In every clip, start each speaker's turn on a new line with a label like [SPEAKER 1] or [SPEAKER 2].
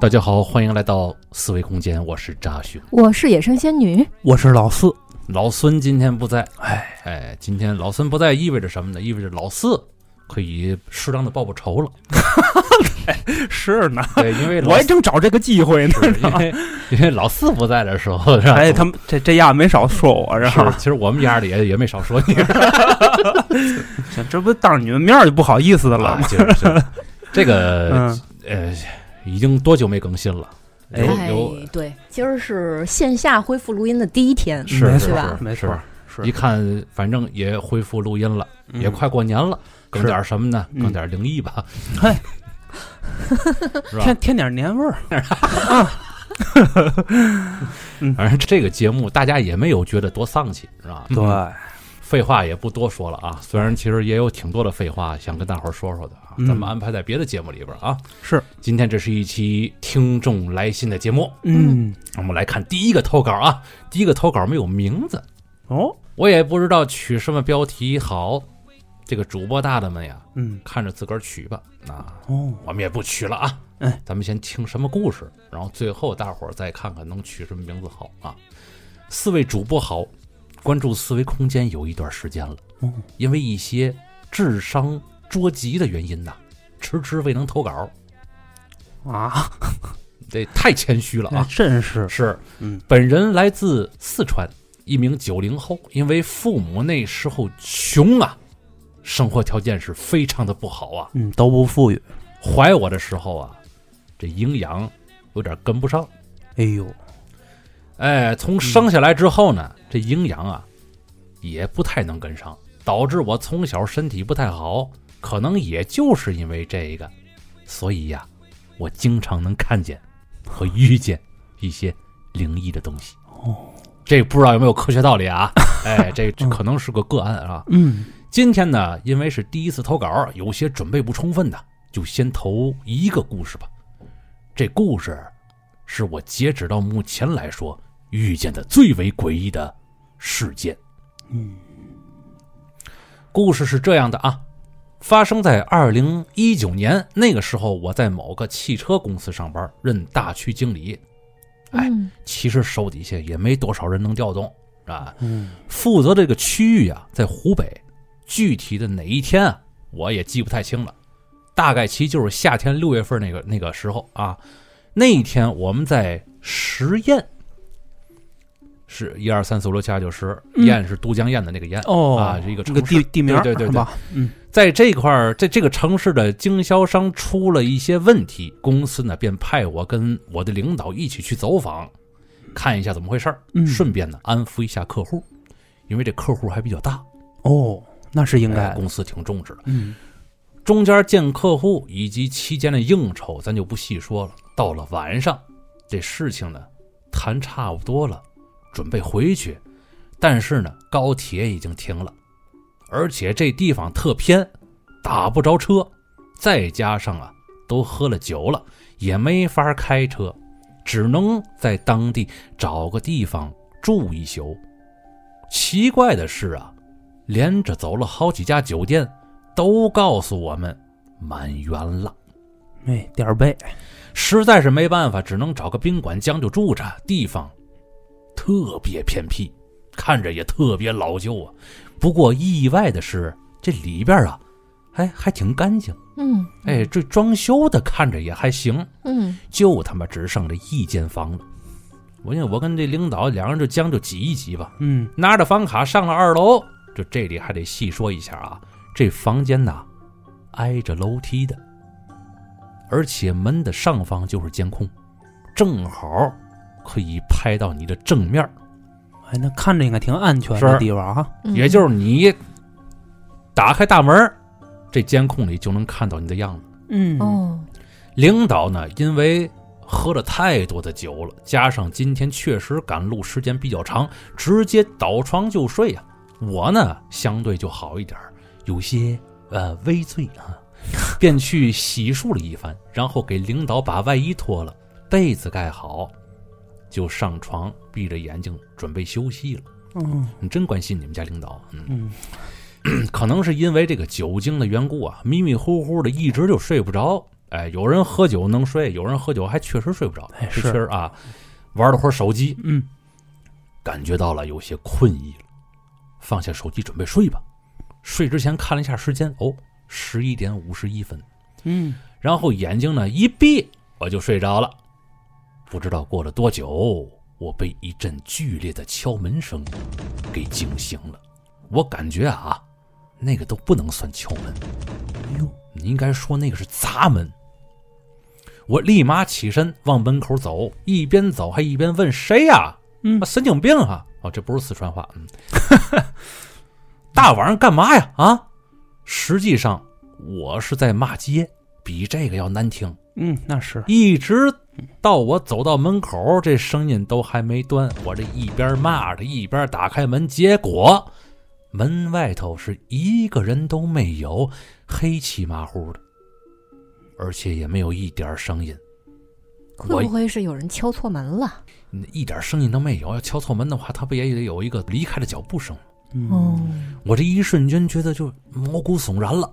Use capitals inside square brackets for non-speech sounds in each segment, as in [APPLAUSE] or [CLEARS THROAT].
[SPEAKER 1] 大家好，欢迎来到思维空间，我是扎兄，
[SPEAKER 2] 我是野生仙女，
[SPEAKER 3] 我是老四，
[SPEAKER 1] 老孙今天不在，
[SPEAKER 3] 哎
[SPEAKER 1] 哎，今天老孙不在意味着什么呢？意味着老四可以适当的报报仇了，[LAUGHS]
[SPEAKER 3] 是呢，
[SPEAKER 1] 对，因为
[SPEAKER 3] 我
[SPEAKER 1] 老
[SPEAKER 3] 还
[SPEAKER 1] 四
[SPEAKER 3] 正找这个机会呢。
[SPEAKER 1] 因为 [LAUGHS] 因为老四不在的时候，是吧？
[SPEAKER 3] 哎，他们这这丫没少说我，然后
[SPEAKER 1] 是，其实我们家里也也没少说你，
[SPEAKER 3] 这不当着你们面儿就不好意思的了
[SPEAKER 1] 啊 [LAUGHS]
[SPEAKER 3] 吗？
[SPEAKER 1] 就是就是这个
[SPEAKER 3] 嗯，
[SPEAKER 1] 呃，已经多久没更新了？有
[SPEAKER 2] 哎
[SPEAKER 1] 有，
[SPEAKER 2] 对，今儿是线下恢复录音的第一天，
[SPEAKER 1] 是
[SPEAKER 3] 没
[SPEAKER 1] 是
[SPEAKER 2] 错吧
[SPEAKER 1] 是
[SPEAKER 3] 没错，
[SPEAKER 1] 是一看反正也恢复录音了，也
[SPEAKER 3] 嗯
[SPEAKER 1] 快过年了，更
[SPEAKER 3] 是
[SPEAKER 1] 点儿什么呢？
[SPEAKER 3] 嗯
[SPEAKER 1] 更点儿灵异吧，
[SPEAKER 3] 嘿，
[SPEAKER 1] 是吧
[SPEAKER 3] 添？添点年味儿。
[SPEAKER 1] 反正这个节目大家也没有觉得多丧气，是吧？嗯
[SPEAKER 3] 对，
[SPEAKER 1] 废话也不多说了啊，虽然其实也有挺多的废话想跟大伙儿说说的啊，
[SPEAKER 3] 嗯
[SPEAKER 1] 咱们安排在别的节目里边儿啊。
[SPEAKER 3] 是，
[SPEAKER 1] 今天这是一期听众来信的节目，
[SPEAKER 3] 嗯，
[SPEAKER 1] 我们来看第一个投稿啊，第一个投稿没有名字，
[SPEAKER 3] 哦，
[SPEAKER 1] 我也不知道取什么标题好。这个主播大大们呀，
[SPEAKER 3] 嗯，
[SPEAKER 1] 看着自个儿取吧啊，
[SPEAKER 3] 哦，
[SPEAKER 1] 我们也不取了啊。
[SPEAKER 3] 嗯，
[SPEAKER 1] 咱们先听什么故事，然后最后大伙儿再看看能取什么名字好啊。四位主播好，关注思维空间有一段时间了，
[SPEAKER 3] 哦
[SPEAKER 1] 因为一些智商捉急的原因呐、迟迟未能投稿，
[SPEAKER 3] 啊，
[SPEAKER 1] 这太谦虚了啊。
[SPEAKER 3] 真是，
[SPEAKER 1] 是，
[SPEAKER 3] 嗯，
[SPEAKER 1] 本人来自四川，一名九零后，因为父母那时候穷啊，生活条件是非常的不好啊。
[SPEAKER 3] 嗯，都不富裕。
[SPEAKER 1] 怀我的时候啊，这营养有点跟不上。
[SPEAKER 3] 哎呦，
[SPEAKER 1] 哎，从生下来之后呢，这营养啊也不太能跟上，导致我从小身体不太好，可能也就是因为这个，所以呀、我经常能看见和遇见一些灵异的东西。
[SPEAKER 3] 哦，
[SPEAKER 1] 这不知道有没有科学道理
[SPEAKER 3] [LAUGHS]
[SPEAKER 1] 啊？哎，这这
[SPEAKER 3] 嗯
[SPEAKER 1] 可能是个个案啊。
[SPEAKER 3] 嗯，
[SPEAKER 1] 今天呢，因为是第一次投稿，有些准备不充分的，就先投一个故事吧。这故事是我截止到目前来说遇见的最为诡异的事件。
[SPEAKER 3] 嗯，
[SPEAKER 1] 故事是这样的啊，发生在二零一九年，那个时候我在某个汽车公司上班，任大区经理。哎
[SPEAKER 2] 嗯，
[SPEAKER 1] 其实手底下也没多少人能调动啊。
[SPEAKER 3] 嗯，
[SPEAKER 1] 负责这个区域啊，在湖北，具体的哪一天啊，我也记不太清了。大概其就是夏天六月份那个那个时候啊，那一天我们在十堰，是一二三四五六七八九十，
[SPEAKER 3] 嗯
[SPEAKER 1] 堰是都江堰的那个堰，
[SPEAKER 3] 哦，
[SPEAKER 1] 啊这个
[SPEAKER 3] 这个
[SPEAKER 1] 城市
[SPEAKER 3] 地地名儿，
[SPEAKER 1] 对对对
[SPEAKER 3] 是吧？嗯，
[SPEAKER 1] 在这块儿，在这个城市的经销商出了一些问题，公司呢便派我跟我的领导一起去走访，看一下怎么回事儿，
[SPEAKER 3] 嗯
[SPEAKER 1] 顺便呢安抚一下客户，因为这客户还比较大，
[SPEAKER 3] 哦，那是应
[SPEAKER 1] 哎
[SPEAKER 3] 该的，
[SPEAKER 1] 公司挺重视的。
[SPEAKER 3] 嗯，
[SPEAKER 1] 中间见客户以及期间的应酬，咱就不细说了。到了晚上，这事情呢谈差不多了，准备回去，但是呢高铁已经停了，而且这地方特偏，打不着车，再加上啊都喝了酒了，也没法开车，只能在当地找个地方住一宿。奇怪的是啊，连着走了好几家酒店，都告诉我们满员了。
[SPEAKER 3] 哎，点儿背，
[SPEAKER 1] 实在是没办法，只能找个宾馆将就住着。地方特别偏僻，看着也特别老旧啊。不过意外的是，这里边啊，还还挺干净。
[SPEAKER 2] 嗯，
[SPEAKER 1] 哎，这装修的看着也还行，
[SPEAKER 2] 嗯，
[SPEAKER 1] 就他妈只剩这一间房了。我跟我跟这领导两人就将就挤一挤吧，
[SPEAKER 3] 嗯，
[SPEAKER 1] 拿着房卡上了二楼。就这里还得细说一下啊，这房间呐，挨着楼梯的，而且门的上方就是监控，正好可以拍到你的正面儿，
[SPEAKER 3] 哎，那看着应该挺安全
[SPEAKER 1] 是
[SPEAKER 3] 的地方啊，
[SPEAKER 2] 嗯
[SPEAKER 1] 也就是你打开大门儿，这监控里就能看到你的样子。
[SPEAKER 3] 嗯，
[SPEAKER 2] 哦，
[SPEAKER 1] 领导呢，因为喝了太多的酒了，加上今天确实赶路时间比较长，直接倒床就睡呀、我呢，相对就好一点儿，有些呃微醉啊，便去洗漱了一番，然后给领导把外衣脱了，被子盖好，就上床闭着眼睛准备休息了。
[SPEAKER 3] 嗯
[SPEAKER 1] 你真关心你们家领导，嗯，
[SPEAKER 3] 嗯，
[SPEAKER 1] 可能是因为这个酒精的缘故啊，迷迷糊糊的一直就睡不着。哎，有人喝酒能睡，有人喝酒还确实睡不着，
[SPEAKER 3] 哎
[SPEAKER 1] 这
[SPEAKER 3] 是
[SPEAKER 1] 确实啊，玩了会儿手机，
[SPEAKER 3] 嗯，
[SPEAKER 1] 感觉到了有些困意了，放下手机准备睡吧。睡之前看了一下时间，哦，十一点五十一分。
[SPEAKER 3] 嗯，
[SPEAKER 1] 然后眼睛呢一闭，我就睡着了。不知道过了多久，我被一阵剧烈的敲门声给惊醒了。我感觉啊，那个都不能算敲门，
[SPEAKER 3] 哎呦，
[SPEAKER 1] 你应该说那个是砸门。我立马起身往门口走，一边走还一边问：“谁呀、
[SPEAKER 3] 嗯
[SPEAKER 1] 啊神经病啊！”哦，这不是四川话，
[SPEAKER 3] [LAUGHS]
[SPEAKER 1] 嗯，大晚上干嘛呀？啊，实际上我是在骂街，比这个要难听。
[SPEAKER 3] 嗯，那是，
[SPEAKER 1] 一直到我走到门口，这声音都还没断。我这一边骂着，一边打开门，结果门外头是一个人都没有，黑漆麻糊的，而且也没有一点声音，我
[SPEAKER 2] 会不会是有人敲错门了？
[SPEAKER 1] 一点声音都没有。要敲错门的话，他不也得有一个离开的脚步声吗？
[SPEAKER 3] 嗯
[SPEAKER 2] 哦，
[SPEAKER 1] 我这一瞬间觉得就毛骨悚然了，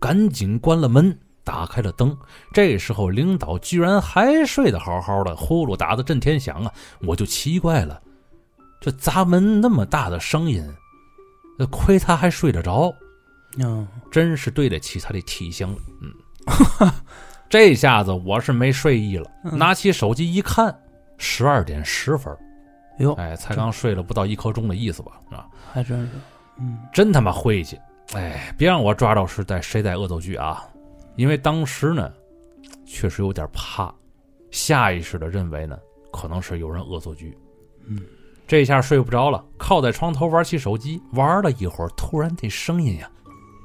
[SPEAKER 1] 赶紧关了门，打开了灯。这时候领导居然还睡得好好的，呼噜打得震天响啊！我就奇怪了，这砸门那么大的声音，呃亏他还睡得着，
[SPEAKER 3] 嗯，
[SPEAKER 1] 真是对得起他的体型了。嗯，这下子我是没睡意了，
[SPEAKER 3] 嗯
[SPEAKER 1] 拿起手机一看，十二点十分，
[SPEAKER 3] 哎呦，
[SPEAKER 1] 哎，才刚睡了不到一刻钟的意思吧？啊，
[SPEAKER 3] 还真是，嗯，
[SPEAKER 1] 真他妈晦气！哎，别让我抓到是在谁在恶作剧啊！因为当时呢，确实有点怕，下意识的认为呢，可能是有人恶作剧。
[SPEAKER 3] 嗯，
[SPEAKER 1] 这下睡不着了，靠在床头玩起手机，玩了一会儿，突然这声音呀，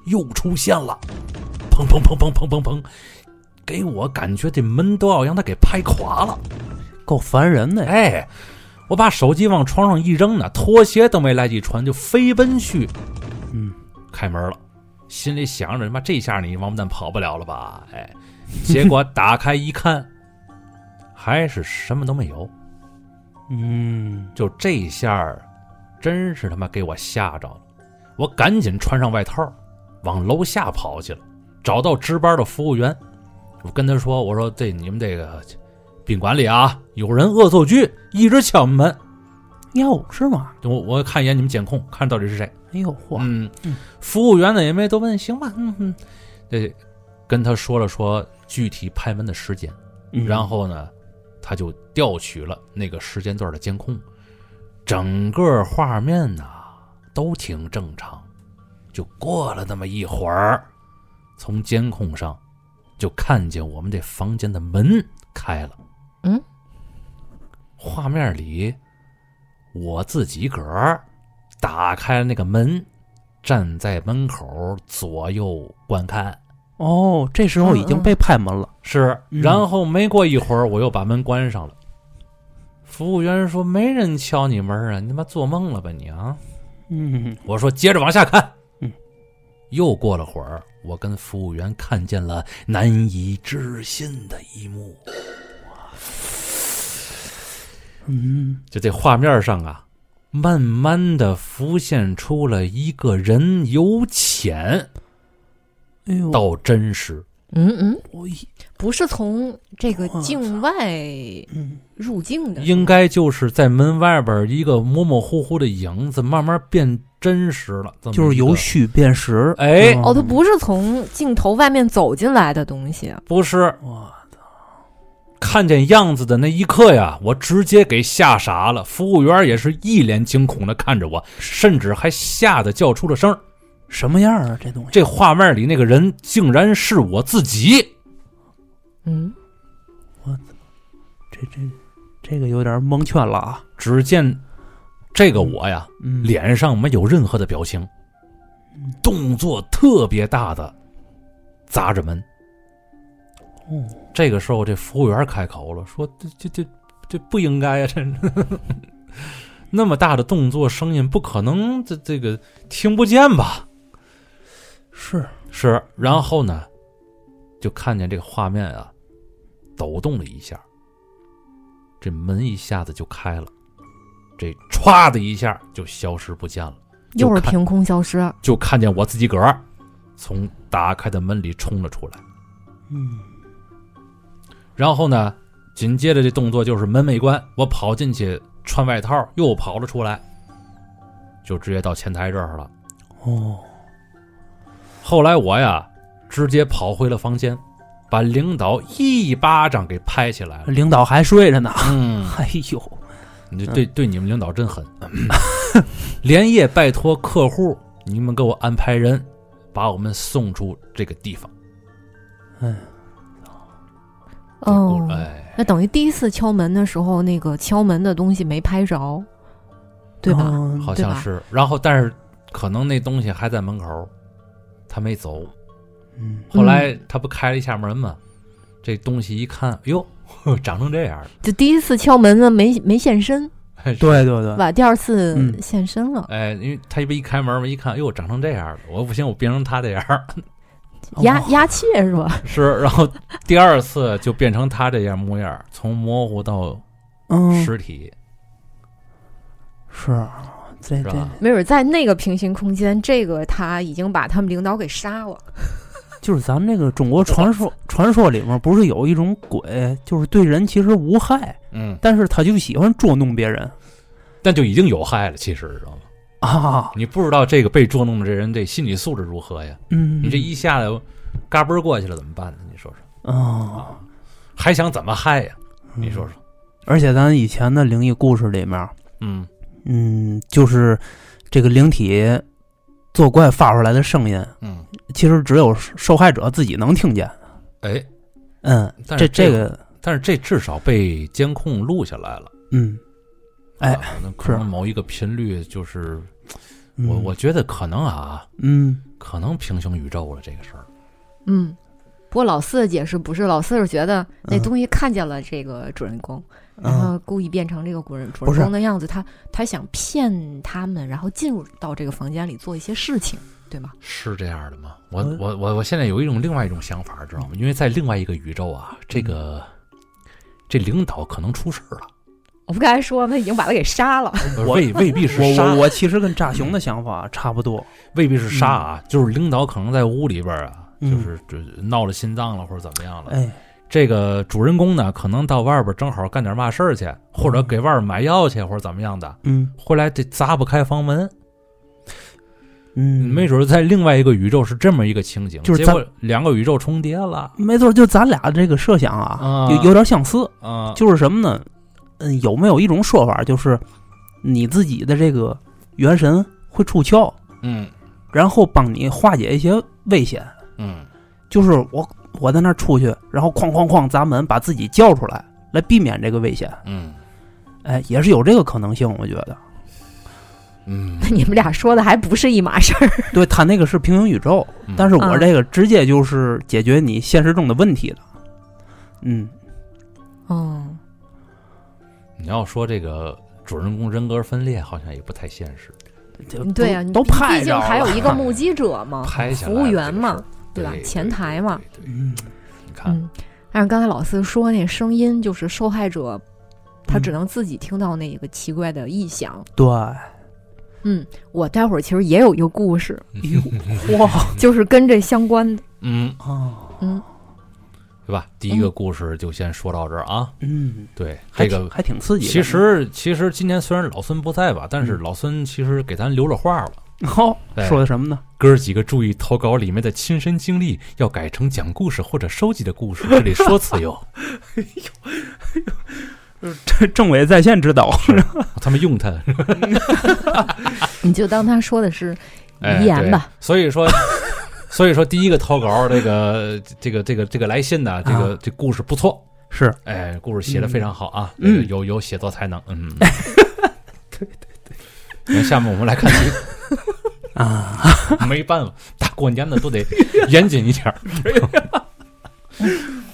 [SPEAKER 1] 又出现了，砰砰砰砰砰砰砰，给我感觉这门都要让他给拍垮了。
[SPEAKER 3] 够烦人的
[SPEAKER 1] [LAUGHS]
[SPEAKER 3] 呀，
[SPEAKER 1] 哎，我把手机往床上一扔呢，拖鞋都没来及穿，就飞奔去
[SPEAKER 3] 嗯，
[SPEAKER 1] 开门了，心里想着他妈这下你王八蛋跑不了了吧？哎，结果打开一看，还是什么都没有。
[SPEAKER 3] 嗯，
[SPEAKER 1] 就这下儿，真是他妈给我吓着了。我赶紧穿上外套，往楼下跑去了，找到值班的服务员，我跟他说：“我说这你们这个宾馆里啊，有人恶作剧，一直敲门。
[SPEAKER 3] 哟，是吗？
[SPEAKER 1] 我我看一眼你们监控，看到底是谁。”
[SPEAKER 3] 哎呦，嚯，
[SPEAKER 1] 嗯
[SPEAKER 3] 嗯，
[SPEAKER 1] 服务员呢也没多问，行吧，嗯嗯，对，跟他说了说具体拍门的时间，
[SPEAKER 3] 嗯
[SPEAKER 1] 然后呢，他就调取了那个时间段的监控，整个画面呐、都挺正常，就过了那么一会儿，从监控上就看见我们这房间的门开了，
[SPEAKER 2] 嗯，
[SPEAKER 1] 画面里我自己个儿打开了那个门，站在门口左右观看。
[SPEAKER 3] 哦，这时候已经被拍门了，
[SPEAKER 1] 是，
[SPEAKER 3] 嗯
[SPEAKER 1] 然后没过一会儿，我又把门关上了。服务员说：“没人敲你门啊，你他妈做梦了吧你啊
[SPEAKER 3] 嗯！”，
[SPEAKER 1] 我说：“接着往下看。”
[SPEAKER 3] 嗯，
[SPEAKER 1] 又过了会儿，我跟服务员看见了难以置信的一幕。
[SPEAKER 3] 嗯，
[SPEAKER 1] 就这画面上啊，慢慢的浮现出了一个人由浅
[SPEAKER 3] 哎呦，
[SPEAKER 1] 嗯到真实。
[SPEAKER 2] 嗯嗯，
[SPEAKER 3] 我一，
[SPEAKER 2] 不是从这个境外
[SPEAKER 3] 嗯，
[SPEAKER 2] 入境的，
[SPEAKER 1] 应该就是在门外边一个模模糊糊的影子，慢慢变真实了，这么
[SPEAKER 3] 就是
[SPEAKER 1] 一个
[SPEAKER 3] 由虚变嗯实，
[SPEAKER 1] 哎
[SPEAKER 2] 哦，它，不是从镜头外面走进来的东西。啊
[SPEAKER 1] 不是
[SPEAKER 3] 哇，
[SPEAKER 1] 看见样子的那一刻呀，我直接给吓傻了。服务员也是一脸惊恐的看着我，甚至还吓得叫出了声儿。
[SPEAKER 3] 什么样啊？这东西，
[SPEAKER 1] 这画面里那个人竟然是我自己，
[SPEAKER 2] 嗯，
[SPEAKER 3] 这这这个有点蒙圈了啊，
[SPEAKER 1] 只见这个我呀，
[SPEAKER 3] 嗯，
[SPEAKER 1] 脸上没有任何的表情，动作特别大的砸着门。
[SPEAKER 3] 哦，
[SPEAKER 1] 这个时候，这服务员开口了，说：“这这这这不应该呀、这 [LAUGHS] 那么大的动作声音，不可能这这个听不见吧
[SPEAKER 3] 是，？”
[SPEAKER 1] 是，然后呢，就看见这个画面啊抖动了一下，这门一下子就开了，这歘的一下就消失不见了，就
[SPEAKER 2] 又是
[SPEAKER 1] 看
[SPEAKER 2] 凭空消失，
[SPEAKER 1] 就看见我自己个儿从打开的门里冲了出来。
[SPEAKER 3] 嗯，
[SPEAKER 1] 然后呢，紧接着这动作就是门没关，我跑进去穿外套，又跑了出来，就直接到前台这儿了。
[SPEAKER 3] 哦，
[SPEAKER 1] 后来我呀，直接跑回了房间，把领导一巴掌给拍起来了。
[SPEAKER 3] 领导还睡着呢。 [LAUGHS]
[SPEAKER 1] 嗯，
[SPEAKER 3] 哎呦，
[SPEAKER 1] 你这对对你们领导真狠，连夜拜托客户，你们给我安排人，把我们送出这个地方。
[SPEAKER 3] 嗯，
[SPEAKER 2] 哦，
[SPEAKER 1] 哎，
[SPEAKER 2] 那等于第一次敲门的时候，那个敲门的东西没拍着，对吧？
[SPEAKER 3] 嗯
[SPEAKER 1] 好
[SPEAKER 2] 对
[SPEAKER 1] 像
[SPEAKER 2] 吧
[SPEAKER 1] 是。然后，但是可能那东西还在门口，他没走。
[SPEAKER 3] 嗯，
[SPEAKER 1] 后来他不开了一下门吗？这东西一看，哟，长成这样了。
[SPEAKER 2] 就第一次敲门呢，没没现身，
[SPEAKER 3] 对对对，
[SPEAKER 2] 吧？第二次
[SPEAKER 3] 嗯
[SPEAKER 2] 现身了，
[SPEAKER 1] 哎，因为他一一开门，我一看，哟，长成这样了，我不行，我变成他这样儿
[SPEAKER 2] 压
[SPEAKER 3] 哦
[SPEAKER 2] 压怯是吧？
[SPEAKER 3] [LAUGHS]
[SPEAKER 1] 是。然后第二次就变成他这样模样儿，从模糊到
[SPEAKER 3] 嗯
[SPEAKER 1] 实体。
[SPEAKER 3] 是，啊这
[SPEAKER 1] 是吧
[SPEAKER 3] 这
[SPEAKER 2] 没准在那个平行空间，这个他已经把他们领导给杀了。
[SPEAKER 3] 就是咱们这个中国传说传说里面不是有一种鬼，就是对人其实无害，
[SPEAKER 1] 嗯，
[SPEAKER 3] 但是他就喜欢捉弄别人
[SPEAKER 1] 但就已经有害了，其实知道吗？
[SPEAKER 3] 啊。
[SPEAKER 1] 你不知道这个被捉弄的这人这心理素质如何呀？
[SPEAKER 3] 嗯，
[SPEAKER 1] 你这一下来，嘎嘣儿过去了怎么办呢？你说说，
[SPEAKER 3] 啊，
[SPEAKER 1] 还想怎么害呀？你说
[SPEAKER 3] 嗯，
[SPEAKER 1] 说，
[SPEAKER 3] 而且咱以前的灵异故事里面，
[SPEAKER 1] 嗯
[SPEAKER 3] 嗯，就是这个灵体作怪发出来的声音，
[SPEAKER 1] 嗯，
[SPEAKER 3] 其实只有受害者自己能听见。
[SPEAKER 1] 哎，
[SPEAKER 3] 嗯，
[SPEAKER 1] 但
[SPEAKER 3] 这
[SPEAKER 1] 是
[SPEAKER 3] 这个，
[SPEAKER 1] 但是这至少被监控录下来了。
[SPEAKER 3] 嗯，哎
[SPEAKER 1] 啊，那可能某一个频率就是
[SPEAKER 3] 嗯
[SPEAKER 1] 我，我觉得可能啊，
[SPEAKER 3] 嗯，
[SPEAKER 1] 可能平行宇宙了这个事儿。
[SPEAKER 2] 嗯，不过老四的解释不是，老四是觉得那
[SPEAKER 3] 嗯
[SPEAKER 2] 东西看见了这个主人公，然
[SPEAKER 3] 嗯
[SPEAKER 2] 后故意变成这个主人主
[SPEAKER 3] 不
[SPEAKER 2] 人
[SPEAKER 3] 是
[SPEAKER 2] 公的样子，他他想骗他们，然后进入到这个房间里做一些事情，对吗？
[SPEAKER 1] 是这样的吗？我
[SPEAKER 3] 嗯
[SPEAKER 1] 我我我现在有一种另外一种想法，知道吗？因为在另外一个宇宙啊，这个
[SPEAKER 3] 嗯
[SPEAKER 1] 这领导可能出事儿了，
[SPEAKER 2] 我不刚才说吗？已经把他给杀
[SPEAKER 3] [LAUGHS]
[SPEAKER 2] 了。
[SPEAKER 3] 我
[SPEAKER 1] 未未必是
[SPEAKER 3] 我
[SPEAKER 1] 杀
[SPEAKER 3] 我，我其实跟炸熊的想法差不多。
[SPEAKER 1] 未必是杀啊，就是领导可能在屋里边啊，
[SPEAKER 3] 嗯
[SPEAKER 1] 就是就闹了心脏了或者怎么样了。
[SPEAKER 3] 哎，
[SPEAKER 1] 这个主人公呢，可能到外边正好干点嘛事儿去，或者给外边买药去，或者怎么样的，
[SPEAKER 3] 嗯
[SPEAKER 1] 回来这砸不开房门，
[SPEAKER 3] 嗯，
[SPEAKER 1] 没准儿在另外一个宇宙是这么一个情景，
[SPEAKER 3] 就是
[SPEAKER 1] 结
[SPEAKER 3] 咱
[SPEAKER 1] 果两个宇宙重叠了。
[SPEAKER 3] 没错，就咱俩这个设想啊
[SPEAKER 1] 啊，
[SPEAKER 3] 有有点相似。
[SPEAKER 1] 啊，
[SPEAKER 3] 就是什么呢？嗯，有没有一种说法，就是你自己的这个元神会出窍，
[SPEAKER 1] 嗯
[SPEAKER 3] 然后帮你化解一些危险？
[SPEAKER 1] 嗯
[SPEAKER 3] 就是我我在那儿出去，然后哐哐哐砸门，把自己叫出来，来避免这个危险。
[SPEAKER 1] 嗯
[SPEAKER 3] 哎，也是有这个可能性，我觉得。
[SPEAKER 1] 嗯，
[SPEAKER 2] 你们俩说的还不是一码事儿。
[SPEAKER 3] 对他那个是平行宇宙，
[SPEAKER 1] 嗯
[SPEAKER 3] 但是我
[SPEAKER 2] 嗯
[SPEAKER 3] 这个直接就是解决你现实中的问题的。嗯，哦
[SPEAKER 2] 嗯，
[SPEAKER 1] [LAUGHS] 你要说这个主人公人格分裂，好像也不太现实，
[SPEAKER 3] 这
[SPEAKER 2] 嗯对呀、你
[SPEAKER 3] 都
[SPEAKER 2] 毕
[SPEAKER 3] 拍
[SPEAKER 2] 毕竟
[SPEAKER 3] 着
[SPEAKER 2] 还有
[SPEAKER 3] 了
[SPEAKER 2] 一个目击者
[SPEAKER 3] [LAUGHS]
[SPEAKER 2] 嘛，
[SPEAKER 1] 拍下来
[SPEAKER 2] 啊服务员
[SPEAKER 1] 这
[SPEAKER 2] 嘛
[SPEAKER 1] 个事，儿
[SPEAKER 2] 对吧
[SPEAKER 1] 对？
[SPEAKER 2] 前台嘛，，
[SPEAKER 1] 对，对对
[SPEAKER 3] 嗯，
[SPEAKER 1] 你看，
[SPEAKER 2] 嗯。但是刚才老四说那声音，就是受害者他只
[SPEAKER 3] 嗯
[SPEAKER 2] 能自己听到那个奇怪的异响。
[SPEAKER 3] 对，
[SPEAKER 2] 嗯，我待会儿其实也有一个故事，
[SPEAKER 3] [LAUGHS] 哇
[SPEAKER 2] 就是跟这相关的。
[SPEAKER 1] 嗯，
[SPEAKER 3] 啊，
[SPEAKER 2] 嗯，
[SPEAKER 1] 对吧？第一个故事就先说到这儿啊。
[SPEAKER 3] 嗯，
[SPEAKER 1] 对，
[SPEAKER 3] 还
[SPEAKER 1] 这
[SPEAKER 3] 挺
[SPEAKER 1] 个
[SPEAKER 3] 还挺刺激的。
[SPEAKER 1] 其实其实今天虽然老孙不在吧，但是
[SPEAKER 3] 嗯
[SPEAKER 1] 老孙其实给咱留了话了。
[SPEAKER 3] 哦，
[SPEAKER 1] 对
[SPEAKER 3] 说的什么呢？
[SPEAKER 1] 哥儿几个注意投稿里面的亲身经历，要改成讲故事或者收集的故事。这里说辞哟，
[SPEAKER 3] [LAUGHS] 政委在
[SPEAKER 1] [LAUGHS]
[SPEAKER 3] 线指导。
[SPEAKER 1] 他们用它
[SPEAKER 2] 你就当他说的是
[SPEAKER 1] 哎
[SPEAKER 2] 遗言吧。
[SPEAKER 1] 对所以说，所以说第一个投稿这个这个这个这个来信
[SPEAKER 3] 啊
[SPEAKER 1] 呢，这个、这故事不错，
[SPEAKER 3] 是，
[SPEAKER 1] 哎，故事写的非常好啊，
[SPEAKER 3] 嗯
[SPEAKER 1] 这个有有写作才能，嗯，
[SPEAKER 3] [LAUGHS]
[SPEAKER 1] 对对对。那下面我们来看题，
[SPEAKER 3] 啊，
[SPEAKER 1] [LAUGHS] 没办法，大过年的都得严谨一点儿。 [LAUGHS]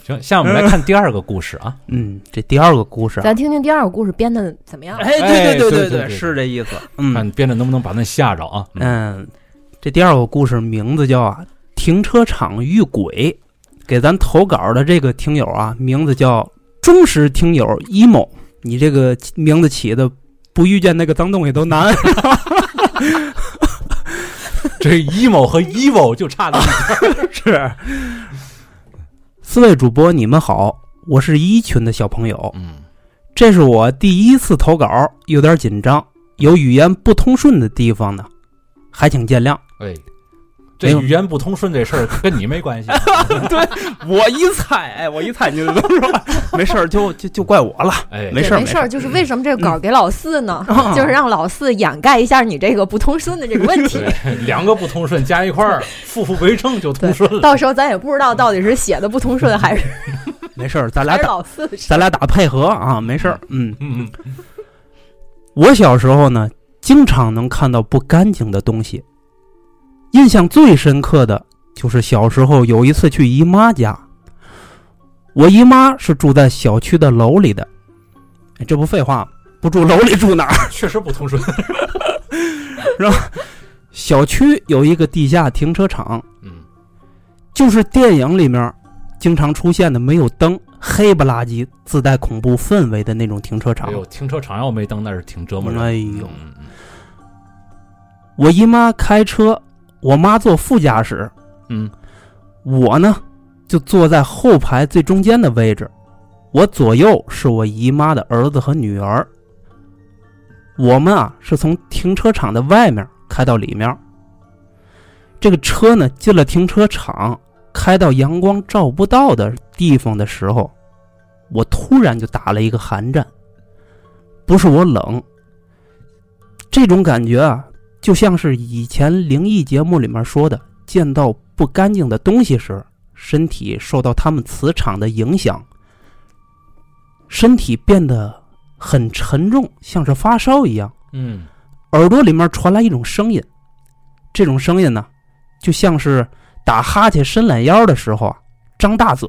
[SPEAKER 1] 行，下面我们来看第二个故事啊。
[SPEAKER 3] 嗯，这第二个故事啊，
[SPEAKER 2] 咱听听第二个故事编的怎么样？
[SPEAKER 3] 哎，
[SPEAKER 1] 哎
[SPEAKER 3] 对
[SPEAKER 1] 对对对
[SPEAKER 3] 对，
[SPEAKER 1] 对
[SPEAKER 3] 是这意思。
[SPEAKER 1] 看
[SPEAKER 3] 嗯
[SPEAKER 1] 编着能不能把那吓着啊？嗯
[SPEAKER 3] 嗯，这第二个故事名字叫啊，停车场遇鬼。给咱投稿的这个听友啊，名字叫忠实听友 emo，你这个名字起的不遇见那个脏东西都难。
[SPEAKER 1] [LAUGHS] 这 emo 和 evil 就差了一点。
[SPEAKER 3] 是，四位主播你们好，我是一群的小朋友，
[SPEAKER 1] 嗯
[SPEAKER 3] 这是我第一次投稿，有点紧张，有语言不通顺的地方呢，还请见谅。
[SPEAKER 1] [LAUGHS] 哎，
[SPEAKER 3] 没
[SPEAKER 1] 这
[SPEAKER 3] 有
[SPEAKER 1] 语言不通顺这事儿跟你没 [LAUGHS] 关系。
[SPEAKER 3] 我一猜，哎，我一猜你就能 [LAUGHS] 说，没事儿，就就就怪我了。
[SPEAKER 1] 哎，
[SPEAKER 3] 没事儿
[SPEAKER 2] 没
[SPEAKER 3] 没事
[SPEAKER 2] 儿，就是为什么这个稿儿给老四呢？
[SPEAKER 3] 嗯
[SPEAKER 2] 就是让老四掩盖一下你这个不通顺的这个问题。
[SPEAKER 1] 对，两个不通顺加一块儿，负负为正就通顺了。嗯
[SPEAKER 2] [LAUGHS] 到时候咱也不知道到底是写的不通顺，还是
[SPEAKER 3] 没事儿，咱俩
[SPEAKER 2] 还是
[SPEAKER 3] 打
[SPEAKER 2] 老四的事
[SPEAKER 3] 咱俩打配合啊，没事儿。嗯，
[SPEAKER 1] 嗯嗯，
[SPEAKER 3] 我小时候呢，经常能看到不干净的东西，印象最深刻的就是小时候有一次去姨妈家，我姨妈是住在小区的楼里的，哎这不废话吗，不住楼里住哪儿？ [LAUGHS]
[SPEAKER 1] 确实不通顺。
[SPEAKER 3] 小区有一个地下停车场，
[SPEAKER 1] 嗯，
[SPEAKER 3] 就是电影里面经常出现的没有灯、黑不拉几、自带恐怖氛围的那种停车场
[SPEAKER 1] 哎。呦，停车场要没灯那是挺折磨人。
[SPEAKER 3] 哎呦
[SPEAKER 1] 嗯，嗯
[SPEAKER 3] 我姨妈开车，我妈坐副驾驶，
[SPEAKER 1] 嗯，
[SPEAKER 3] 我呢就坐在后排最中间的位置，我左右是我姨妈的儿子和女儿。我们啊是从停车场的外面开到里面，这个车呢进了停车场，开到阳光照不到的地方的时候，我突然就打了一个寒战。不是我冷，这种感觉啊，就像是以前灵异节目里面说的，见到不干净的东西时，身体受到它们磁场的影响，身体变得很沉重，像是发烧一样。
[SPEAKER 1] 嗯
[SPEAKER 3] 耳朵里面传来一种声音，这种声音呢，就像是打哈欠、伸懒腰的时候啊，张大嘴，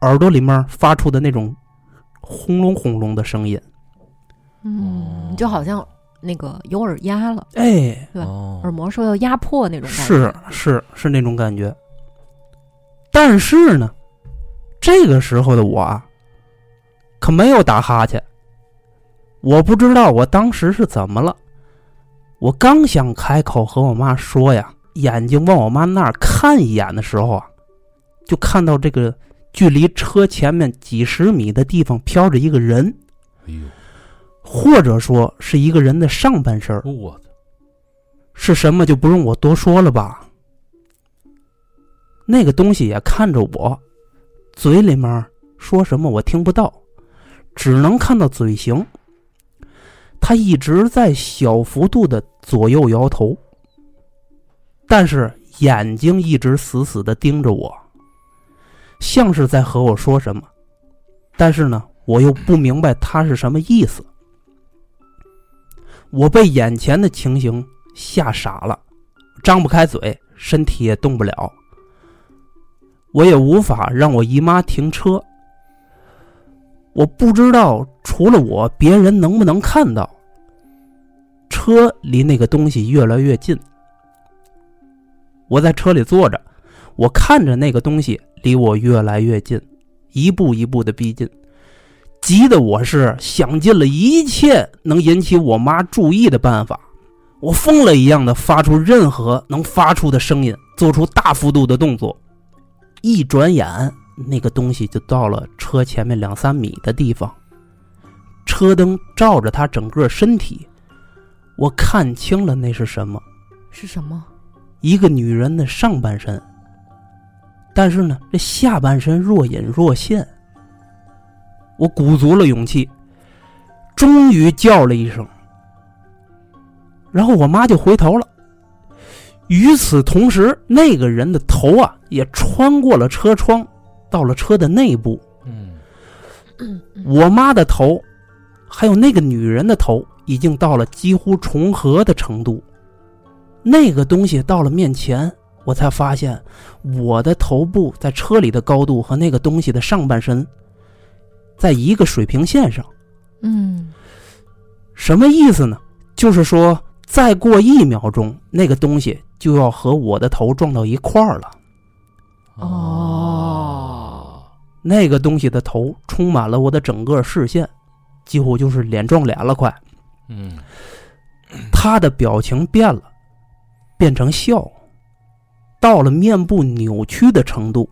[SPEAKER 3] 耳朵里面发出的那种轰隆轰隆的声音。
[SPEAKER 2] 嗯，就好像那个有耳压了，
[SPEAKER 3] 哎，
[SPEAKER 2] 对耳
[SPEAKER 1] 哦，
[SPEAKER 2] 膜受到压迫那种感觉。
[SPEAKER 3] 是是是那种感觉。但是呢，这个时候的我啊，可没有打哈欠。我不知道我当时是怎么了，我刚想开口和我妈说呀，眼睛往我妈那儿看一眼的时候啊，就看到这个距离车前面几十米的地方飘着一个人，
[SPEAKER 1] 哎呦，
[SPEAKER 3] 或者说是一个人的上半身儿。
[SPEAKER 1] 我的
[SPEAKER 3] 是什么就不用我多说了吧。那个东西也看着我，嘴里面说什么我听不到，只能看到嘴型。它一直在小幅度的左右摇头，但是眼睛一直死死的盯着我，像是在和我说什么，但是呢，我又不明白它是什么意思。我被眼前的情形吓傻了，张不开嘴，身体也动不了，我也无法让我姨妈停车。我不知道除了我，别人能不能看到。车离那个东西越来越近，我在车里坐着，我看着那个东西离我越来越近，一步一步的逼近，急得我是想尽了一切能引起我妈注意的办法。我疯了一样的发出任何能发出的声音，做出大幅度的动作。一转眼，那个东西就到了车前面两三米的地方，车灯照着它整个身体，我看清了那是什么，
[SPEAKER 2] 是什么？
[SPEAKER 3] 一个女人的上半身，但是呢，这下半身若隐若现。我鼓足了勇气，终于叫了一声，然后我妈就回头了。与此同时，那个人的头啊也穿过了车窗，到了车的内部。
[SPEAKER 1] 嗯，
[SPEAKER 3] 我妈的头，还有那个女人的头，已经到了几乎重合的程度。那个东西到了面前，我才发现我的头部在车里的高度和那个东西的上半身在一个水平线上。
[SPEAKER 2] 嗯，
[SPEAKER 3] 什么意思呢？就是说，再过一秒钟，那个哦东西就要和我的头撞到一块儿了。
[SPEAKER 2] 哦
[SPEAKER 1] 嗯啊
[SPEAKER 3] 那个东西的头充满了我的整个视线，几乎就是脸撞脸了，快。
[SPEAKER 1] 嗯，
[SPEAKER 3] 他的表情变了，变成笑，到了面部扭曲的程度，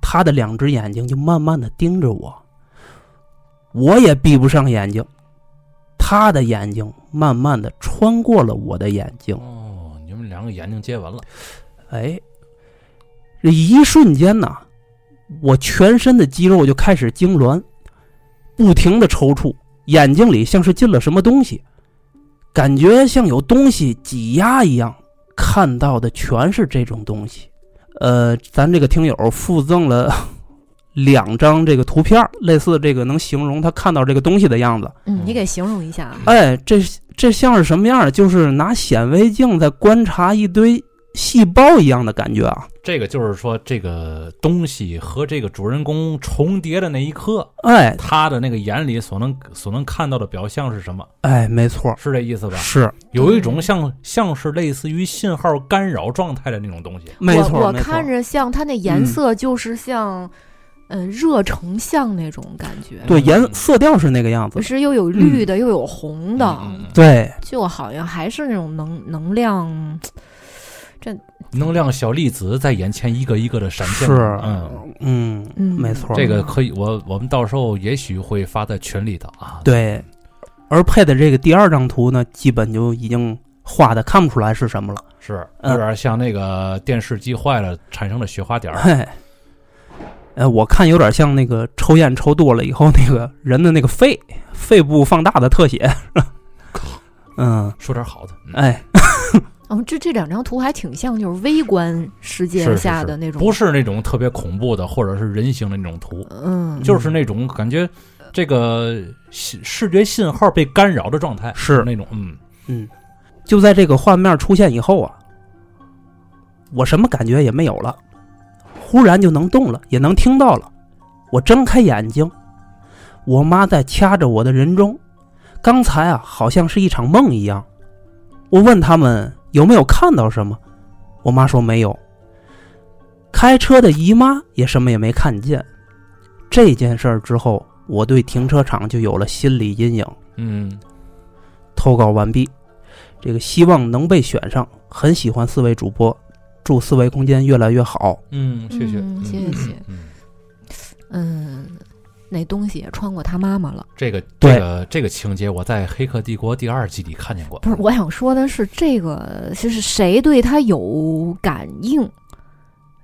[SPEAKER 3] 他的两只眼睛就慢慢的盯着我，我也闭不上眼睛，他的眼睛慢慢的穿过了我的眼睛，
[SPEAKER 1] 哦，你们两个眼睛接吻了，
[SPEAKER 3] 哎，这一瞬间呐，我全身的肌肉就开始痉挛，不停的抽搐，眼睛里像是进了什么东西，感觉像有东西挤压一样，看到的全是这种东西。呃，咱这个听友附赠了 [LAUGHS] 两张这个图片儿，类似这个能形容他看到这个东西的样子。
[SPEAKER 2] 嗯，你给形容一下啊。
[SPEAKER 3] 哎，这这像是什么样儿？就是拿显微镜在观察一堆细胞一样的感觉啊。
[SPEAKER 1] 这个就是说，这个东西和这个主人公重叠的那一刻，
[SPEAKER 3] 哎
[SPEAKER 1] 他的那个眼里所能所能看到的表象是什么？
[SPEAKER 3] 哎，没错儿，
[SPEAKER 1] 是这意思吧？
[SPEAKER 3] 是
[SPEAKER 1] 有一种像像是类似于信号干扰状态的那种东西。
[SPEAKER 3] 没错儿，
[SPEAKER 2] 我我
[SPEAKER 3] 没错
[SPEAKER 2] 看
[SPEAKER 3] 儿。
[SPEAKER 2] 着像它那
[SPEAKER 3] 嗯
[SPEAKER 2] 颜色，就是像，嗯，热成像那种感觉，
[SPEAKER 1] 嗯
[SPEAKER 3] 对颜色调是那个样子
[SPEAKER 2] 就，是又有绿的，又有红的，
[SPEAKER 1] 嗯嗯
[SPEAKER 3] 对，
[SPEAKER 2] 就好像还是那种能能量，
[SPEAKER 1] 嗯能量小粒子在眼前一个一个的闪现。
[SPEAKER 3] 是
[SPEAKER 1] 嗯，
[SPEAKER 3] 嗯，
[SPEAKER 2] 嗯，
[SPEAKER 3] 没错儿，
[SPEAKER 1] 这个可以，我我们到时候也许会发在群里的啊。
[SPEAKER 3] 对。而配的这个第二张图呢，基本就已经画的看不出来是什么了。
[SPEAKER 1] 是
[SPEAKER 3] 嗯
[SPEAKER 1] 有点像那个电视机坏了产生的雪花点
[SPEAKER 3] [LAUGHS]
[SPEAKER 1] 儿。
[SPEAKER 3] 嘿，呃，我看有点像那个抽烟抽多了以后那个人的那个肺肺部放大的特写。嗯，
[SPEAKER 1] 说点好的，嗯
[SPEAKER 3] 哎，
[SPEAKER 2] 哦，这这两张图还挺像，就是微观世
[SPEAKER 1] 是
[SPEAKER 2] 界
[SPEAKER 1] 是
[SPEAKER 2] 下
[SPEAKER 1] 是
[SPEAKER 2] 的那种，
[SPEAKER 1] 不是那种特别恐怖的，或者是人形的那种图，
[SPEAKER 2] 嗯，
[SPEAKER 1] 就是那种感觉这个视视觉信号被干扰的状态，
[SPEAKER 3] 是
[SPEAKER 1] 那种嗯，
[SPEAKER 3] 就在这个画面出现以后啊，我什么感觉也没有了，忽然就能动了，也能听到了。我睁开眼睛，我妈在掐着我的人中。刚才啊，好像是一场梦一样。我问他们有没有看到什么，我妈说没有。开车的姨妈也什么也没看见。这件事儿之后，我对停车场就有了心理阴影。
[SPEAKER 1] 嗯，
[SPEAKER 3] 投稿完毕。这个希望能被选上，很喜欢四位主播，祝四位空间越来越好。
[SPEAKER 1] 嗯，谢谢，
[SPEAKER 2] 嗯
[SPEAKER 1] 嗯
[SPEAKER 2] 谢谢
[SPEAKER 1] 嗯，
[SPEAKER 2] 嗯，那东西也穿过他妈妈了。
[SPEAKER 1] 这个
[SPEAKER 3] 对
[SPEAKER 1] 这个这个情节我在《黑客帝国》第二季里看见过，
[SPEAKER 2] 不是，我想说的是，这个就是谁对他有感应，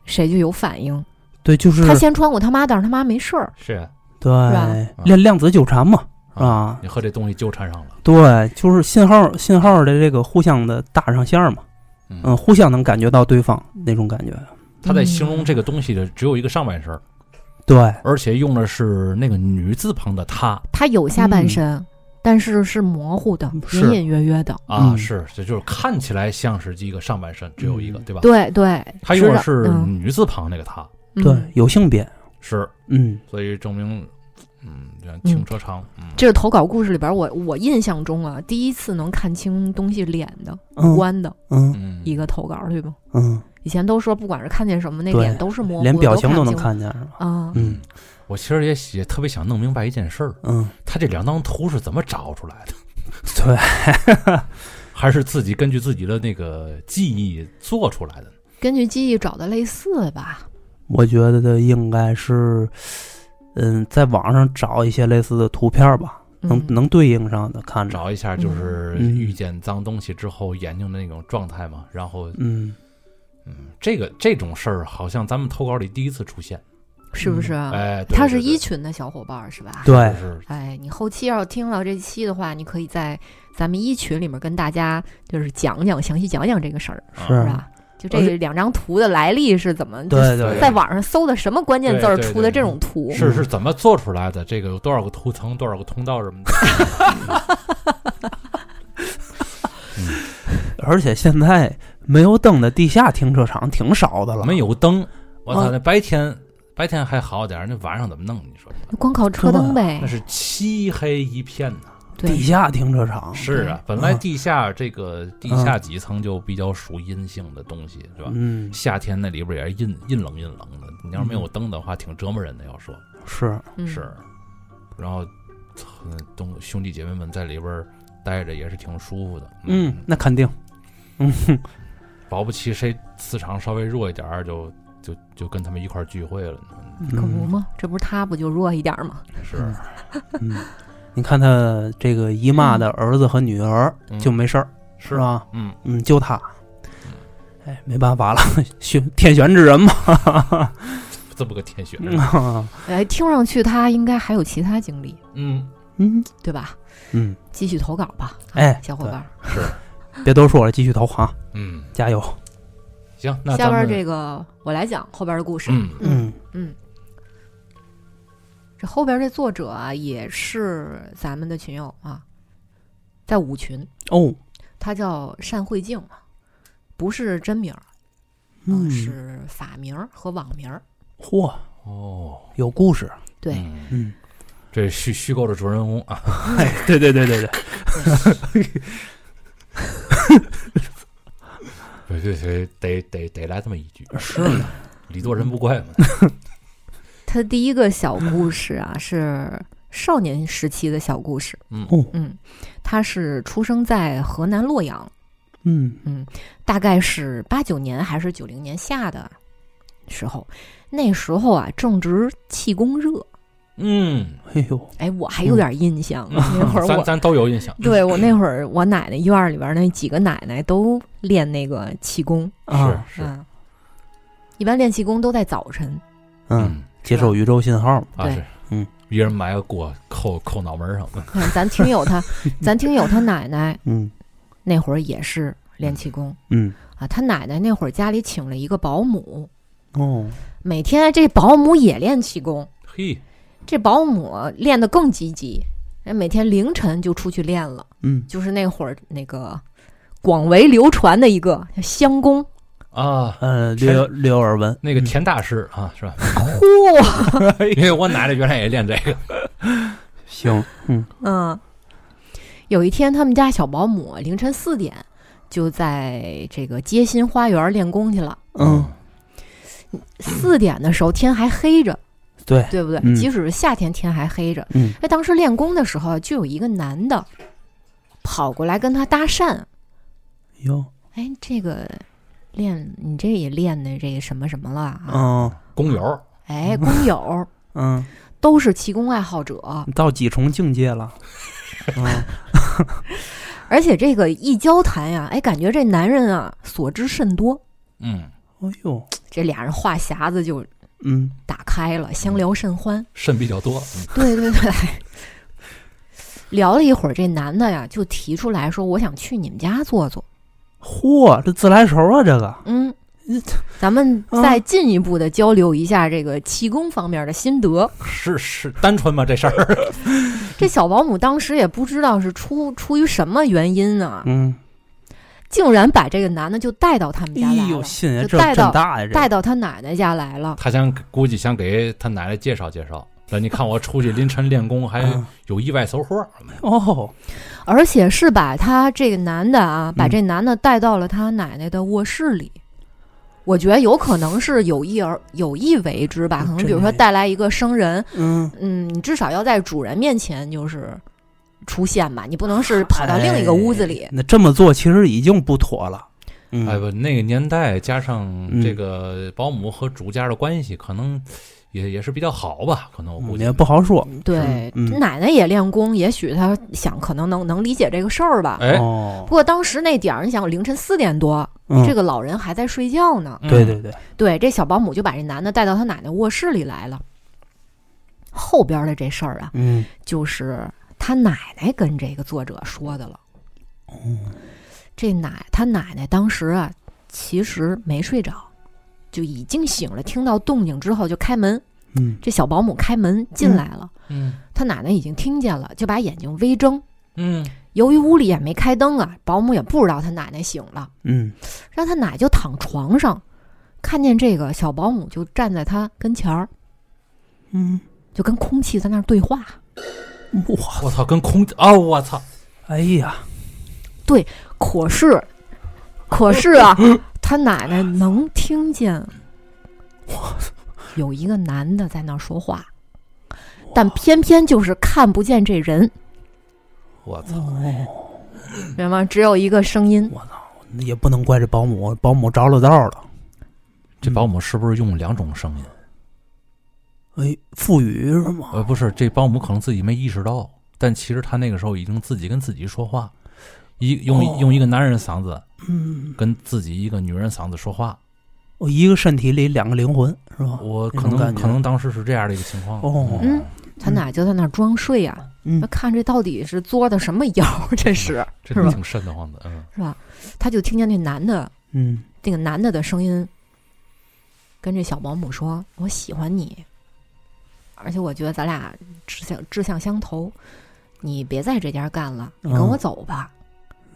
[SPEAKER 2] 谁就有反应。
[SPEAKER 3] 对，就是
[SPEAKER 2] 他先穿过他妈，但是他妈没事儿。
[SPEAKER 1] 是啊
[SPEAKER 3] 对
[SPEAKER 2] 吧
[SPEAKER 3] 量量子纠缠嘛，啊，
[SPEAKER 1] 你和这东西纠缠上了，
[SPEAKER 3] 对，就是信号信号的这个互相的搭上线儿嘛，嗯，
[SPEAKER 1] 嗯，
[SPEAKER 3] 互相能感觉到对方那种感觉。
[SPEAKER 1] 他在形容这个东西的只有一个上半身，
[SPEAKER 3] 对，
[SPEAKER 1] 而且用的是那个女字旁的她
[SPEAKER 2] 他有下半
[SPEAKER 3] 嗯
[SPEAKER 2] 身，但是是模糊的，
[SPEAKER 3] 是
[SPEAKER 2] 隐隐约约的。
[SPEAKER 1] 啊，
[SPEAKER 3] 嗯
[SPEAKER 1] 是，这就是看起来像是一个上半身，只有一个，
[SPEAKER 3] 嗯
[SPEAKER 1] 对吧？
[SPEAKER 2] 对对，
[SPEAKER 1] 他用的是
[SPEAKER 2] 知道嗯
[SPEAKER 1] 女字旁那个她，
[SPEAKER 2] 嗯
[SPEAKER 3] 对，有性别，
[SPEAKER 1] 是，
[SPEAKER 3] 嗯，
[SPEAKER 1] 所以证明，嗯，这停车场，嗯，
[SPEAKER 2] 这是投稿故事里边我，我印象中啊，第一次能看清东西脸的、五
[SPEAKER 3] 嗯
[SPEAKER 2] 官的
[SPEAKER 3] 嗯
[SPEAKER 1] 嗯
[SPEAKER 2] 一个投稿，对吧？
[SPEAKER 3] 嗯，
[SPEAKER 2] 以前都说，不管是看见什么，那
[SPEAKER 3] 对
[SPEAKER 2] 脸都是模糊的，
[SPEAKER 3] 连表情
[SPEAKER 2] 都
[SPEAKER 3] 都能
[SPEAKER 2] 看
[SPEAKER 3] 看见是吧？
[SPEAKER 2] 不清啊。
[SPEAKER 3] 嗯
[SPEAKER 1] 我其实也喜也特别想弄明白一件事儿，
[SPEAKER 3] 嗯，
[SPEAKER 1] 他这两张图是怎么找出来的？ [LAUGHS]
[SPEAKER 3] 对，
[SPEAKER 1] 还是自己根据自己的那个记忆做出来的呢？
[SPEAKER 2] 根据记忆找的类似吧，
[SPEAKER 3] 我觉得应该是，嗯，在网上找一些类似的图片儿吧，能
[SPEAKER 2] 嗯
[SPEAKER 3] 能对应上的看着。
[SPEAKER 1] 找一下就是
[SPEAKER 3] 嗯
[SPEAKER 1] 遇见脏东西之后眼睛的那种状态嘛。然后，
[SPEAKER 3] 嗯，
[SPEAKER 1] 嗯，这个这种事儿好像咱们投稿里第一次出现，
[SPEAKER 2] 是不是？
[SPEAKER 1] 哎，对
[SPEAKER 2] 他
[SPEAKER 1] 对
[SPEAKER 2] 啊是一
[SPEAKER 1] 对
[SPEAKER 2] 群的小伙伴儿是吧？
[SPEAKER 3] 对，
[SPEAKER 1] 是是
[SPEAKER 2] 哎，你后期要是听到这期的话，你可以在咱们一群里面跟大家就是讲讲，详细讲讲这个事儿，是
[SPEAKER 3] 是啊
[SPEAKER 2] 吧？就这两张图的来历是怎么？就是
[SPEAKER 3] 对对
[SPEAKER 2] 在
[SPEAKER 3] 对，
[SPEAKER 2] 网上搜的什么关键字儿
[SPEAKER 1] 对对
[SPEAKER 2] 出的
[SPEAKER 1] 对
[SPEAKER 2] 这种图？
[SPEAKER 1] 是是怎么做出来的？这个有多少个图层，多少个通道什么的？
[SPEAKER 3] 而且现在没有灯的地下停车场挺少的了。
[SPEAKER 1] 没，有灯，我操，
[SPEAKER 3] 啊
[SPEAKER 1] 那白天白天还好点儿，那晚上怎么弄？你说
[SPEAKER 2] 光靠车灯呗
[SPEAKER 1] 那。是漆黑一片呐。
[SPEAKER 2] 对
[SPEAKER 3] 地下停车场，
[SPEAKER 1] 是啊，本来地下这个地下几层就比较属阴性的东西，是吧？
[SPEAKER 3] 嗯，
[SPEAKER 1] 夏天那里边也是阴阴冷阴冷的，你要是没有灯的话，挺折磨人的。要说
[SPEAKER 3] 是，
[SPEAKER 2] 嗯
[SPEAKER 1] 是，然后呃东兄弟姐妹们在里边待着也是挺舒服的。
[SPEAKER 3] 嗯，，那肯定，嗯，
[SPEAKER 1] 保不齐谁磁场稍微弱一点儿，就就就跟他们一块儿聚会了。
[SPEAKER 2] 可不
[SPEAKER 3] 嗯
[SPEAKER 2] 嘛，这不是他不就弱一点儿吗？
[SPEAKER 1] 是，
[SPEAKER 3] 嗯，你看他这个姨妈的儿子和女儿
[SPEAKER 1] 嗯
[SPEAKER 3] 就没事儿，是
[SPEAKER 1] 是，
[SPEAKER 3] 吧？
[SPEAKER 1] 嗯，
[SPEAKER 3] 嗯，就他，哎，没办法了， [LAUGHS] 选天选之人嘛。
[SPEAKER 1] 这么个天选。
[SPEAKER 2] 哎，听上去他应该还有其他经历，
[SPEAKER 1] 嗯，
[SPEAKER 3] [LAUGHS] 嗯
[SPEAKER 2] 对吧？
[SPEAKER 3] 嗯，
[SPEAKER 2] 继续投稿吧，
[SPEAKER 3] 哎
[SPEAKER 2] 小伙伴儿。
[SPEAKER 3] 别多说了，继续投哈，
[SPEAKER 1] 嗯，
[SPEAKER 3] 加油。
[SPEAKER 1] 行，那
[SPEAKER 2] 下
[SPEAKER 1] 咱
[SPEAKER 2] 边
[SPEAKER 1] 们
[SPEAKER 2] 儿这个我来讲后边儿的故事。
[SPEAKER 1] 嗯
[SPEAKER 3] 嗯
[SPEAKER 2] 这后边儿这作者啊，也是咱们的群友啊，在五群，
[SPEAKER 3] 哦，
[SPEAKER 2] 他叫单慧静啊，不是真名儿，呃
[SPEAKER 3] 嗯
[SPEAKER 2] 是法名儿和网名儿。
[SPEAKER 3] 嚯，
[SPEAKER 1] 哦，
[SPEAKER 3] 有故事。
[SPEAKER 2] 对，
[SPEAKER 1] 嗯
[SPEAKER 3] 嗯，
[SPEAKER 1] 这虚虚构的主人公啊， [LAUGHS]
[SPEAKER 3] 哎， [LAUGHS] 对对对对对，
[SPEAKER 1] 对对对，得得得来这么一句，
[SPEAKER 3] 是
[SPEAKER 1] 呢，礼多人不怪嘛。
[SPEAKER 2] 他第一个小故事啊，是少年时期的小故事。
[SPEAKER 1] 嗯
[SPEAKER 3] 哦
[SPEAKER 2] 嗯，他是出生在河南洛阳，
[SPEAKER 3] 嗯
[SPEAKER 2] 大概是八九年还是九零年夏的时候，那时候啊正值气功热，
[SPEAKER 1] 嗯，
[SPEAKER 3] 哎呦，
[SPEAKER 2] 哎，我还有点印象，那会儿
[SPEAKER 1] 咱
[SPEAKER 2] 我。
[SPEAKER 1] 咱都有印 [LAUGHS] 象。
[SPEAKER 2] 对我那会儿，我奶奶院儿里边儿那几个奶奶都练那个气功，
[SPEAKER 3] 啊，
[SPEAKER 1] 是是，
[SPEAKER 2] 嗯，一般练气功都在早晨，
[SPEAKER 3] 嗯，
[SPEAKER 1] 嗯
[SPEAKER 3] 接受宇宙信号嘛，
[SPEAKER 1] 啊
[SPEAKER 2] 对 [LAUGHS] 嗯
[SPEAKER 1] 是，
[SPEAKER 3] 嗯，
[SPEAKER 1] 一人埋个锅，扣扣脑门上。
[SPEAKER 2] 你看咱听友他，咱听友他奶奶
[SPEAKER 3] 嗯
[SPEAKER 2] 那会儿也是练气功
[SPEAKER 3] 嗯，
[SPEAKER 2] 啊，他奶奶那会儿家里请了一个保姆，
[SPEAKER 3] 哦，
[SPEAKER 2] 每天这保姆也练气功，
[SPEAKER 1] 嘿，
[SPEAKER 2] 这保姆练得更积极，人每天凌晨就出去练了，
[SPEAKER 3] 嗯
[SPEAKER 2] 就是那会儿那个广为流传的一个叫香功，
[SPEAKER 1] 啊，
[SPEAKER 3] 呃，略有略有耳闻。嗯
[SPEAKER 1] 那个田大师啊，是吧？
[SPEAKER 2] 嚯，
[SPEAKER 1] 因为我奶奶原来也练这个。
[SPEAKER 3] 行，嗯
[SPEAKER 2] 嗯，有一天他们家小保姆凌晨四点就在这个街心花园练功去了，
[SPEAKER 3] 嗯，
[SPEAKER 2] 四点的时候天还黑着，
[SPEAKER 3] 对
[SPEAKER 2] 对不对？
[SPEAKER 3] 嗯
[SPEAKER 2] 即使是夏天天还黑着，
[SPEAKER 3] 嗯
[SPEAKER 2] 哎，当时练功的时候就有一个男的跑过来跟他搭讪。
[SPEAKER 3] 哟，
[SPEAKER 2] 哎，这个练你这也练的这个什么什么了啊？
[SPEAKER 3] 嗯
[SPEAKER 1] 工友，
[SPEAKER 2] 哎，工友
[SPEAKER 3] 嗯，
[SPEAKER 2] 都是气功爱好者，
[SPEAKER 3] 到几重境界了？ [LAUGHS] 嗯
[SPEAKER 2] 而且这个一交谈呀，哎，感觉这男人啊所知甚多。
[SPEAKER 1] 嗯，
[SPEAKER 3] 哎呦，
[SPEAKER 2] 这俩人话匣子就
[SPEAKER 3] 嗯
[SPEAKER 2] 打开了，相聊甚
[SPEAKER 3] [LAUGHS]
[SPEAKER 2] 欢。
[SPEAKER 1] 肾比较多。嗯
[SPEAKER 2] 对对对，聊了一会儿，这男的呀就提出来说：“我想去你们家坐坐。
[SPEAKER 3] 嚯，这自来熟啊，这个”
[SPEAKER 2] 嗯
[SPEAKER 3] 这，
[SPEAKER 2] 咱们
[SPEAKER 3] 啊
[SPEAKER 2] 再进一步的交流一下这个气功方面的心
[SPEAKER 3] [LAUGHS]
[SPEAKER 2] 得。
[SPEAKER 1] 是是单纯吗？这事儿？
[SPEAKER 2] 这小保姆当时也不知道是出出于什么原因啊，
[SPEAKER 3] 嗯，
[SPEAKER 2] 竟然把这个男的就带到他们家
[SPEAKER 3] 哎
[SPEAKER 2] 来
[SPEAKER 3] 呦，
[SPEAKER 2] 了，
[SPEAKER 3] 心也
[SPEAKER 2] 就
[SPEAKER 3] 真
[SPEAKER 2] 带到
[SPEAKER 3] 真大呀，这
[SPEAKER 2] 带到他奶奶家来了。
[SPEAKER 1] 他想估计想给他奶奶介绍介绍。那你看我出去凌晨练功，还
[SPEAKER 3] 嗯
[SPEAKER 1] 有意外收获。
[SPEAKER 3] 哦，
[SPEAKER 2] 而且是把他这个男的啊，
[SPEAKER 3] 嗯
[SPEAKER 2] 把这男的带到了他奶奶的卧室里。我觉得有可能是有意而有意为之吧，
[SPEAKER 3] 嗯
[SPEAKER 2] 可能
[SPEAKER 3] 真
[SPEAKER 2] 比如说
[SPEAKER 3] 的
[SPEAKER 2] 带来一个生人，
[SPEAKER 3] 嗯，
[SPEAKER 2] 嗯，你至少要在主人面前就是出现吧，你不能是跑到另一个屋子里
[SPEAKER 3] 哎。那这么做其实已经不妥了。嗯，
[SPEAKER 1] 哎不，那个年代加上
[SPEAKER 3] 嗯
[SPEAKER 1] 这个保姆和主家的关系，可能也也是比较好吧。可能我估
[SPEAKER 3] 嗯
[SPEAKER 1] 计
[SPEAKER 3] 也不好说。
[SPEAKER 2] 对，
[SPEAKER 3] 嗯
[SPEAKER 2] 奶奶也练功，也许她想可能能能理解这个事儿吧。
[SPEAKER 1] 哎，
[SPEAKER 3] 哦
[SPEAKER 2] 不，过当时那点儿，你想凌晨四点多，
[SPEAKER 3] 嗯
[SPEAKER 2] 这个老人还在睡觉呢。
[SPEAKER 1] 嗯
[SPEAKER 3] 对，对对，
[SPEAKER 2] 对，这小保姆就把这男的带到他奶奶卧室里来了。后边的这事儿啊，
[SPEAKER 3] 嗯，
[SPEAKER 2] 就是他奶奶跟这个作者说的了。这奶他奶奶当时啊，其实没睡着，就已经醒了。听到动静之后就开门，
[SPEAKER 3] 嗯
[SPEAKER 2] 这小保姆开门进来了，
[SPEAKER 1] 嗯
[SPEAKER 2] 他奶奶已经听见了，就把眼睛微睁。
[SPEAKER 1] 嗯，
[SPEAKER 2] 由于屋里也没开灯啊，保姆也不知道他奶奶醒了。
[SPEAKER 3] 嗯，
[SPEAKER 2] 让他奶就躺床上，看见这个小保姆就站在他跟前儿，
[SPEAKER 3] 嗯，
[SPEAKER 2] 就跟空气在那儿对话。
[SPEAKER 3] 哇，
[SPEAKER 1] 我操，跟空啊，我操，
[SPEAKER 3] 哎呀，
[SPEAKER 2] 可是，可是啊，他奶奶能听见，有一个男的在那儿说话，但偏偏就是看不见这人，
[SPEAKER 1] 我操，
[SPEAKER 3] 哦，
[SPEAKER 2] 明白吗？只有一个声音。
[SPEAKER 3] 也不能怪这保姆，保姆着了道了。
[SPEAKER 1] 这
[SPEAKER 3] 嗯
[SPEAKER 1] 保姆是不是用两种声音？
[SPEAKER 3] 哎，富裕是吗？
[SPEAKER 1] 呃，不是，这保姆可能自己没意识到，但其实他那个时候已经自己跟自己说话，一用、
[SPEAKER 3] 哦
[SPEAKER 1] 用一个男人的嗓子
[SPEAKER 3] 嗯，
[SPEAKER 1] 跟自己一个女人嗓子说话，
[SPEAKER 3] 我一个身体里两个灵魂是吧？
[SPEAKER 1] 我
[SPEAKER 3] 那
[SPEAKER 1] 可
[SPEAKER 3] 种
[SPEAKER 1] 能
[SPEAKER 3] 感觉
[SPEAKER 1] 可能当时是这样的一个情况。
[SPEAKER 3] 哦
[SPEAKER 2] 嗯，他
[SPEAKER 3] 嗯
[SPEAKER 2] 奶就在那儿装睡啊，
[SPEAKER 3] 嗯
[SPEAKER 2] 那看这到底是作的什么妖儿？这是
[SPEAKER 1] 这
[SPEAKER 2] 是吧
[SPEAKER 1] 挺瘆得慌的，嗯，
[SPEAKER 2] 是吧？他就听见那男的，
[SPEAKER 3] 嗯，
[SPEAKER 2] 那个男的的声音跟这小保姆说：“我喜欢你，而且我觉得咱俩志向志向相投，你别在这家干了，你跟
[SPEAKER 3] 嗯
[SPEAKER 2] 我走吧。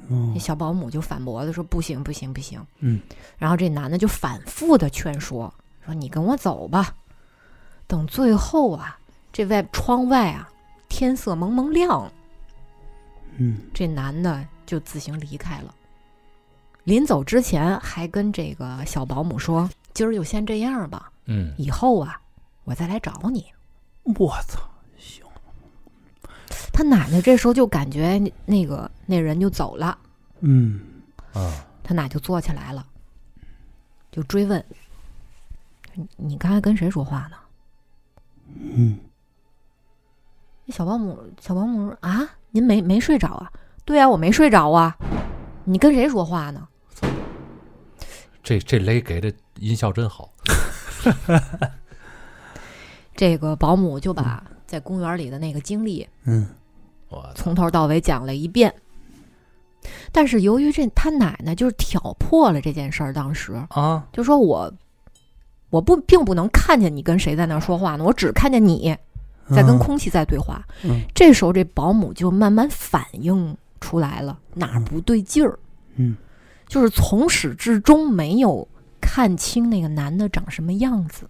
[SPEAKER 3] 哦
[SPEAKER 2] 这小保姆就反驳的说：“不行，不行，不行。”
[SPEAKER 3] 嗯，
[SPEAKER 2] 然后这男的就反复的劝说，说：“你跟我走吧。”等最后啊，这外窗外啊，天色蒙蒙亮了，
[SPEAKER 3] 嗯，
[SPEAKER 2] 这男的就自行离开了。临走之前还跟这个小保姆说：“今儿就先这样吧，
[SPEAKER 1] 嗯，
[SPEAKER 2] 以后啊，我再来找你。
[SPEAKER 3] 我操，”
[SPEAKER 2] 他奶奶这时候就感觉那个那人就走了，
[SPEAKER 3] 嗯，
[SPEAKER 1] 啊，
[SPEAKER 2] 他奶就坐起来了，就追问：“你你刚才跟谁说话呢？”
[SPEAKER 3] 嗯，
[SPEAKER 2] 那哎小保姆，小保姆说：“啊，您没没睡着啊？”“对啊，我没睡着啊。”“你跟谁说话呢
[SPEAKER 1] 这这雷给的音效真好，？”
[SPEAKER 2] 这个保姆就把在公园里的那个经历
[SPEAKER 3] 嗯，
[SPEAKER 1] 我操，
[SPEAKER 2] 从头到尾讲了一遍。但是由于这他奶奶就是挑破了这件事儿，当时
[SPEAKER 1] 啊，
[SPEAKER 2] 就说我我不并不能看见你跟谁在那儿说话呢，我只看见你在跟空气在对话。
[SPEAKER 3] 嗯
[SPEAKER 2] 这时候这保姆就慢慢反应出来了，哪儿不对劲儿？
[SPEAKER 3] 嗯，
[SPEAKER 2] 就是从始至终没有看清那个男的长什么样子。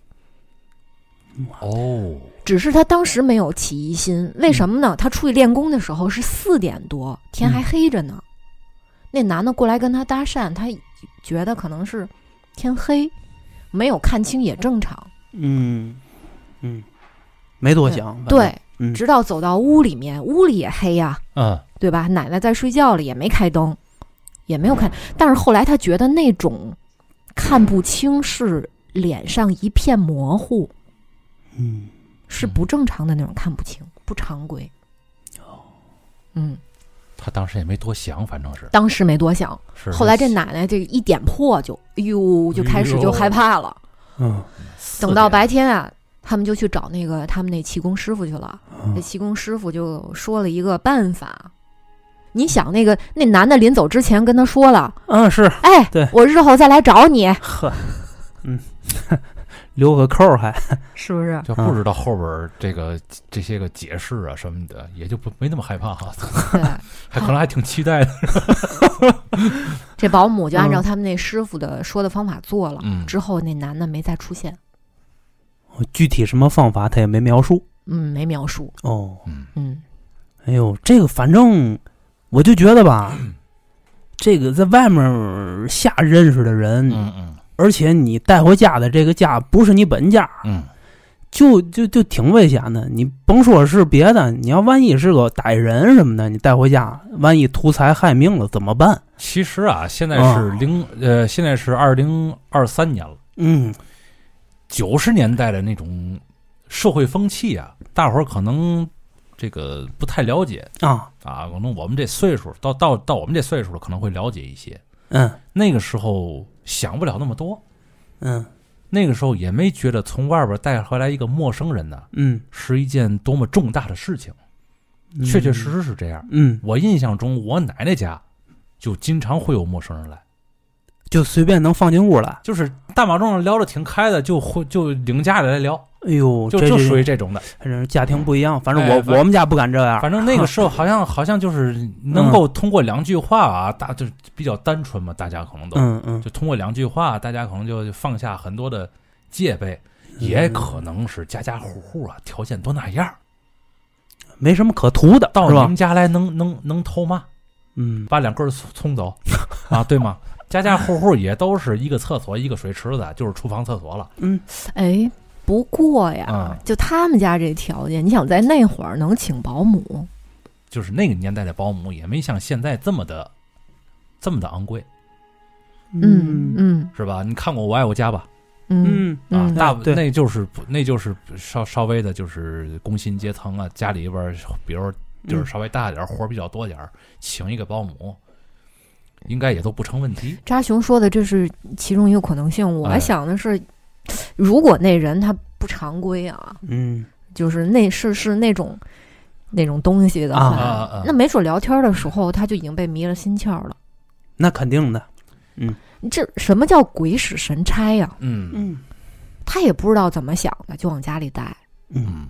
[SPEAKER 1] 哦，
[SPEAKER 2] 只是他当时没有起疑心，为什么呢？
[SPEAKER 3] 嗯
[SPEAKER 2] 他出去练功的时候是四点多，天还黑着呢。那男的过来跟他搭讪，他觉得可能是天黑，没有看清也正常。
[SPEAKER 3] 嗯，嗯，没多想，
[SPEAKER 2] 对，
[SPEAKER 3] 嗯
[SPEAKER 2] 直到走到屋里面，屋里也黑呀、
[SPEAKER 1] 嗯，
[SPEAKER 2] 对吧？奶奶在睡觉了，也没开灯，也没有
[SPEAKER 3] 嗯
[SPEAKER 2] 看。但是后来他觉得那种看不清是脸上一片模糊，
[SPEAKER 3] 嗯，
[SPEAKER 2] 是不正常的那种看不清，不常规。
[SPEAKER 3] 哦
[SPEAKER 2] 嗯，
[SPEAKER 1] 他当时也没多想，反正是
[SPEAKER 2] 当时没多想，
[SPEAKER 1] 是。
[SPEAKER 2] 后来这奶奶这一点破就，哎呦，就开始就害怕了。
[SPEAKER 3] 嗯，
[SPEAKER 2] 等到白天啊，他们就去找那个他们那气功师傅去了。那
[SPEAKER 3] 嗯
[SPEAKER 2] 气功师傅就说了一个办法。你想那个那男的临走之前跟他说了，
[SPEAKER 3] 啊，是，
[SPEAKER 2] 哎
[SPEAKER 3] 对，
[SPEAKER 2] 我日后再来找你，
[SPEAKER 3] 呵，嗯， [LAUGHS] 留个扣儿还，
[SPEAKER 2] 是不是？
[SPEAKER 1] 就不知道后边儿这个这些个解释啊什么的，也就不没那么害怕
[SPEAKER 2] [LAUGHS]
[SPEAKER 1] 哈，
[SPEAKER 2] [LAUGHS] 对，
[SPEAKER 1] 还可能还挺期待
[SPEAKER 2] [LAUGHS]
[SPEAKER 1] 的。
[SPEAKER 2] 这保姆就按照
[SPEAKER 3] 嗯
[SPEAKER 2] 他们那师傅的说的方法做了。
[SPEAKER 1] 嗯
[SPEAKER 2] 之后那男的没再出现，
[SPEAKER 3] 哦具体什么方法他也没描述。
[SPEAKER 2] 嗯，没描述，
[SPEAKER 3] 哦，
[SPEAKER 1] 嗯，
[SPEAKER 2] 嗯，
[SPEAKER 3] 哎呦，这个反正我就觉得吧，这个在外面儿瞎认识的人，
[SPEAKER 1] 嗯嗯
[SPEAKER 3] 而且你带回家的这个家不是你本家，
[SPEAKER 1] 嗯，
[SPEAKER 3] 就就就挺危险的。你甭说是别的，你要万一是个歹人什么的，你带回家，万一图财害命了怎么办？
[SPEAKER 1] 其实啊，现在是零、呃，现在是二零二三年了，
[SPEAKER 3] 嗯
[SPEAKER 1] 九十年代的那种社会风气啊，大伙儿可能这个不太了解
[SPEAKER 3] 啊，
[SPEAKER 1] 啊，可能我们这岁数到到到我们这岁数了，可能会了解一些。
[SPEAKER 3] 嗯
[SPEAKER 1] 那个时候想不了那么多，
[SPEAKER 3] 嗯
[SPEAKER 1] 那个时候也没觉得从外边儿带回来一个陌生人呢、
[SPEAKER 3] 嗯，
[SPEAKER 1] 是一件多么重大的事情，
[SPEAKER 3] 嗯
[SPEAKER 1] 确确实，实是这样。
[SPEAKER 3] 嗯，
[SPEAKER 1] 我印象中，我奶奶家就经常会有陌生人来，
[SPEAKER 3] 就随便能放进屋来。
[SPEAKER 1] 就是大马路上聊的挺开的，就会就领家里来聊，
[SPEAKER 3] 哎呦，
[SPEAKER 1] 就
[SPEAKER 3] 这
[SPEAKER 1] 就属于这种的。
[SPEAKER 3] 反正家庭不一样，反正
[SPEAKER 1] 哎
[SPEAKER 3] 我、
[SPEAKER 1] 反正
[SPEAKER 3] 我们家不敢这样。
[SPEAKER 1] 反正那个时候好
[SPEAKER 3] [LAUGHS]
[SPEAKER 1] 像好像就是能够通过两句话啊，大就是比较单纯嘛，大家可能都
[SPEAKER 3] 嗯嗯，
[SPEAKER 1] 就通过两句话，啊大家可能就放下很多的
[SPEAKER 3] 嗯
[SPEAKER 1] 戒备，也可能是家家户户啊条件都那样儿，
[SPEAKER 3] 没什么可图的，
[SPEAKER 1] 到
[SPEAKER 3] 是
[SPEAKER 1] 你
[SPEAKER 3] 吧
[SPEAKER 1] 们？家来能能能偷骂，
[SPEAKER 3] 嗯，
[SPEAKER 1] 把两根儿葱葱走啊，对吗？家家户户也都是一个厕所一个水池子，就是厨房厕所了。
[SPEAKER 2] 哎，不过呀，
[SPEAKER 1] 嗯
[SPEAKER 2] 就他们家这条件，你想在那会儿能请保姆，
[SPEAKER 1] 就是那个年代的保姆也没像现在这么的这么的昂贵，
[SPEAKER 2] 嗯嗯
[SPEAKER 1] 是吧？你看过《我爱我家》吧？
[SPEAKER 2] 嗯
[SPEAKER 3] 嗯
[SPEAKER 1] 啊，
[SPEAKER 2] 嗯
[SPEAKER 1] 大
[SPEAKER 3] 对
[SPEAKER 1] 那就是那就是稍稍微的，就是工薪阶层啊，家里边儿比如就是
[SPEAKER 3] 嗯
[SPEAKER 1] 稍微大点儿，活儿比较多点儿，请一个保姆，应该也都不成问题。
[SPEAKER 2] 扎熊说的这是其中一个可能性，我
[SPEAKER 1] 哎
[SPEAKER 2] 还想的是，如果那人他不常规啊，
[SPEAKER 3] 嗯
[SPEAKER 2] 就是那是是那种那种东西的话，
[SPEAKER 1] 啊啊啊
[SPEAKER 2] 那没准聊天的时候他就已经被迷了心窍了。
[SPEAKER 3] 那肯定的，
[SPEAKER 2] 你这什么叫鬼使神差呀、
[SPEAKER 1] 嗯
[SPEAKER 3] 嗯
[SPEAKER 2] 他也不知道怎么想的，就往家里带，
[SPEAKER 3] 嗯，
[SPEAKER 1] 嗯，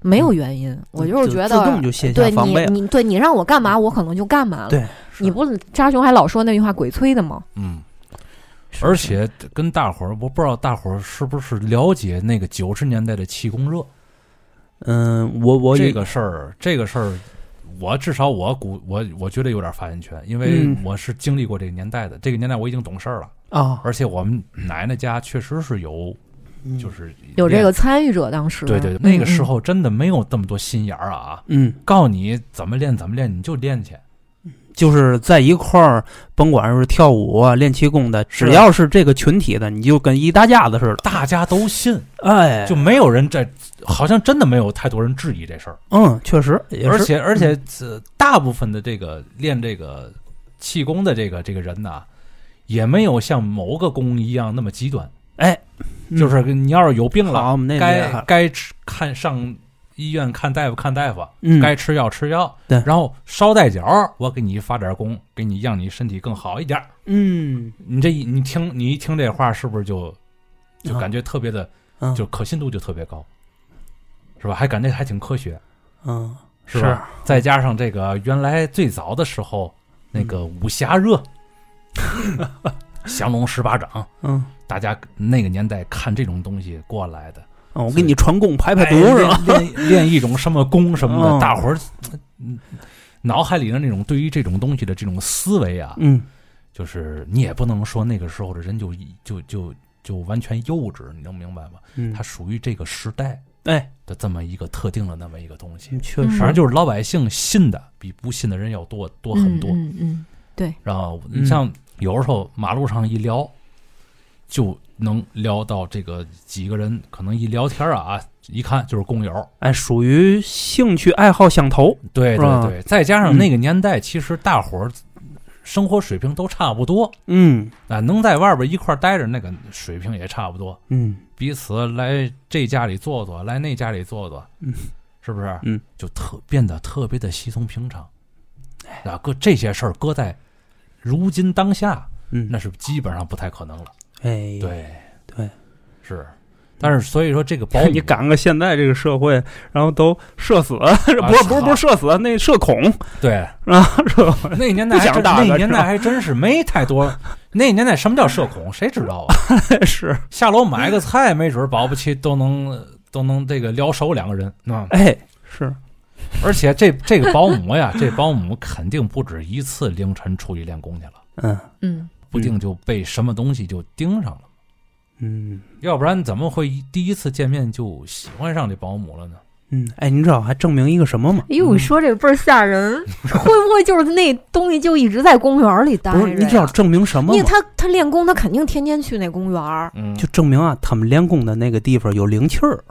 [SPEAKER 2] 没有原因。我就是觉
[SPEAKER 3] 自动
[SPEAKER 2] 得，
[SPEAKER 3] 就卸下
[SPEAKER 2] 对
[SPEAKER 3] 防备了，嗯
[SPEAKER 2] 你你对你让我干嘛，我可能就干嘛了。
[SPEAKER 3] 对，
[SPEAKER 1] 是
[SPEAKER 2] 你不扎熊还老说那句话“鬼催的”吗？
[SPEAKER 1] 嗯，
[SPEAKER 2] 是不
[SPEAKER 1] 而
[SPEAKER 2] 是
[SPEAKER 1] 且跟大伙儿，我不知道大伙儿是不是了解那个九十年代的气功热
[SPEAKER 3] 嗯，我我
[SPEAKER 1] 这
[SPEAKER 3] 也
[SPEAKER 1] 个事儿，这个事儿。我至少我估我我觉得有点发言权，因为
[SPEAKER 3] 嗯
[SPEAKER 1] 我是经历过这个年代的，这个年代我已经懂事儿了，
[SPEAKER 3] 啊，嗯
[SPEAKER 1] 而且我们奶奶家确实是有，就是
[SPEAKER 2] 嗯有这
[SPEAKER 1] 练
[SPEAKER 2] 个参与者，当时
[SPEAKER 1] 对对，
[SPEAKER 2] 嗯
[SPEAKER 1] 那个时
[SPEAKER 2] 嗯
[SPEAKER 1] 候真的没有这么多心眼儿啊！
[SPEAKER 3] 嗯，
[SPEAKER 1] 告诉你怎么练怎么练，你就练去。
[SPEAKER 3] 就是在一块儿，甭管是跳舞啊、练气功的，
[SPEAKER 1] 是
[SPEAKER 3] 只要是这个群体的，你就跟一大家子似的。
[SPEAKER 1] 大家都信，
[SPEAKER 3] 哎，
[SPEAKER 1] 就没有人在，好像真的没有太多人质疑这事儿。
[SPEAKER 3] 嗯，确实也是，
[SPEAKER 1] 而且而且，呃大部分的这个练这个气功的这个这个人呐、也没有像某个功一样那么极端。
[SPEAKER 3] 哎，
[SPEAKER 1] 就
[SPEAKER 3] 嗯
[SPEAKER 1] 是你要是有病
[SPEAKER 3] 好，
[SPEAKER 1] 了，
[SPEAKER 3] 我们那厉害
[SPEAKER 1] 该
[SPEAKER 3] 了
[SPEAKER 1] 该吃看上医院看大夫看大夫，
[SPEAKER 3] 嗯，
[SPEAKER 1] 该吃药吃药，
[SPEAKER 3] 对
[SPEAKER 1] 然后捎带脚儿，我给你发点功，给你让你身体更好一点儿。
[SPEAKER 3] 嗯，
[SPEAKER 1] 你这一你听你一听这话，是不是就就感
[SPEAKER 3] 觉
[SPEAKER 1] 觉特别的，
[SPEAKER 3] 嗯
[SPEAKER 1] 就可信度就特别高，是吧？还感觉还挺科学，
[SPEAKER 3] 嗯
[SPEAKER 1] 是吧？再加上这个原来最早的时候那个武侠热，降龙十八掌，
[SPEAKER 3] 嗯。
[SPEAKER 1] 大家那个年代看这种东西过来的，
[SPEAKER 3] 嗯，我给你传功排排毒
[SPEAKER 1] 哎
[SPEAKER 3] 是吧？
[SPEAKER 1] 练练练一种什么功什么
[SPEAKER 3] 嗯
[SPEAKER 1] 的，大伙儿嗯脑海里的那种对于这种东西的这种思维啊，
[SPEAKER 3] 嗯，
[SPEAKER 1] 就是你也不能说那个时候的人就一就就就完全幼稚，你能明白吗？
[SPEAKER 3] 嗯
[SPEAKER 1] 它属于这个时代
[SPEAKER 3] 哎，
[SPEAKER 1] 的这么一个特定的那么一个东西。
[SPEAKER 3] 确
[SPEAKER 2] 嗯
[SPEAKER 3] 实，
[SPEAKER 1] 反正就是老百姓信的比不信的人要多多很多。
[SPEAKER 2] 嗯嗯嗯，
[SPEAKER 1] 然后你
[SPEAKER 3] 嗯
[SPEAKER 1] 像有时候马路上一聊，就能聊到这个几个人，可能一聊天啊，一看就是工友。
[SPEAKER 3] 哎，属于兴趣爱好相投，
[SPEAKER 1] 对
[SPEAKER 3] 是吧
[SPEAKER 1] 对对，再加上那个年代，其实大伙儿生活水平都差不多
[SPEAKER 3] 嗯
[SPEAKER 1] 啊，能在外边一块儿待着，那个水平也差不多。
[SPEAKER 3] 嗯
[SPEAKER 1] 彼此来这家里坐坐，来那家里坐坐，
[SPEAKER 3] 嗯，
[SPEAKER 1] 是不是？
[SPEAKER 3] 嗯，
[SPEAKER 1] 就特变得特别的稀松平常。啊，搁这些事儿搁在如今当下，
[SPEAKER 3] 嗯，
[SPEAKER 1] 那是基本上不太可能了。
[SPEAKER 3] 哎，
[SPEAKER 1] 对
[SPEAKER 3] 对，
[SPEAKER 1] 是。但是所以说这个 [LAUGHS] 保姆
[SPEAKER 3] 你赶个现在这个社会，然后都社死，不 [LAUGHS] 是不是不是社死，那社恐 [LAUGHS]
[SPEAKER 1] 对
[SPEAKER 3] 啊，社恐
[SPEAKER 1] [LAUGHS] 那年代还
[SPEAKER 3] 不想
[SPEAKER 1] 真
[SPEAKER 3] 大了
[SPEAKER 1] 那年
[SPEAKER 3] 是
[SPEAKER 1] 代
[SPEAKER 3] 吧
[SPEAKER 1] 还真是没太 [LAUGHS] 多。那年代什么叫社恐？谁知道啊？
[SPEAKER 3] 是，
[SPEAKER 1] 下楼买个菜，没准儿保不齐都能都能这个聊熟两个人啊。
[SPEAKER 3] 哎，是，
[SPEAKER 1] 而且这这个保姆呀，这保姆肯定不止一次凌晨出去练功去了，
[SPEAKER 3] 嗯
[SPEAKER 2] 嗯，
[SPEAKER 1] 不定就被什么东西就盯上了，
[SPEAKER 3] 嗯。
[SPEAKER 1] 要不然怎么会一第一次见面就喜欢上这保姆了呢？
[SPEAKER 3] 嗯，哎，您知道还证明一个什么吗？
[SPEAKER 2] 哎呦，
[SPEAKER 1] 嗯
[SPEAKER 2] 说这倍儿
[SPEAKER 1] [LAUGHS]
[SPEAKER 2] 吓人，会不会就是那东西就一直在公园里待着
[SPEAKER 3] 不
[SPEAKER 2] 呀？
[SPEAKER 3] 是，你知道证明什么
[SPEAKER 2] 因为
[SPEAKER 3] 吗？
[SPEAKER 2] 他他练功，他肯定天天去那公园儿。
[SPEAKER 1] 嗯，
[SPEAKER 3] 就证明啊，他们练功的那个地方有灵气儿，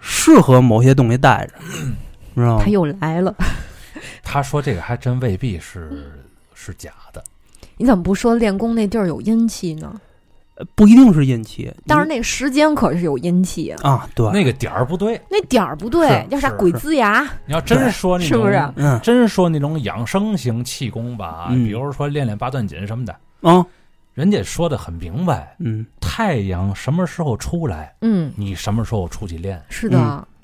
[SPEAKER 3] 适合某些东西
[SPEAKER 2] [CLEARS THROAT]
[SPEAKER 3] 待着，你知道吗
[SPEAKER 2] 他？又来了， [LAUGHS]
[SPEAKER 1] 他说这个还真未必是是假的，
[SPEAKER 2] 你怎么不说练功那地儿有阴气呢？
[SPEAKER 3] 呃不一定是阴气，
[SPEAKER 2] 但是那个时间可是有阴气啊，
[SPEAKER 3] 你啊，对，
[SPEAKER 1] 那个点儿不对。啊
[SPEAKER 2] 那点儿不对
[SPEAKER 1] 是，
[SPEAKER 2] 叫啥
[SPEAKER 1] 是
[SPEAKER 2] 鬼子牙？
[SPEAKER 1] 你要真说那
[SPEAKER 2] 是
[SPEAKER 1] 种，
[SPEAKER 2] 不是？
[SPEAKER 3] 嗯
[SPEAKER 1] 真说那种养生型气功吧，
[SPEAKER 3] 嗯
[SPEAKER 1] 比如说练练八段锦什么的，
[SPEAKER 3] 啊，
[SPEAKER 1] 人家说的很明白，
[SPEAKER 3] 嗯
[SPEAKER 1] 太阳什么时候出来，
[SPEAKER 2] 嗯，
[SPEAKER 1] 你什么时候出去练。
[SPEAKER 2] 是的，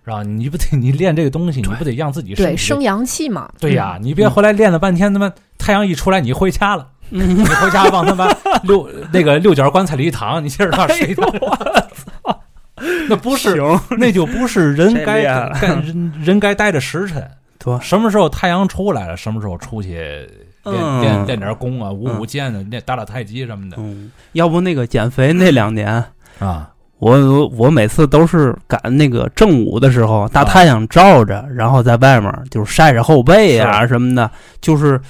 [SPEAKER 1] 是吧？你不得你练这个东西，你不得让自己身
[SPEAKER 2] 对，
[SPEAKER 1] 体
[SPEAKER 2] 生阳气嘛。嗯
[SPEAKER 1] 对呀、你别回来练了半天，他妈太阳一出来你回家了，
[SPEAKER 3] 嗯
[SPEAKER 1] 你，回家往他妈六那个六角棺材里一躺，你接着往睡觉。那不是，
[SPEAKER 3] 行
[SPEAKER 1] 那就不是人
[SPEAKER 3] 这
[SPEAKER 1] 该
[SPEAKER 3] 厉害了
[SPEAKER 1] 干人人该待的时辰。
[SPEAKER 3] 对
[SPEAKER 1] 什么时候太阳出来了，什么时候出去练
[SPEAKER 3] 嗯
[SPEAKER 1] 练练点功啊，舞舞剑啊，练打打太极什么的
[SPEAKER 3] 嗯，要不那个减肥那两年，
[SPEAKER 1] 啊。
[SPEAKER 3] 我我我每次都是赶那个正午的时候，大
[SPEAKER 1] 啊
[SPEAKER 3] 太阳照着，然后在外面就是晒晒后背呀、什么的，就是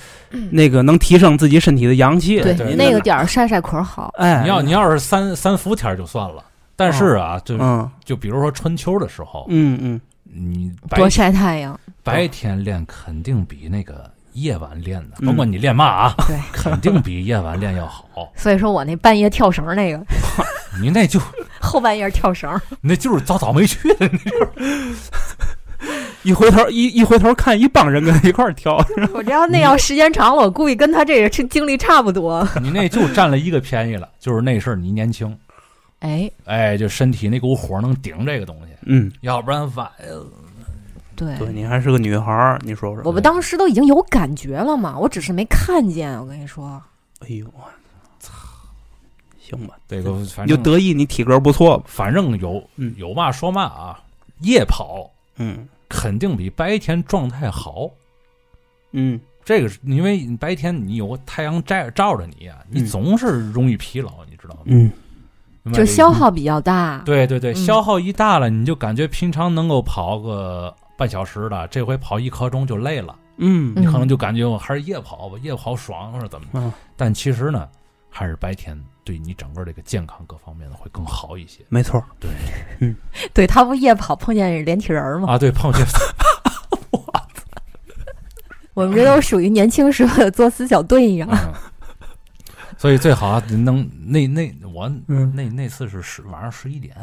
[SPEAKER 3] 那个能提升自己身体的阳气。
[SPEAKER 1] 对对
[SPEAKER 2] 那个
[SPEAKER 1] 对
[SPEAKER 2] 点儿晒晒可好。
[SPEAKER 3] 哎，
[SPEAKER 1] 你要你要是三三伏天儿就算了，但是啊，就
[SPEAKER 3] 嗯
[SPEAKER 1] 就比如说春秋的时候，
[SPEAKER 3] 嗯嗯，
[SPEAKER 1] 你白
[SPEAKER 2] 多晒太阳，
[SPEAKER 1] 白天练肯定比那个夜晚练的，
[SPEAKER 3] 嗯
[SPEAKER 1] 甭管你练嘛啊，
[SPEAKER 2] 对，
[SPEAKER 1] [LAUGHS] 肯定比夜晚练要好。
[SPEAKER 2] 所以说我那半夜跳绳儿那个，
[SPEAKER 1] 你那就 [LAUGHS]
[SPEAKER 2] 后半夜跳绳儿，
[SPEAKER 1] 你那就是早早没去的
[SPEAKER 3] 一回头一一回头看一帮人跟他一块儿跳，
[SPEAKER 2] 我这要那要时间长了，我估计跟他这个经历差不多。
[SPEAKER 1] 啊你那就占了一个便宜了，就是那事儿你年轻，
[SPEAKER 2] 哎，
[SPEAKER 1] 哎，就身体那股火能顶这个东西，
[SPEAKER 3] 嗯，
[SPEAKER 1] 要不然晚
[SPEAKER 2] 对，
[SPEAKER 3] 对你还是个女孩儿，你说
[SPEAKER 2] 我
[SPEAKER 3] 说，
[SPEAKER 2] 们当时都已经有感觉了嘛，我只是没看见。我跟你说，
[SPEAKER 3] 哎呦，我操，行吧，
[SPEAKER 1] 这个反
[SPEAKER 3] 你就
[SPEAKER 1] 正
[SPEAKER 3] 得意你体格不错吧，
[SPEAKER 1] 反正有
[SPEAKER 3] 嗯
[SPEAKER 1] 有嘛说嘛啊，夜跑
[SPEAKER 3] 嗯
[SPEAKER 1] 肯定比白天状态好。
[SPEAKER 3] 嗯，
[SPEAKER 1] 这个是因为你白天你有太阳照照着你啊，你
[SPEAKER 3] 嗯
[SPEAKER 1] 总是容易疲劳，你知道吗？
[SPEAKER 3] 嗯
[SPEAKER 1] 明白
[SPEAKER 2] 就
[SPEAKER 1] 这意思
[SPEAKER 2] 消耗比较大。
[SPEAKER 1] 对对对，
[SPEAKER 2] 嗯
[SPEAKER 1] 消耗一大了，你就感觉平常能够跑个半小时的，这回跑一刻钟就累了，
[SPEAKER 3] 嗯
[SPEAKER 1] 你
[SPEAKER 2] 嗯
[SPEAKER 1] 可能就感觉我还是夜跑吧，夜跑爽或者怎么。
[SPEAKER 3] 嗯，
[SPEAKER 1] 但其实呢，还是白天对你整个这个健康各方面的会更好一些
[SPEAKER 3] 没错儿，
[SPEAKER 2] 对他不夜跑碰见连体人儿吗？
[SPEAKER 1] 啊。对，碰见
[SPEAKER 2] 我们这都属于年轻时候的作死小队一样。
[SPEAKER 1] 嗯， [LAUGHS] 所以最好啊能那那我
[SPEAKER 3] 嗯
[SPEAKER 1] 那那次是十晚上十一点，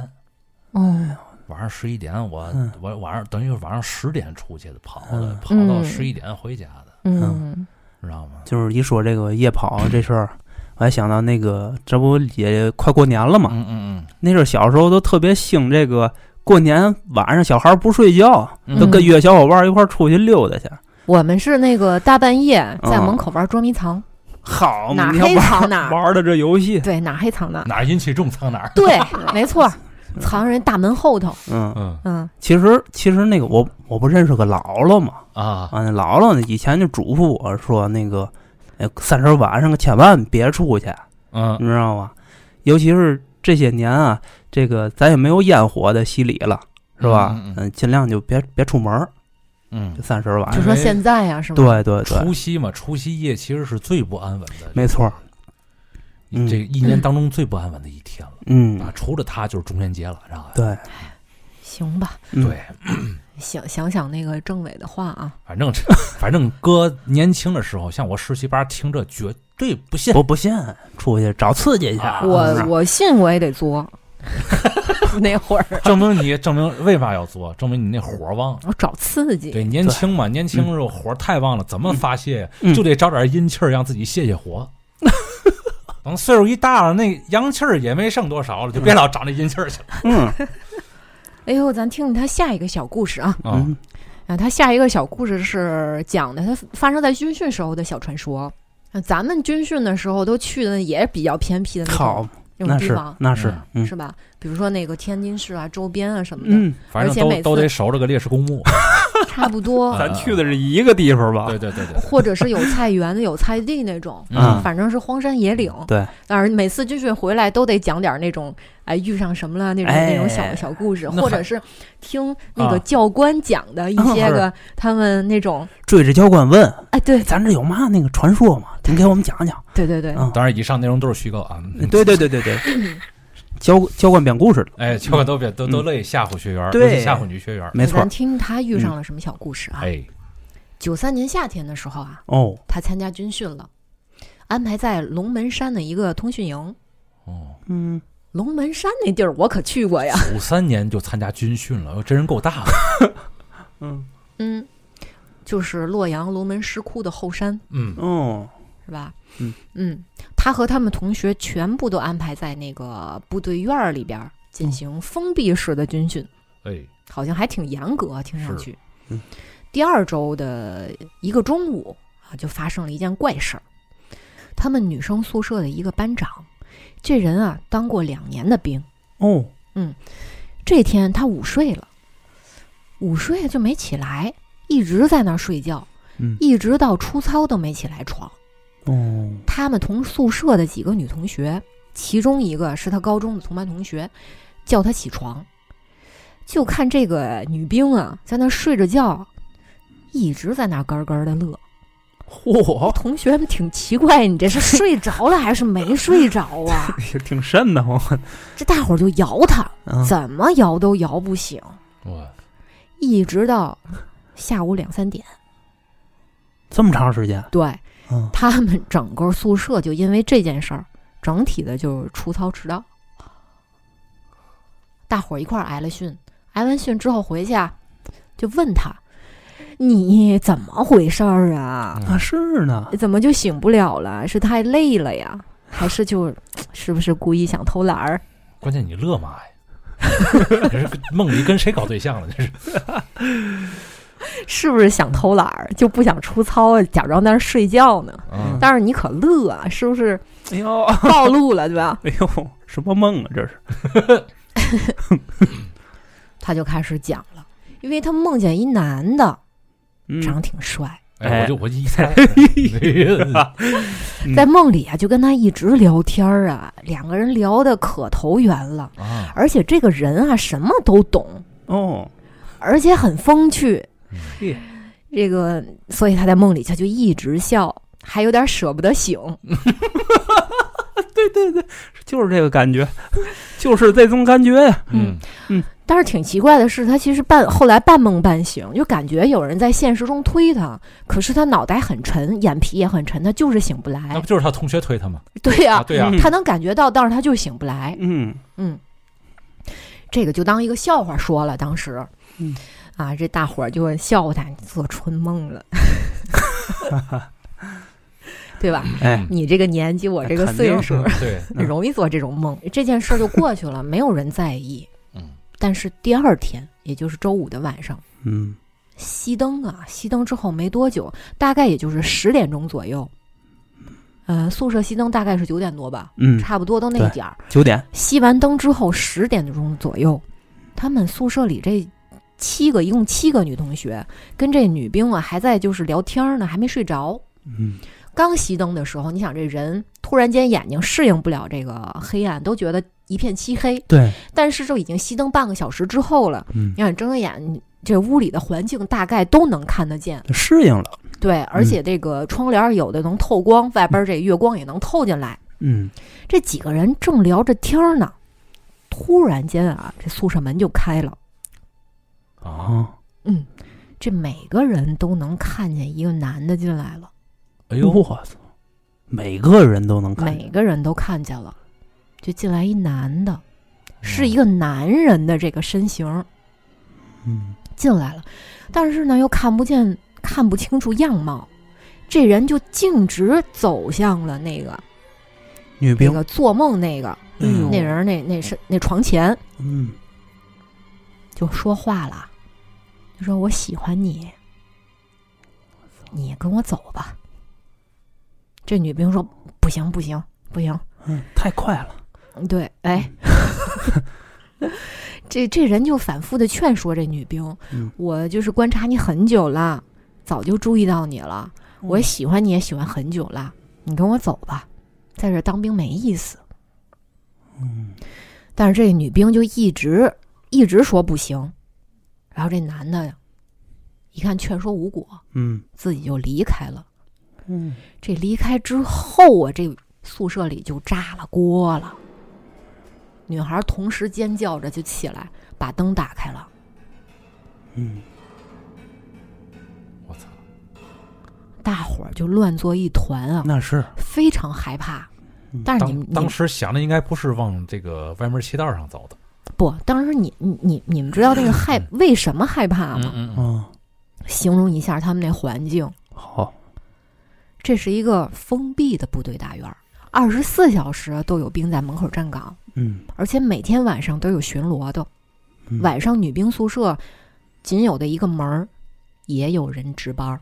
[SPEAKER 2] 嗯，
[SPEAKER 1] 晚上十一点我
[SPEAKER 3] 嗯
[SPEAKER 1] 我晚上等于是晚上十点出去的跑的，
[SPEAKER 3] 嗯
[SPEAKER 1] 跑到
[SPEAKER 2] 嗯
[SPEAKER 1] 十一点回家的，
[SPEAKER 2] 嗯，
[SPEAKER 1] 知道吗？
[SPEAKER 3] 就是一说这个夜 [CLEARS THROAT] 跑啊这事儿，我还想到那个，这不也快过年了嘛？
[SPEAKER 1] 嗯嗯
[SPEAKER 3] 那阵儿小时候都特别兴这个，过年晚上小孩儿不睡觉，
[SPEAKER 1] 嗯，
[SPEAKER 3] 都
[SPEAKER 2] 嗯
[SPEAKER 3] 跟约小伙伴儿一块儿出去溜达去。
[SPEAKER 2] 我们是那个大半夜在门口玩捉迷藏，
[SPEAKER 3] 好
[SPEAKER 2] 哪
[SPEAKER 3] 嘛，
[SPEAKER 2] 儿
[SPEAKER 3] 你看
[SPEAKER 2] 黑藏
[SPEAKER 3] 玩
[SPEAKER 2] 哪儿
[SPEAKER 3] 玩的这游戏，
[SPEAKER 2] 对，哪黑藏哪。
[SPEAKER 1] 哪儿阴气重藏哪儿。
[SPEAKER 2] 对，没错，藏人大门后头。
[SPEAKER 3] 嗯，
[SPEAKER 1] 嗯
[SPEAKER 2] 嗯，
[SPEAKER 3] 其实其实那个我我不认识个姥姥嘛，
[SPEAKER 1] 啊，
[SPEAKER 3] 啊，那姥姥呢以前就嘱咐我说那个，呃三十晚上可千万别出去，
[SPEAKER 1] 嗯
[SPEAKER 3] 你知道吗？尤其是这些年啊，这个咱也没有烟火的洗礼了，是吧？
[SPEAKER 1] 嗯嗯嗯
[SPEAKER 3] 尽量就别别出门儿，
[SPEAKER 1] 嗯
[SPEAKER 3] 就，三十晚
[SPEAKER 2] 就
[SPEAKER 3] 上。
[SPEAKER 2] 说现在呀，是吗？
[SPEAKER 3] 对对对，
[SPEAKER 1] 除夕嘛，除夕夜其实是最不安稳的，
[SPEAKER 3] 没错儿。嗯
[SPEAKER 1] 这一年当中最不安稳的一天了
[SPEAKER 3] 嗯
[SPEAKER 1] 啊，，除了它就是中元节了，然后
[SPEAKER 3] 对
[SPEAKER 2] 行吧，
[SPEAKER 3] 嗯
[SPEAKER 1] 对，
[SPEAKER 2] 想想想那个政委的话啊，
[SPEAKER 1] 反正反正哥年轻的时候，像我十七八听这绝对不信。
[SPEAKER 3] 我不信，出去找刺激去。嗯
[SPEAKER 1] 啊
[SPEAKER 3] 是
[SPEAKER 2] 我
[SPEAKER 3] 吧
[SPEAKER 2] 我信我也得
[SPEAKER 3] [LAUGHS]
[SPEAKER 2] 作。那会儿
[SPEAKER 1] 证明你 [LAUGHS] 证明为嘛要做？证明你那火旺。
[SPEAKER 2] 我找刺激，
[SPEAKER 1] 对，嗯年轻嘛，年轻时候火太旺了，怎么发泄？
[SPEAKER 3] 嗯
[SPEAKER 1] 就得找点阴气儿让自己泄泄火。 [LAUGHS] 等岁数一大了，那阳气儿也没剩多少了，就别老找那阴气儿 [LAUGHS] 去了。
[SPEAKER 3] 嗯
[SPEAKER 2] 哎呦，咱听听他下一个小故事啊！
[SPEAKER 1] 啊，
[SPEAKER 3] 嗯
[SPEAKER 2] 啊，他下一个小故事是讲的他发生在军训时候的小传说。啊咱们军训的时候都去的也是比较偏僻的那
[SPEAKER 3] 好
[SPEAKER 2] 种，那
[SPEAKER 3] 那
[SPEAKER 2] 种地
[SPEAKER 3] 是
[SPEAKER 2] 方，
[SPEAKER 3] 那是，嗯
[SPEAKER 2] 是吧？比如说那个天津市啊、周边啊什么的，
[SPEAKER 3] 嗯，
[SPEAKER 1] 反正
[SPEAKER 2] 而且
[SPEAKER 1] 都
[SPEAKER 2] 每次
[SPEAKER 1] 都得守着个烈士公墓。
[SPEAKER 2] 差不
[SPEAKER 3] [LAUGHS]
[SPEAKER 2] 多。
[SPEAKER 1] 啊
[SPEAKER 3] 咱去的是一个地方吧
[SPEAKER 1] [LAUGHS] 对？对对对对，
[SPEAKER 2] 或者是有菜园子、有菜地那种，
[SPEAKER 1] 嗯
[SPEAKER 2] 反正是荒山野岭。
[SPEAKER 3] 对，
[SPEAKER 2] 但是每次军训回来都得讲点那种，哎，遇上什么了那种
[SPEAKER 3] 哎
[SPEAKER 2] 那种小小故事，
[SPEAKER 1] 那还
[SPEAKER 2] 或者是听那
[SPEAKER 1] 啊
[SPEAKER 2] 个教官讲的一
[SPEAKER 3] 嗯
[SPEAKER 2] 些个 [LAUGHS] 他们那种，
[SPEAKER 3] 追着教官问，
[SPEAKER 2] 哎，对
[SPEAKER 3] 咱这有嘛那个传说嘛？你给我们讲讲。
[SPEAKER 2] 对对对，
[SPEAKER 3] 嗯
[SPEAKER 1] 当然以上内容都是虚构啊。嗯
[SPEAKER 3] 对对对对对，教教官编故事的，
[SPEAKER 1] 哎，千万都别都
[SPEAKER 3] 嗯
[SPEAKER 1] 都乐意吓唬学员儿，
[SPEAKER 3] 对
[SPEAKER 1] 尤其吓唬女学员儿。
[SPEAKER 3] 没错嗯
[SPEAKER 2] 咱。听他遇上了什么小故事啊？
[SPEAKER 1] 哎，
[SPEAKER 2] 九三、年夏天的时候啊，
[SPEAKER 3] 哦，
[SPEAKER 2] 他参加军训了，安排在龙门山的一个通讯营。
[SPEAKER 1] 哦，
[SPEAKER 3] 嗯，
[SPEAKER 2] 龙门山那地儿我可去
[SPEAKER 3] [LAUGHS]
[SPEAKER 2] 过呀，
[SPEAKER 1] 五三年就参加军训了，这人够大的。
[SPEAKER 2] 嗯，就是洛阳龙门石窟的后山。
[SPEAKER 1] 嗯
[SPEAKER 3] 哦，
[SPEAKER 2] 是吧？
[SPEAKER 3] 嗯
[SPEAKER 2] 他和他们同学全部都安排在那个部队院儿里边儿进行封闭式的军训，
[SPEAKER 1] 哎，
[SPEAKER 2] 好像还挺严格啊，听上
[SPEAKER 1] 是
[SPEAKER 2] 去。
[SPEAKER 3] 嗯
[SPEAKER 2] 第二周的一个中午啊，就啊发生了一件怪事儿。他们女生宿舍的一个班长，这人啊当过两年的兵，
[SPEAKER 3] 哦，
[SPEAKER 2] 这天他午睡了，午睡就没起来，一直在那儿睡觉，
[SPEAKER 3] 嗯，
[SPEAKER 2] 一直到出操都没起来床。
[SPEAKER 3] 哦，
[SPEAKER 2] 他们同宿舍的几个女同学，其中一个是他高中的同班同学，叫他起床，就看这个女兵啊，在那睡着觉，一直在那咯咯的乐。
[SPEAKER 3] 嚯，
[SPEAKER 2] 同学们挺奇怪，你这是睡着了还是没睡着
[SPEAKER 3] [LAUGHS]
[SPEAKER 2] 啊？
[SPEAKER 3] [LAUGHS] 也挺瘆得慌。
[SPEAKER 2] 这大伙儿就摇他，
[SPEAKER 3] 啊
[SPEAKER 2] 怎么摇都摇不醒，
[SPEAKER 1] 我
[SPEAKER 2] 一直到下午两三点。
[SPEAKER 3] 这么长时间，
[SPEAKER 2] 对
[SPEAKER 3] 嗯，
[SPEAKER 2] 他们整个宿舍就因为这件事儿，整体的就是出操迟到，大伙儿一块儿挨了训。挨完训之后回去啊，就问他：“你怎么回事儿啊？
[SPEAKER 3] 啊是呢，
[SPEAKER 2] 怎么就醒不了了？是太累了呀，还是就是不是故意想偷懒儿？”
[SPEAKER 1] 关键你乐嘛呀？你是梦里跟谁搞对象了？这是
[SPEAKER 2] 是不是想偷懒儿，就不想出操，假装在那儿睡觉呢？
[SPEAKER 1] 啊，
[SPEAKER 2] 但是你可乐啊，是不是
[SPEAKER 3] 哎呦，
[SPEAKER 2] 暴露了，对吧？
[SPEAKER 3] [LAUGHS] 哎呦，什么梦啊这是？
[SPEAKER 2] 他就开始讲了，因为他梦见一男的
[SPEAKER 3] 嗯
[SPEAKER 2] 长得挺帅，
[SPEAKER 1] 哎，我就我就一猜， [LAUGHS] 哎
[SPEAKER 3] 嗯
[SPEAKER 2] 在梦里啊就跟他一直聊天儿啊，两个人聊的可投缘了，
[SPEAKER 1] 啊，
[SPEAKER 2] 而且这个人啊什么都懂，
[SPEAKER 3] 哦，
[SPEAKER 2] 而且很风趣，
[SPEAKER 3] 嘿，
[SPEAKER 2] 这个，所以他在梦里他就一直笑，还有点舍不得醒。
[SPEAKER 3] 就是这个感觉， [LAUGHS] 就是这种感觉呀。
[SPEAKER 1] 嗯，
[SPEAKER 2] 但是挺奇怪的是，他其实半后来半梦半醒，就感觉有人在现实中推他，可是他脑袋很沉，眼皮也很沉，他就是醒不
[SPEAKER 1] 那
[SPEAKER 2] 来
[SPEAKER 1] 不。就是他同学推他吗？
[SPEAKER 2] 对呀、
[SPEAKER 1] 啊，对呀，
[SPEAKER 3] 嗯
[SPEAKER 2] 他能感觉到，但是他就醒不来。
[SPEAKER 3] 嗯，
[SPEAKER 2] 嗯，这个就当一个笑话说了。当时，
[SPEAKER 3] 嗯
[SPEAKER 2] 啊，这大伙儿就笑话他，你做春梦了， [LAUGHS] 对吧？
[SPEAKER 3] 哎，
[SPEAKER 2] 嗯你这个年纪，我这个
[SPEAKER 3] 肯
[SPEAKER 2] 岁
[SPEAKER 3] 定
[SPEAKER 2] 数，
[SPEAKER 1] 嗯对，
[SPEAKER 3] 嗯
[SPEAKER 2] [LAUGHS] 容易做这种梦。这件事儿就过去了，没有人在意。
[SPEAKER 1] 嗯，
[SPEAKER 2] 但是第二天，也就是周五的晚上。
[SPEAKER 3] 嗯
[SPEAKER 2] 熄灯啊，熄灯之后没多久，大概也就是十点钟左右，呃，宿舍熄灯大概是九点多吧，
[SPEAKER 3] 嗯，
[SPEAKER 2] 差不多都那
[SPEAKER 3] 对
[SPEAKER 2] 点儿。
[SPEAKER 3] 九点，
[SPEAKER 2] 熄完灯之后，十点钟左右，他们宿舍里这七个，一共七个女同学，跟这女兵啊还在就是聊天儿呢，还没睡着。
[SPEAKER 3] 嗯
[SPEAKER 2] 刚熄灯的时候，你想这人突然间眼睛适应不了这个黑暗，都觉得一片漆黑。
[SPEAKER 3] 对，
[SPEAKER 2] 但是就已经熄灯半个小时之后了，
[SPEAKER 3] 嗯
[SPEAKER 2] 你，想睁着眼，你这屋里的环境大概都能看得见。
[SPEAKER 3] 适应了，
[SPEAKER 2] 对，而且这个窗帘儿有的能透光，外边儿这月光也能透进来。
[SPEAKER 3] 嗯，
[SPEAKER 2] 这几个人正聊着天儿呢，突然间啊，这宿舍门就开了。
[SPEAKER 1] 啊，
[SPEAKER 3] 啊，
[SPEAKER 2] 嗯，这每个人都能看见一个男的进来了，
[SPEAKER 1] 哎
[SPEAKER 3] 哎
[SPEAKER 1] 呦，
[SPEAKER 3] 我操，每个人都能看
[SPEAKER 2] 每
[SPEAKER 3] 见，
[SPEAKER 2] 个人都看见了，就进来一男的，是一个男人的这个身形
[SPEAKER 3] 嗯，
[SPEAKER 2] 进来了，但是呢又看不见、看不清楚样貌，这人就径直走向了那个
[SPEAKER 3] 女
[SPEAKER 2] 那
[SPEAKER 3] 兵，
[SPEAKER 2] 个做梦那个
[SPEAKER 3] 哎呦
[SPEAKER 2] 那人儿那那是那床前
[SPEAKER 3] 嗯，
[SPEAKER 2] 就说话了，就说我喜欢你，你跟我走吧。这女兵说不行不行不行，
[SPEAKER 3] 嗯，太快了，
[SPEAKER 2] 对，哎， [LAUGHS] 这这人就反复的劝说这女兵，
[SPEAKER 3] 嗯
[SPEAKER 2] 我就是观察你很久了，早就注意到你了，
[SPEAKER 3] 嗯
[SPEAKER 2] 我喜欢你也喜欢很久了，你跟我走吧，在这儿当兵没意思。
[SPEAKER 3] 嗯，
[SPEAKER 2] 但是这女兵就一直一直说不行，然后这男的一看劝说无果，
[SPEAKER 3] 嗯
[SPEAKER 2] 自己就离开了。
[SPEAKER 3] 嗯，
[SPEAKER 2] 这离开之后啊，这宿舍里就炸了锅了。女孩同时尖叫着就起来，把灯打开了。
[SPEAKER 3] 嗯，
[SPEAKER 1] 我操，
[SPEAKER 2] 大伙儿就乱作一团啊，
[SPEAKER 3] 那是，
[SPEAKER 2] 非常害怕
[SPEAKER 3] 嗯。
[SPEAKER 2] 但是你
[SPEAKER 1] 当
[SPEAKER 2] 们你
[SPEAKER 1] 当
[SPEAKER 2] 们
[SPEAKER 1] 时想的应该不是往这个歪门邪道上走的，
[SPEAKER 2] 不，当时你你你你们知道那个害为什么害怕吗？
[SPEAKER 1] 嗯嗯，
[SPEAKER 3] 嗯，
[SPEAKER 2] 形容一下他们那环境，
[SPEAKER 3] 好，
[SPEAKER 2] 这是一个封闭的部队大院儿，二十四小时都有兵在门口站岗，
[SPEAKER 3] 嗯，
[SPEAKER 2] 而且每天晚上都有巡逻的。
[SPEAKER 3] 嗯，
[SPEAKER 2] 晚上女兵宿舍仅有的一个门儿，也有人值班儿，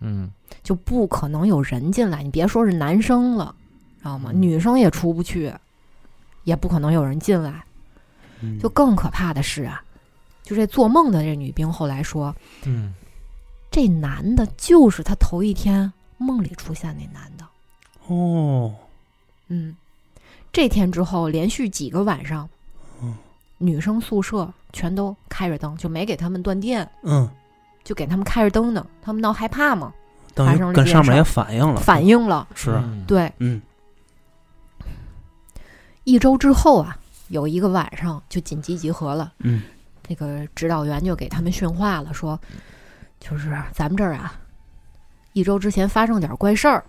[SPEAKER 1] 嗯，
[SPEAKER 2] 就不可能有人进来。你别说是男生了，知道吗？
[SPEAKER 1] 嗯
[SPEAKER 2] 女生也出不去，也不可能有人进来。
[SPEAKER 3] 嗯
[SPEAKER 2] 就更可怕的是啊，就这做梦的这女兵后来说，
[SPEAKER 1] 嗯，
[SPEAKER 2] 这男的就是她头一天梦里出现那男的。
[SPEAKER 3] 哦，
[SPEAKER 2] 嗯，这天之后连续几个晚上，
[SPEAKER 3] 嗯
[SPEAKER 2] 女生宿舍全都开着灯，就没给他们断电，
[SPEAKER 3] 嗯，
[SPEAKER 2] 就给他们开着灯呢。他们闹害怕嘛，
[SPEAKER 3] 等
[SPEAKER 2] 发生了
[SPEAKER 3] 于跟
[SPEAKER 2] 这件
[SPEAKER 3] 上面
[SPEAKER 2] 事
[SPEAKER 3] 也反映了，
[SPEAKER 2] 反映了。
[SPEAKER 3] 是，
[SPEAKER 2] 对，
[SPEAKER 3] 嗯
[SPEAKER 2] 一周之后啊，有一个晚上就紧急集合了，
[SPEAKER 3] 嗯
[SPEAKER 2] 那个指导员就给他们训话了，说，就是咱们这儿啊，一周之前发生点怪事儿，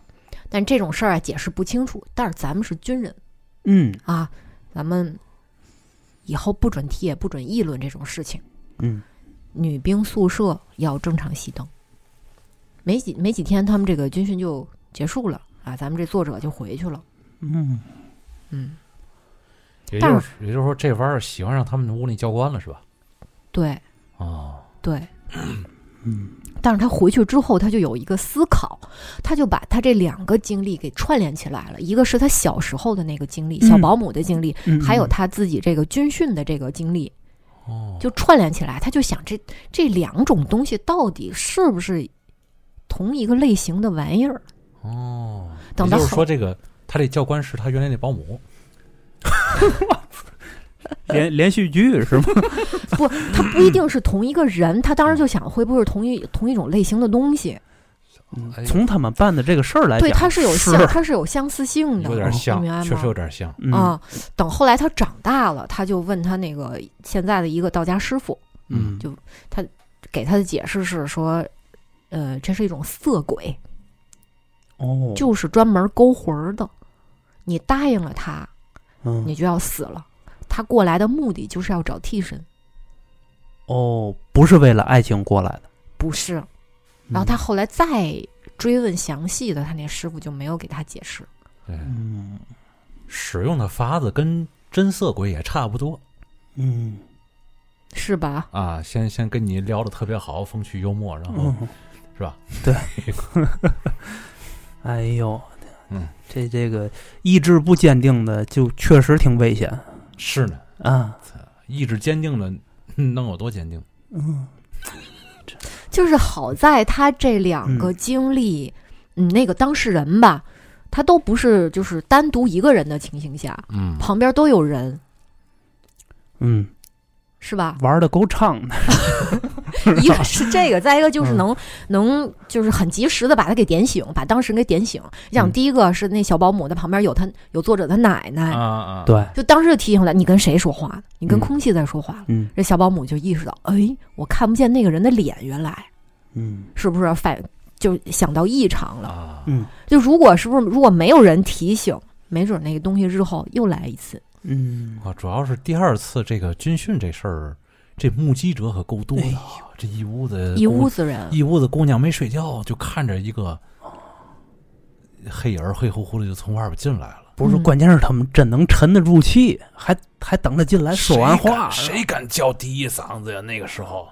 [SPEAKER 2] 但这种事儿啊解释不清楚。但是咱们是军人
[SPEAKER 3] 嗯
[SPEAKER 2] 啊，咱们以后不准提，也不准议论这种事情。
[SPEAKER 3] 嗯
[SPEAKER 2] 女兵宿舍要正常熄灯。没几没几天，他们这个军训就结束了啊，咱们这作者就回去了。
[SPEAKER 3] 嗯，
[SPEAKER 2] 嗯，
[SPEAKER 1] 也
[SPEAKER 2] 但
[SPEAKER 1] 就是也就是说，这玩意儿喜欢上他们屋那教官了，是吧？
[SPEAKER 2] 对
[SPEAKER 1] 哦，
[SPEAKER 2] 对，
[SPEAKER 1] 嗯
[SPEAKER 2] 但是他回去之后，他就有一个思考，他就把他这两个经历给串联起来了，一个是他小时候的那个经历，
[SPEAKER 3] 嗯
[SPEAKER 2] 小保姆的经历，
[SPEAKER 3] 嗯
[SPEAKER 2] 还有他自己这个军训的这个经历，
[SPEAKER 1] 哦，
[SPEAKER 2] 就串联起来，他就想这这两种东西到底是不是同一个类型的玩意儿？
[SPEAKER 1] 哦，
[SPEAKER 2] 等
[SPEAKER 1] 也
[SPEAKER 2] 到
[SPEAKER 1] 就是
[SPEAKER 2] 后
[SPEAKER 1] 说，这个他这教官是他原来那保姆，
[SPEAKER 3] 连连续剧是吗？
[SPEAKER 2] 不，他不一定是同一个人，他当时就想会不会是同一同一种类型的东西？
[SPEAKER 1] 哎呦
[SPEAKER 3] 从他们办的这个事
[SPEAKER 1] 嗯
[SPEAKER 3] 儿来
[SPEAKER 1] 哎
[SPEAKER 3] 讲，
[SPEAKER 2] 嗯对，他是有
[SPEAKER 3] 是
[SPEAKER 2] 相，他是有相似性的，
[SPEAKER 1] 有点像
[SPEAKER 2] 你明白，
[SPEAKER 1] 确
[SPEAKER 2] 吗
[SPEAKER 1] 实有点像。
[SPEAKER 3] 嗯
[SPEAKER 2] 啊、等后来他长大了，他就问他那个现在的一个道家师傅，
[SPEAKER 3] 嗯
[SPEAKER 2] 就给他的解释是说，呃，这是一种色鬼，
[SPEAKER 3] 哦，
[SPEAKER 2] 就是专门勾魂儿的。你答应了他，
[SPEAKER 3] 嗯
[SPEAKER 2] 你就要死了。他过来的目的就是要找替身，
[SPEAKER 3] 哦，不是为了爱情过来的，
[SPEAKER 2] 不是。然后他后来再追问详细的，他那师傅就没有给他解释。
[SPEAKER 1] 对，
[SPEAKER 3] 嗯
[SPEAKER 1] 使用的法子跟真色鬼也差不多
[SPEAKER 3] 嗯
[SPEAKER 2] 是吧？
[SPEAKER 1] 啊。先先跟你聊的特别好，风趣幽默，然后
[SPEAKER 3] 嗯，
[SPEAKER 1] 是吧？
[SPEAKER 3] 对， [LAUGHS] 哎呦，
[SPEAKER 1] 嗯，
[SPEAKER 3] 这这个意志不坚定的，就确实挺危险
[SPEAKER 1] 是呢，
[SPEAKER 3] 啊，
[SPEAKER 1] 意志坚定了， [LAUGHS] 能有多坚定？
[SPEAKER 3] 嗯
[SPEAKER 2] 就是好在他这两个经历，嗯，那个当事人吧，他都不是就是单独一个人的情形下，
[SPEAKER 1] 嗯
[SPEAKER 2] 旁边都有人，
[SPEAKER 3] 嗯，？
[SPEAKER 2] 是吧
[SPEAKER 3] 玩的够畅的，
[SPEAKER 2] 一个是
[SPEAKER 1] [LAUGHS]
[SPEAKER 2] 这个，再一个就是
[SPEAKER 1] 嗯
[SPEAKER 2] 能、能就是很及时的把他给点醒，把当事人给点醒。你想，
[SPEAKER 3] 嗯
[SPEAKER 2] 第一个是那小保姆的旁边有他有作者他奶奶，
[SPEAKER 1] 啊啊，
[SPEAKER 3] 对，
[SPEAKER 2] 就当时就提醒了你跟谁说话呢？你跟
[SPEAKER 3] 嗯
[SPEAKER 2] 空气在说话了。
[SPEAKER 3] 嗯
[SPEAKER 2] 这小保姆就意识到，哎，我看不见那个人的脸，原来
[SPEAKER 3] 嗯
[SPEAKER 2] 是不是反就想到异常了？
[SPEAKER 1] 啊，
[SPEAKER 3] 嗯
[SPEAKER 2] 就如果是不是如果没有人提醒，没准那个东西日后又来一次。
[SPEAKER 3] 嗯，
[SPEAKER 1] 啊，主要是第二次这个军训这事儿，这目击者可够多的啊，这一屋子
[SPEAKER 2] 哎一
[SPEAKER 1] 姑
[SPEAKER 2] 屋子人，
[SPEAKER 1] 一屋子姑娘没睡觉，就看着一个黑影儿黑乎乎的就从外边进来了。
[SPEAKER 3] 不是，
[SPEAKER 2] 嗯
[SPEAKER 3] 关键是他们真能沉得住气，还还等他进来说完
[SPEAKER 1] 谁敢
[SPEAKER 3] 话，
[SPEAKER 1] 谁敢叫第一嗓子呀？那个时候，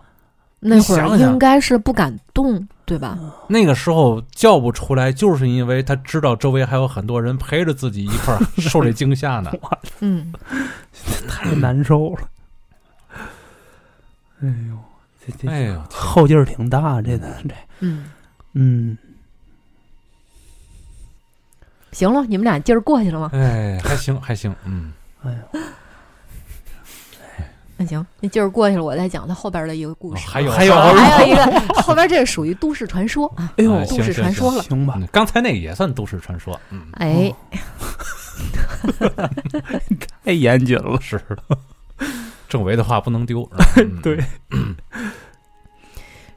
[SPEAKER 2] 那会
[SPEAKER 1] 你
[SPEAKER 2] 儿
[SPEAKER 1] 想想
[SPEAKER 2] 应该是不敢动，对吧？
[SPEAKER 1] 那个时候叫不出来，就是因为他知道周围还有很多人陪着自己一块儿受这惊吓
[SPEAKER 3] [LAUGHS]
[SPEAKER 1] 呢。
[SPEAKER 2] 嗯，
[SPEAKER 3] 太难受了。哎呦，这这
[SPEAKER 1] 哎呦，
[SPEAKER 3] 后劲儿挺大，这个这，
[SPEAKER 2] 嗯，
[SPEAKER 3] 嗯，
[SPEAKER 2] 行了，你们俩劲儿过去了吗？
[SPEAKER 1] 哎，还行还行，嗯，
[SPEAKER 3] 哎呦，
[SPEAKER 2] 那行，那劲儿过去了，我再讲他后边的一个故
[SPEAKER 1] 哦
[SPEAKER 2] 事。
[SPEAKER 1] 还有
[SPEAKER 3] 还有
[SPEAKER 1] 啊
[SPEAKER 2] 还有一个后边这个属于都市传说啊，
[SPEAKER 3] 哎呦，
[SPEAKER 1] 哎
[SPEAKER 2] 都市
[SPEAKER 1] 行
[SPEAKER 2] 传说了。
[SPEAKER 3] 行吧，
[SPEAKER 1] 嗯刚才那个也算都市传说，嗯，
[SPEAKER 2] 哎，
[SPEAKER 3] 嗯 [LAUGHS] 太严谨了，
[SPEAKER 1] 是的，政委的话不
[SPEAKER 3] [LAUGHS]
[SPEAKER 1] 能丢。嗯是吧
[SPEAKER 3] 对，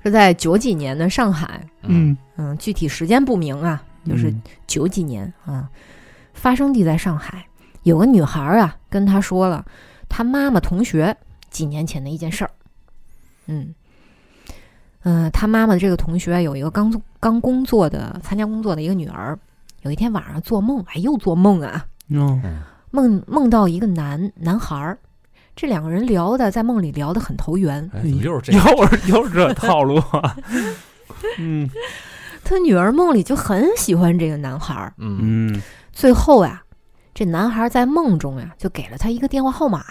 [SPEAKER 2] 是在九几年的上海，
[SPEAKER 1] 嗯，
[SPEAKER 3] 嗯，
[SPEAKER 2] 嗯，具体时间不明啊，就是
[SPEAKER 3] 嗯
[SPEAKER 2] 九几年啊，发生地在上海，有个女孩儿啊跟她说了她妈妈同学几年前的一件事儿，嗯，呃，她妈妈的这个同学有一个刚刚工作的参加工作的一个女儿，有一天晚上做梦，哎，又做梦啊，
[SPEAKER 3] 嗯
[SPEAKER 2] 梦梦到一个男男孩儿，这两个人聊的在梦里聊得很投缘，
[SPEAKER 1] 哎，怎么又是这
[SPEAKER 3] 又
[SPEAKER 1] 个？
[SPEAKER 3] 是又是这套路
[SPEAKER 1] [LAUGHS]
[SPEAKER 3] 啊！嗯
[SPEAKER 2] 她女儿梦里就很喜欢这个男孩儿。啊
[SPEAKER 1] 嗯
[SPEAKER 3] 嗯
[SPEAKER 2] 最后呀、这男孩在梦中呀、就给了他一个电话号码，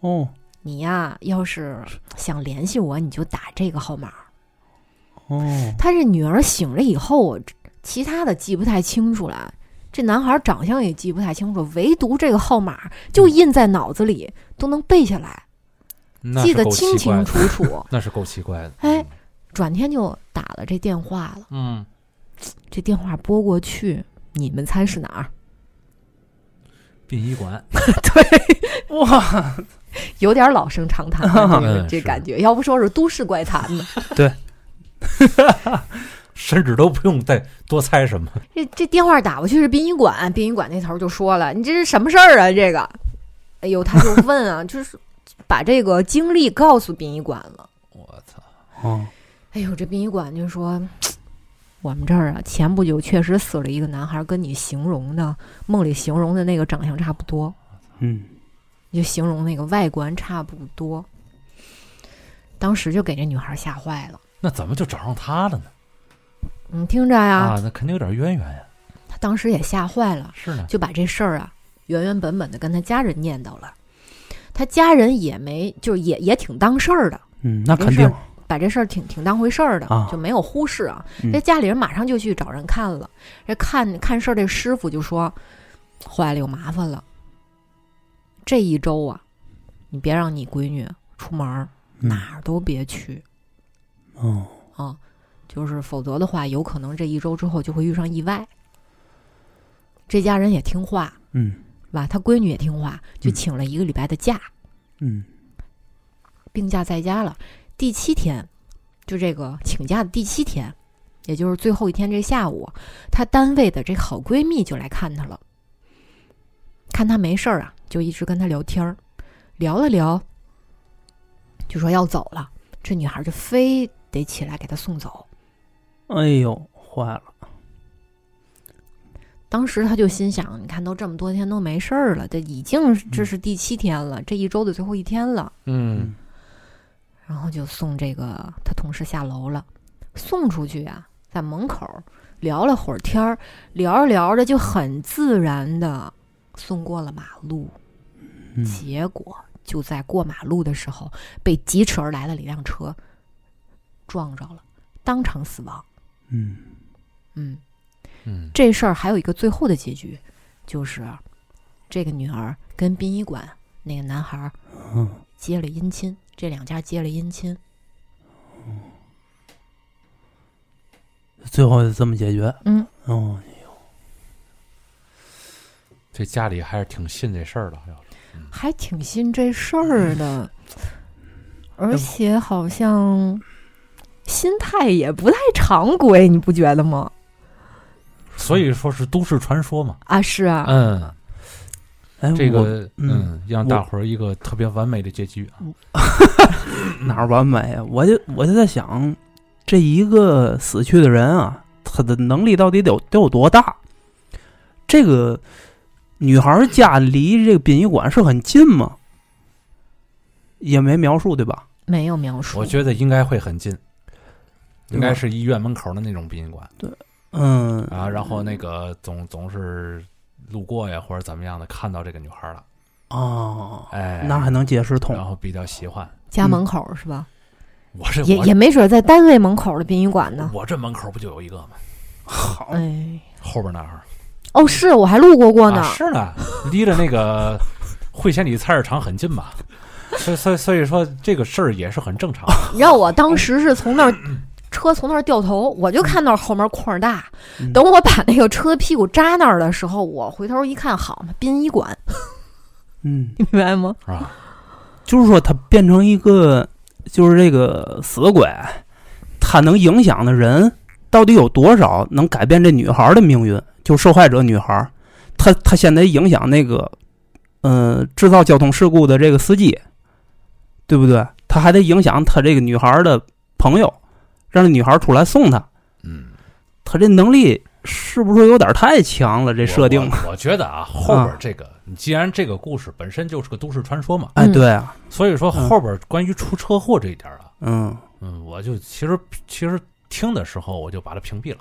[SPEAKER 3] 哦
[SPEAKER 2] 你呀，要是想联系我，你就打这个号码。
[SPEAKER 3] 哦，
[SPEAKER 2] 他这女儿醒了以后，我其他的记不太清楚了，这男孩长相也记不太清楚，唯独这个号码就印在脑子里，都能背下来，
[SPEAKER 1] 那
[SPEAKER 2] 记
[SPEAKER 1] 是
[SPEAKER 2] 得
[SPEAKER 1] 够
[SPEAKER 2] 清
[SPEAKER 1] 奇怪
[SPEAKER 2] 清
[SPEAKER 1] 的，。
[SPEAKER 2] 楚楚
[SPEAKER 1] 那是够奇怪的。
[SPEAKER 2] 哎，转天就打了这电话了，
[SPEAKER 1] 嗯，
[SPEAKER 2] 这电话拨过去，你们猜是哪儿？
[SPEAKER 1] 殡仪馆， [LAUGHS]
[SPEAKER 3] 哇，
[SPEAKER 2] 有点老生常谈
[SPEAKER 1] [LAUGHS]
[SPEAKER 2] 了，这个
[SPEAKER 1] 嗯
[SPEAKER 2] 这
[SPEAKER 1] 是
[SPEAKER 2] 感觉，要不说是都市怪谈呢。
[SPEAKER 1] 甚至都不用再多猜什么。
[SPEAKER 2] 这这电话打过去是殡仪馆，殡仪馆那头就说了：“你这是什么事儿啊？这个，哎呦，
[SPEAKER 1] [LAUGHS]
[SPEAKER 2] 他就问啊，就是把这个经历告诉殡仪馆了。
[SPEAKER 1] 我操，
[SPEAKER 3] 哦，
[SPEAKER 2] 哎呦，这殡仪馆就说，我们这儿啊，前不久确实死了一个男孩，跟你形容的梦里形容的那个长相差不多，
[SPEAKER 3] 嗯，
[SPEAKER 2] 你就形容那个外观差不多。当时就给这女孩吓坏了。
[SPEAKER 1] 那怎么就找上他了呢？
[SPEAKER 2] 你听着呀，
[SPEAKER 1] 啊，那肯定有点渊源呀。
[SPEAKER 2] 她当时也吓坏了。”
[SPEAKER 1] 是呢，
[SPEAKER 2] 就把这事儿啊原原本本的跟他家人念叨了，他家人也没就是也也挺当事儿的，
[SPEAKER 3] 嗯，那
[SPEAKER 2] 没
[SPEAKER 3] 肯
[SPEAKER 2] 事
[SPEAKER 3] 定
[SPEAKER 2] 儿，把这事儿挺挺当回事儿的，
[SPEAKER 3] 啊
[SPEAKER 2] 就没有忽视啊。
[SPEAKER 3] 嗯
[SPEAKER 2] 这家里人马上就去找人看了，这看看事儿这师傅就说：“坏了，有麻烦了，这一周啊，你别让你闺女出门儿，
[SPEAKER 3] 嗯
[SPEAKER 2] 哪儿都别去
[SPEAKER 3] 哦，
[SPEAKER 2] 啊。”就是，否则的话，有可能这一周之后就会遇上意外。这家人也听话，
[SPEAKER 3] 嗯
[SPEAKER 2] 吧，他闺女也听话，就
[SPEAKER 3] 嗯
[SPEAKER 2] 请了一个礼拜的假，
[SPEAKER 3] 嗯
[SPEAKER 2] 病假在家了。第七天，就这个请假的第七天，也就是最后一天这下午，她单位的这好闺蜜就来看她了，看她没事儿啊，就一直跟她聊天儿，聊了聊，就说要走了。这女孩就非得起来给她送走，
[SPEAKER 3] 哎呦，坏了，
[SPEAKER 2] 当时他就心想：你看，都这么多天都没事儿了，这已经这是第七天了，这一周的最后一天了。
[SPEAKER 1] 嗯，
[SPEAKER 2] 然后就送这个他同事下楼了，送出去啊，在门口聊了会儿天儿，聊着聊着就很自然的送过了马路，
[SPEAKER 3] 嗯，
[SPEAKER 2] 结果就在过马路的时候被疾驰而来的一辆车撞着了，当场死亡。
[SPEAKER 3] 嗯，
[SPEAKER 2] 嗯，
[SPEAKER 1] 嗯，
[SPEAKER 2] 这事儿还有一个最后的结局，就是这个女儿跟殡仪馆那个男孩儿
[SPEAKER 3] 嗯
[SPEAKER 2] 结了姻亲，这两家结了姻亲。
[SPEAKER 3] 最后就这么解决，
[SPEAKER 2] 嗯，
[SPEAKER 3] 哦，
[SPEAKER 1] 这家里还是挺信这事儿的，好像是
[SPEAKER 2] 还挺信这事儿的，
[SPEAKER 1] 嗯
[SPEAKER 2] 而且好像心态也不太常规，你不觉得吗？
[SPEAKER 1] 所以说是都市传说嘛。
[SPEAKER 2] 啊，是啊，
[SPEAKER 1] 嗯，
[SPEAKER 3] 哎，
[SPEAKER 1] 这
[SPEAKER 3] 我
[SPEAKER 1] 个
[SPEAKER 3] 嗯
[SPEAKER 1] 嗯，让大伙儿一个特别完美的结局啊。
[SPEAKER 3] 哪儿完美啊？我就我就在想，这一个死去的人啊，他的能力到底得有得有多大？这个女孩儿家离这个殡仪馆是很近吗？也没描述对吧？
[SPEAKER 2] 没有描述。
[SPEAKER 1] 我觉得应该会很近，应
[SPEAKER 3] 对
[SPEAKER 1] 该
[SPEAKER 3] 吧
[SPEAKER 1] 是医院门口的那种殡仪馆
[SPEAKER 3] 嗯
[SPEAKER 1] 啊。然后那个总总是路过呀，或者怎么样的，看到这个女孩了，
[SPEAKER 3] 哦，
[SPEAKER 1] 哎，
[SPEAKER 3] 那还能解释通
[SPEAKER 1] 然后比较喜欢。
[SPEAKER 2] 家门口是吧？
[SPEAKER 1] 我这
[SPEAKER 2] 也
[SPEAKER 1] 我
[SPEAKER 2] 也没准在单位门口的殡仪馆呢。
[SPEAKER 1] 我这门口不就有一个吗？
[SPEAKER 3] 好
[SPEAKER 2] 哎，
[SPEAKER 1] 后边那儿
[SPEAKER 2] 哦，是我还路过过呢
[SPEAKER 1] 啊，。是呢，离着那个会仙里菜市场很近吧？所以所以所以说这个事儿也是很正常的。
[SPEAKER 2] 你知道我当时是从那儿。车从那儿掉头，我就看到后面块儿大。
[SPEAKER 3] 嗯
[SPEAKER 2] 等我把那个车屁股扎那儿的时候，我回头一看，好嘛，殡仪馆，
[SPEAKER 3] 嗯，
[SPEAKER 2] 你明白吗？
[SPEAKER 1] 是吧？
[SPEAKER 3] 就是说他变成一个，就是这个死鬼，他能影响的人到底有多少，能改变这女孩的命运？就受害者女孩，他他现在影响那个，嗯、制造交通事故的这个司机，对不对？他还得影响他这个女孩的朋友，让这女孩出来送他。
[SPEAKER 1] 嗯，
[SPEAKER 3] 他这能力是不是有点太强了？这设定，
[SPEAKER 1] 我我我觉得啊，后边这个，你既然这个故事本身就是个都市传说嘛，
[SPEAKER 3] 哎，对啊，
[SPEAKER 1] 所以说
[SPEAKER 3] 嗯
[SPEAKER 1] 后边关于出车祸这一点啊，
[SPEAKER 3] 嗯，
[SPEAKER 1] 嗯，我就其实其实听的时候我就把它屏蔽了。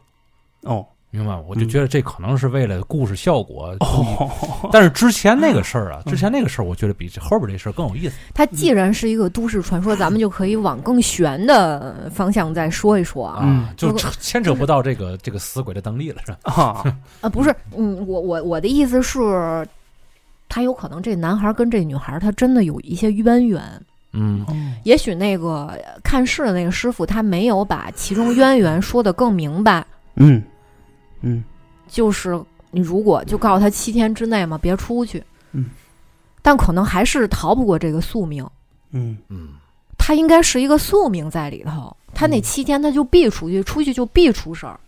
[SPEAKER 3] 哦， [LAUGHS]
[SPEAKER 1] 明白吗？我就觉得这可能是为了故事效果。
[SPEAKER 3] 哦，
[SPEAKER 1] 但是之前那个事儿啊，
[SPEAKER 3] 嗯
[SPEAKER 1] 之前那个事儿，我觉得比这后边这事儿更有意思。
[SPEAKER 2] 它既然是一个都市传说，咱们就可以往更玄的方向再说一说
[SPEAKER 1] 啊，
[SPEAKER 2] 啊。
[SPEAKER 3] 嗯
[SPEAKER 1] 就
[SPEAKER 2] 如果
[SPEAKER 1] 扯牵扯不到这个这个死鬼的能力了，是吧？
[SPEAKER 3] 啊，
[SPEAKER 2] 啊，不是，嗯，我我我的意思是，他有可能这男孩跟这女孩他真的有一些渊源。
[SPEAKER 1] 嗯
[SPEAKER 3] 嗯
[SPEAKER 2] 也许那个呃看事的那个师傅他没有把其中渊源说得更明白，
[SPEAKER 3] 嗯嗯
[SPEAKER 2] 就是你如果就告诉他七天之内嘛，别出去。
[SPEAKER 3] 嗯，
[SPEAKER 2] 但可能还是逃不过这个宿命，
[SPEAKER 3] 嗯
[SPEAKER 1] 嗯，
[SPEAKER 2] 他应该是一个宿命在里头。他那
[SPEAKER 3] 嗯
[SPEAKER 2] 七天他就必出去，出去就必出事儿。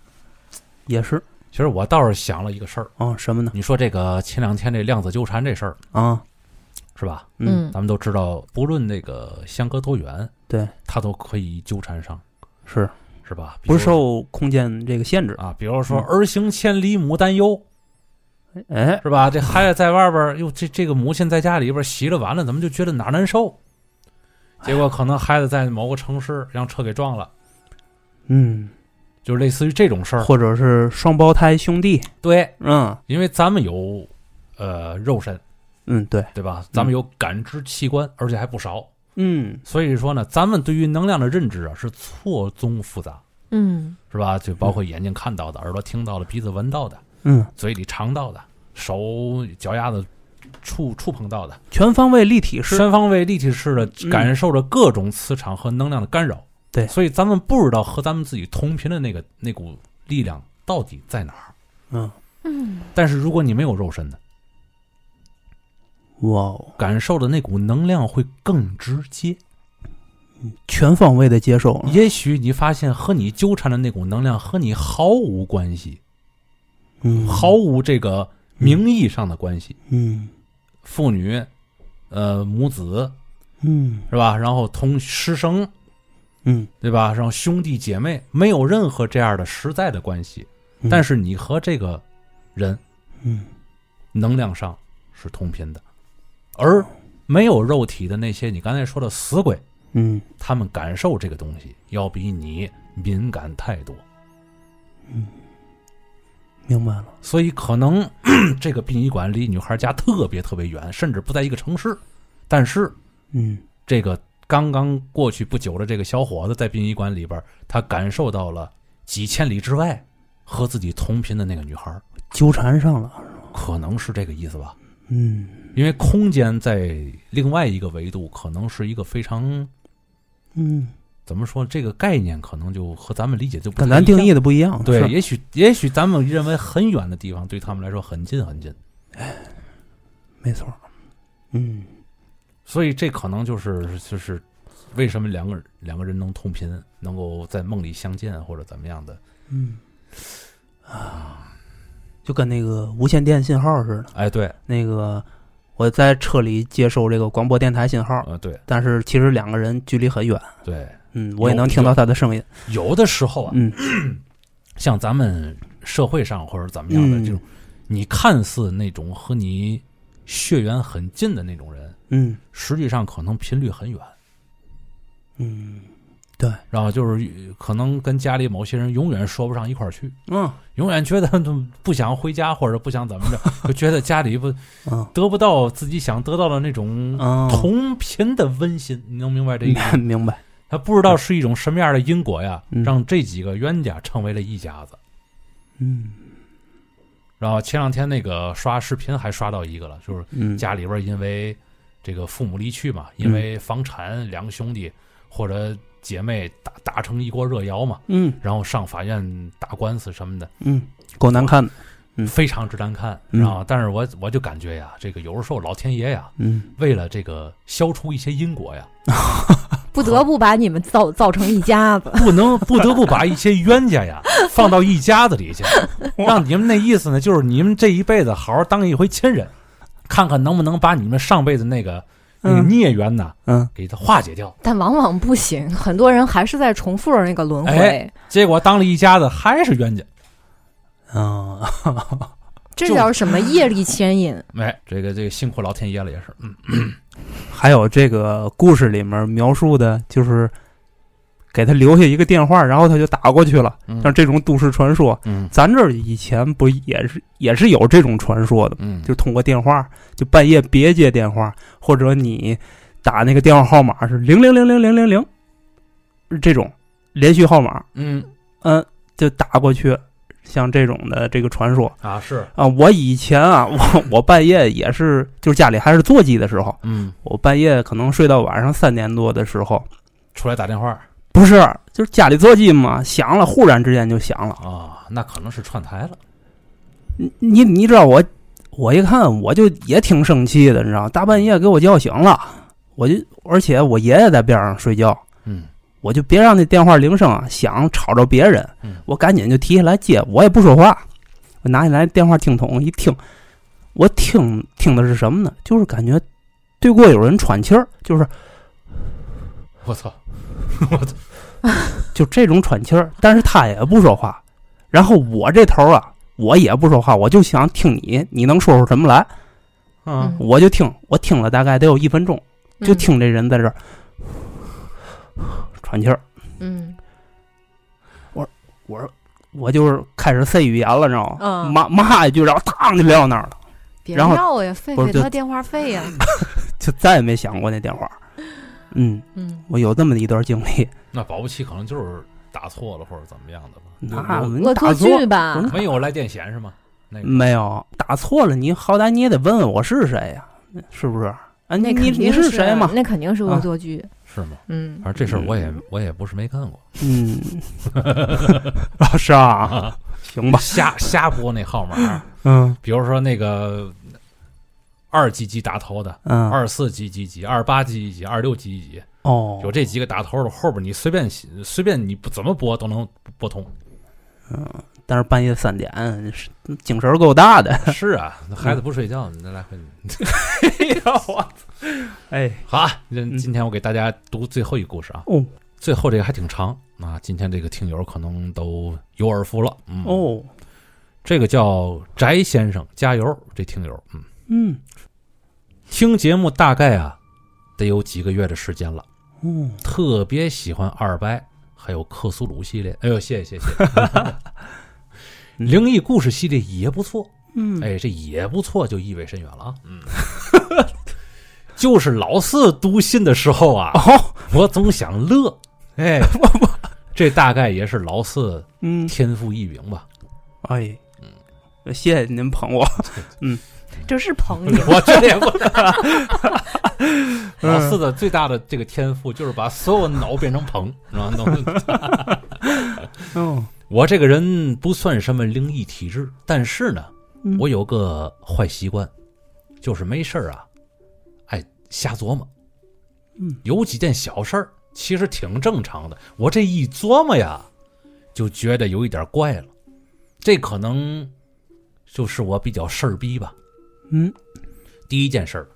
[SPEAKER 3] 也是
[SPEAKER 1] 其实我倒是想了一个事儿，
[SPEAKER 3] 啊，什么呢？
[SPEAKER 1] 你说这个前两天这量子纠缠这事儿
[SPEAKER 3] 啊，
[SPEAKER 1] 是吧？
[SPEAKER 2] 嗯
[SPEAKER 1] 咱们都知道，不论那个相隔多远，
[SPEAKER 3] 对，
[SPEAKER 1] 它都可以纠缠上，
[SPEAKER 3] 是
[SPEAKER 1] 是吧？比
[SPEAKER 3] 不
[SPEAKER 1] 如
[SPEAKER 3] 是受空间这个限制？
[SPEAKER 1] 啊，比如说
[SPEAKER 3] 嗯
[SPEAKER 1] 儿行千里母担忧，
[SPEAKER 3] 哎，
[SPEAKER 1] 是吧？这孩子在外边儿，哟，这这个母亲在家里边儿洗了碗了，怎么就觉得哪儿难受？结果可能孩子在某个城市让车给撞了，
[SPEAKER 3] 嗯，
[SPEAKER 1] 就是类似于这种事儿。
[SPEAKER 3] 或者是双胞胎兄弟，
[SPEAKER 1] 对，
[SPEAKER 3] 嗯
[SPEAKER 1] 因为咱们有呃肉身，
[SPEAKER 3] 嗯，对，
[SPEAKER 1] 对吧？咱们有感知器官，而且还不少。
[SPEAKER 3] 嗯
[SPEAKER 1] 所以说呢，咱们对于能量的认知啊是错综复杂，
[SPEAKER 2] 嗯，
[SPEAKER 1] 是吧？就包括眼睛看到的、耳朵听到的、鼻子闻到的、
[SPEAKER 3] 嗯，
[SPEAKER 1] 嘴里尝到的、手脚丫子触触碰到的。
[SPEAKER 3] 全方位立体式，
[SPEAKER 1] 全方位立体式的
[SPEAKER 3] 嗯
[SPEAKER 1] 感受着各种磁场和能量的干扰。
[SPEAKER 3] 对
[SPEAKER 1] 所以咱们不知道和咱们自己同频的那个那股力量到底在哪儿。
[SPEAKER 3] 嗯，
[SPEAKER 2] 嗯，
[SPEAKER 1] 但是如果你没有肉身呢，
[SPEAKER 3] 哇哦，
[SPEAKER 1] 感受的那股能量会更直接。
[SPEAKER 3] 全方位的接受了，
[SPEAKER 1] 也许你发现和你纠缠的那股能量和你毫无关系，
[SPEAKER 3] 嗯，
[SPEAKER 1] 毫，无这个名义上的关系。
[SPEAKER 3] 嗯
[SPEAKER 1] 父女，呃，母子
[SPEAKER 3] 嗯
[SPEAKER 1] 是吧？然后同师生
[SPEAKER 3] 嗯，
[SPEAKER 1] 对吧？然后兄弟姐妹没有任何这样的实在的关系。但是
[SPEAKER 3] 是，
[SPEAKER 1] 你和这个人
[SPEAKER 3] 嗯
[SPEAKER 1] 能量上是同频的，而没有肉体的那些你刚才说的死鬼，
[SPEAKER 3] 嗯
[SPEAKER 1] 他们感受这个东西要比你敏感太多，
[SPEAKER 3] 嗯，明白了，
[SPEAKER 1] 所以可能 [CLEARS THROAT] 咳这个殡仪馆离女孩家特别特别远，甚至不在一个城市，但是
[SPEAKER 3] 嗯
[SPEAKER 1] 这个刚刚过去不久的这个小伙子在殡仪馆里边，他感受到了几千里之外和自己同频的那个女孩，
[SPEAKER 3] 纠缠上了，
[SPEAKER 1] 可能是这个意思吧。
[SPEAKER 3] 嗯
[SPEAKER 1] 因为空间在另外一个维度，可能是一个非常
[SPEAKER 3] 嗯，
[SPEAKER 1] 怎么说，这个概念可能就和咱们理解就不
[SPEAKER 3] 跟
[SPEAKER 1] 太
[SPEAKER 3] 咱定
[SPEAKER 1] 一
[SPEAKER 3] 义
[SPEAKER 1] 样。
[SPEAKER 3] 的不一样，
[SPEAKER 1] 对，
[SPEAKER 3] 是，
[SPEAKER 1] 也许也许咱们认为很远的地方，对他们来说很近很近，
[SPEAKER 3] 没错，嗯
[SPEAKER 1] 所以这可能就是就是为什么两个人两个人能同频，能够在梦里相见或者怎么样的。
[SPEAKER 3] 嗯啊，就跟那个无线电信号似的，
[SPEAKER 1] 哎，对，
[SPEAKER 3] 那个我在车里接收这个广播电台信号，
[SPEAKER 1] 呃，对
[SPEAKER 3] 但是其实两个人距离很远，
[SPEAKER 1] 对，
[SPEAKER 3] 嗯，我也能听到他的声音，
[SPEAKER 1] 有的时候啊，
[SPEAKER 3] 嗯
[SPEAKER 1] 像咱们社会上或者怎么样的
[SPEAKER 3] 嗯
[SPEAKER 1] 这种，你看似那种和你血缘很近的那种人。
[SPEAKER 3] 嗯
[SPEAKER 1] 实际上可能频率很远，
[SPEAKER 3] 嗯
[SPEAKER 1] 然后就是呃可能跟家里某些人永远说不上一块儿去，
[SPEAKER 3] 嗯
[SPEAKER 1] 永远觉得不想回家或者不想怎么
[SPEAKER 3] [LAUGHS]
[SPEAKER 1] 着，就觉得家里不
[SPEAKER 3] 嗯
[SPEAKER 1] 得不到自己想得到的那种
[SPEAKER 3] 嗯，
[SPEAKER 1] 同频的温馨，你能明白这意思？
[SPEAKER 3] 明明白，
[SPEAKER 1] 他不知道是一种什么样的因果呀，
[SPEAKER 3] 嗯
[SPEAKER 1] 让这几个冤家成为了一家子。
[SPEAKER 3] 嗯
[SPEAKER 1] 然后前两天那个刷视频还刷到一个了，就是
[SPEAKER 3] 嗯，
[SPEAKER 1] 家里边儿因为这个父母离去嘛，因为房产，两个兄弟或者姐妹打打成一锅热窑嘛，
[SPEAKER 3] 嗯
[SPEAKER 1] 然后上法院打官司什么的，
[SPEAKER 3] 嗯，够难看的，嗯
[SPEAKER 1] 非常之难看。
[SPEAKER 3] 嗯
[SPEAKER 1] 然后，但是我我就感觉呀，这个有时候老天爷呀，
[SPEAKER 3] 嗯，
[SPEAKER 1] 为了这个消除一些因果呀，
[SPEAKER 2] 不得不把你们造造成一家子。
[SPEAKER 1] 不能 [LAUGHS] 不得不把一些冤家呀放到一家子里
[SPEAKER 3] [LAUGHS]
[SPEAKER 1] 去，让你们那意思呢，就是你们这一辈子好好当一回亲人，看看能不能把你们上辈子那个那个
[SPEAKER 3] 嗯
[SPEAKER 1] 孽缘呐
[SPEAKER 3] 嗯
[SPEAKER 1] 给它化解掉。
[SPEAKER 2] [LAUGHS] 但往往不行，很多人还是在重复着那个轮回。
[SPEAKER 1] 哎结果当了一家子还是冤家。
[SPEAKER 3] 啊， [LAUGHS]
[SPEAKER 2] 这叫什么业力牵引？
[SPEAKER 1] 哎，这个这个辛苦老天爷了，也是，嗯，
[SPEAKER 3] 还有这个故事里面描述的，就是给他留下一个电话，然后他就打过去了。
[SPEAKER 1] 嗯
[SPEAKER 3] 像这种都市传说，
[SPEAKER 1] 嗯
[SPEAKER 3] 咱这儿以前不也是也是有这种传说的吗，
[SPEAKER 1] 嗯，
[SPEAKER 3] 就通过电话，就半夜别接电话，或者你打那个电话号码是零零零零零零零，是这种连续号码，
[SPEAKER 1] 嗯
[SPEAKER 3] 嗯，就打过去。像这种的这个传说
[SPEAKER 1] 啊是，
[SPEAKER 3] 啊，我以前啊，我 [LAUGHS] 我半夜也是，就是家里还是座机的时候，
[SPEAKER 1] 嗯，
[SPEAKER 3] 我半夜可能睡到晚上三点多的时候，
[SPEAKER 1] 出来打电话
[SPEAKER 3] 不是，就是家里座机嘛，响了，忽然之间就响了。
[SPEAKER 1] 啊，那可能是串台了，
[SPEAKER 3] 你你你知道我，我一看我就也挺生气的，你知道，大半夜给我叫醒了，我就而且我爷爷在边上睡觉，
[SPEAKER 1] 嗯
[SPEAKER 3] 我就别让那电话铃声啊响吵着别人
[SPEAKER 1] 嗯，
[SPEAKER 3] 我赶紧就提起来接，我也不说话，我拿起来电话听筒一听，我听听的是什么呢？就是感觉对过有人喘气儿，就是
[SPEAKER 1] 我操，
[SPEAKER 3] 就这种喘气儿，但是他也不说话。然后我这头啊，我也不说话，我就想听你，你能说出什么来？
[SPEAKER 2] 嗯
[SPEAKER 3] 我就听，我听了大概得有一分钟， [LAUGHS] 就
[SPEAKER 2] 嗯
[SPEAKER 3] 听这人在这儿、喘气儿。
[SPEAKER 2] 嗯
[SPEAKER 3] 我说，我就是开始塞语言了，你知道吗？
[SPEAKER 2] 嗯
[SPEAKER 3] 骂骂一句，然后当就撂那儿了，
[SPEAKER 2] 别
[SPEAKER 3] 然后
[SPEAKER 2] 要呀，费
[SPEAKER 3] 不是
[SPEAKER 2] 给
[SPEAKER 3] 就啊
[SPEAKER 2] 他电话费呀。
[SPEAKER 3] 就再也没想过那电话。嗯，
[SPEAKER 2] 嗯，
[SPEAKER 3] 我有这么一段经历，
[SPEAKER 1] 那保不齐可能就是打错了或者怎么样的吧， [LAUGHS]
[SPEAKER 3] 那
[SPEAKER 1] 有
[SPEAKER 3] 你
[SPEAKER 2] 恶
[SPEAKER 3] 打
[SPEAKER 2] 作
[SPEAKER 3] 错
[SPEAKER 2] 剧吧
[SPEAKER 3] 不是，
[SPEAKER 1] 没有来电显示吗？那个
[SPEAKER 3] 没有打错了，你好歹你也得问问我是谁呀、是不是？啊，你
[SPEAKER 2] 那
[SPEAKER 3] 你
[SPEAKER 2] 肯
[SPEAKER 3] 你
[SPEAKER 2] 定
[SPEAKER 3] 是谁嘛？
[SPEAKER 2] 那肯定是恶
[SPEAKER 3] 啊
[SPEAKER 2] 作剧。
[SPEAKER 1] 是吗？
[SPEAKER 2] 嗯
[SPEAKER 1] 反正这事儿我也我也不是没干过，
[SPEAKER 3] 嗯， [LAUGHS] 啊
[SPEAKER 1] [LAUGHS]
[SPEAKER 3] 是啊，行吧，
[SPEAKER 1] 瞎瞎拨那号码， [LAUGHS]
[SPEAKER 3] 嗯
[SPEAKER 1] 比如说那个二几几打头的，
[SPEAKER 3] 嗯，
[SPEAKER 1] 二四几几几，二八几几几，二六几几几，
[SPEAKER 3] 哦，
[SPEAKER 1] 有这几个打头的，后边你随便写随便你不怎么拨都能拨通。
[SPEAKER 3] 但是半夜三点，是精神儿够大
[SPEAKER 1] [LAUGHS]
[SPEAKER 3] 的。
[SPEAKER 1] [LAUGHS] 是啊，那孩子不睡觉，你再来回。
[SPEAKER 3] 哎，
[SPEAKER 1] [LAUGHS] 好啊，那今天我给大家读最后一故事啊，
[SPEAKER 3] 哦
[SPEAKER 1] 最后这个还挺长啊，今天这个听友可能都有耳福了。嗯，，
[SPEAKER 3] 哦，
[SPEAKER 1] 这个叫翟先生，加油！这听友，嗯，
[SPEAKER 3] 嗯
[SPEAKER 1] 听节目大概啊得有几个月的时间了。嗯
[SPEAKER 3] 哦，
[SPEAKER 1] 特别喜欢二掰，还有克苏鲁系列。哎呦，谢谢谢谢。灵异故事系列也不错，
[SPEAKER 3] 嗯，
[SPEAKER 1] 哎，这也不错，就意味深远了啊。嗯， [LAUGHS] 就是老四读信的时候啊，
[SPEAKER 3] 哦，
[SPEAKER 1] [LAUGHS] 我总想
[SPEAKER 3] [LAUGHS]
[SPEAKER 1] 乐。哎， [LAUGHS] 这大概也是老四
[SPEAKER 3] 嗯，
[SPEAKER 1] 天赋异禀吧？
[SPEAKER 3] 哎，
[SPEAKER 1] 嗯
[SPEAKER 3] 谢谢您捧我。
[SPEAKER 2] 这是朋
[SPEAKER 3] 嗯
[SPEAKER 2] 友
[SPEAKER 1] [LAUGHS] 我这也
[SPEAKER 3] [LAUGHS]
[SPEAKER 1] 不知道。老
[SPEAKER 3] 嗯
[SPEAKER 1] 四的最大的这个天赋就是把所有脑变成棚，是
[SPEAKER 3] [LAUGHS]
[SPEAKER 1] 吧？能嗯
[SPEAKER 3] 哦，
[SPEAKER 1] 我这个人不算什么灵异体质，但是呢，
[SPEAKER 3] 嗯
[SPEAKER 1] 我有个坏习惯，就是没事儿啊，爱瞎琢磨。
[SPEAKER 3] 嗯，
[SPEAKER 1] 有几件小事儿其实挺正常的，我这一琢磨呀，就觉得有一点怪了。这可能就是我比较事儿逼吧。
[SPEAKER 3] 嗯，
[SPEAKER 1] 第一件事儿，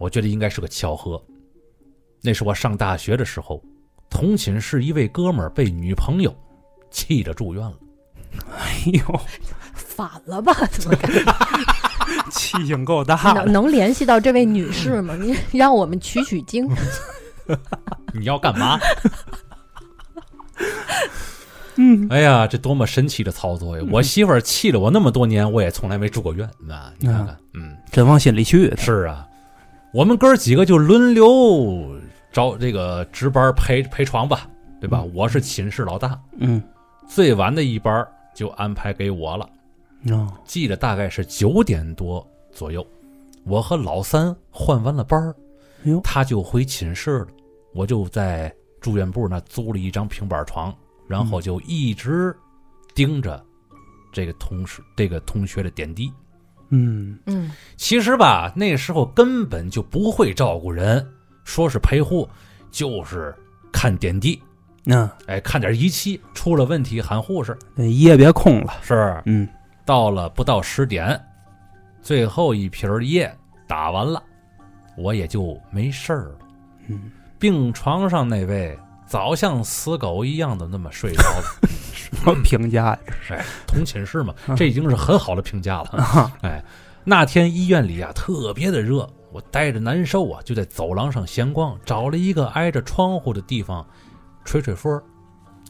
[SPEAKER 1] 我觉得应该是个巧合。那是我上大学的时候，同寝室一位哥们儿被女朋友气着住院了。
[SPEAKER 3] 哎呦，
[SPEAKER 2] 反了吧？怎么感觉
[SPEAKER 3] 气性够大
[SPEAKER 2] 能能联系到这位女士吗？你让我们取取经。
[SPEAKER 1] 你要干嘛？嗯， [LAUGHS] 哎呀，这多么神奇的操作呀！我媳妇儿气了我那么多年，我也从来没住过院。那你看看，嗯，
[SPEAKER 3] 真往心里去。
[SPEAKER 1] 是啊，我们哥儿几个就轮流招这个值班陪陪床吧，对吧？我是寝室老大，
[SPEAKER 3] 嗯，
[SPEAKER 1] 最晚的一班儿就安排给我了。
[SPEAKER 3] 哦，
[SPEAKER 1] 记得大概是九点多左右，我和老三换完了班儿
[SPEAKER 3] 哎呦，
[SPEAKER 1] 他就回寝室了，我就在住院部那租了一张平板床，然后就一直盯着这个同事、这个同学的点滴。
[SPEAKER 3] 嗯
[SPEAKER 2] 嗯
[SPEAKER 1] 其实吧，那时候根本就不会照顾人，说是陪护，就是看点滴，
[SPEAKER 3] 那
[SPEAKER 1] 哎，看点仪器，出了问题喊护士。
[SPEAKER 3] 那夜别空了。
[SPEAKER 1] 是，
[SPEAKER 3] 嗯，
[SPEAKER 1] 到了不到十点，最后一瓶儿液打完了，我也就没事儿了。
[SPEAKER 3] 嗯，
[SPEAKER 1] 病床上那位早像死狗一样的那么睡着了，
[SPEAKER 3] 什么评价呀？
[SPEAKER 1] 哎，同寝室 [LAUGHS] 嘛，这已经是很好的评价了。 [LAUGHS] 哎，那天医院里啊特别的热，我待着难受啊，就在走廊上闲逛，找了一个挨着窗户的地方，吹吹风儿，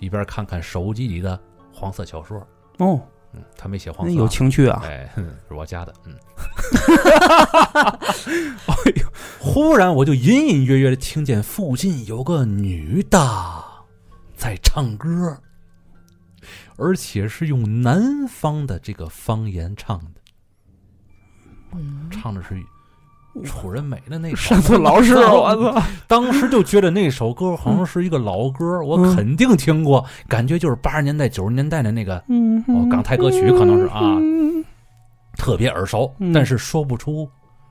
[SPEAKER 1] 一边看看手机里的黄色小说。
[SPEAKER 3] 哦，
[SPEAKER 1] 嗯，他没写黄
[SPEAKER 3] 那
[SPEAKER 1] 色啊、
[SPEAKER 3] 有情趣啊！
[SPEAKER 1] 哎，哼是我家的。嗯， [LAUGHS] 哎呦！忽然我就隐隐约约的听见附近有个女的在唱歌，而且是用南方的这个方言唱的，
[SPEAKER 2] 嗯，
[SPEAKER 1] 唱的是楚人美的那首。
[SPEAKER 3] [LAUGHS] 上次老师，我操！
[SPEAKER 1] [LAUGHS] 当时就觉得那首歌好像是一个老歌，
[SPEAKER 3] 嗯
[SPEAKER 1] 我肯定听过，感觉就是八十年代、九十年代的那个
[SPEAKER 3] 嗯，
[SPEAKER 1] 哦港台歌曲可能是啊
[SPEAKER 3] 嗯
[SPEAKER 1] 特别耳熟，
[SPEAKER 3] 嗯
[SPEAKER 1] 但是说不出，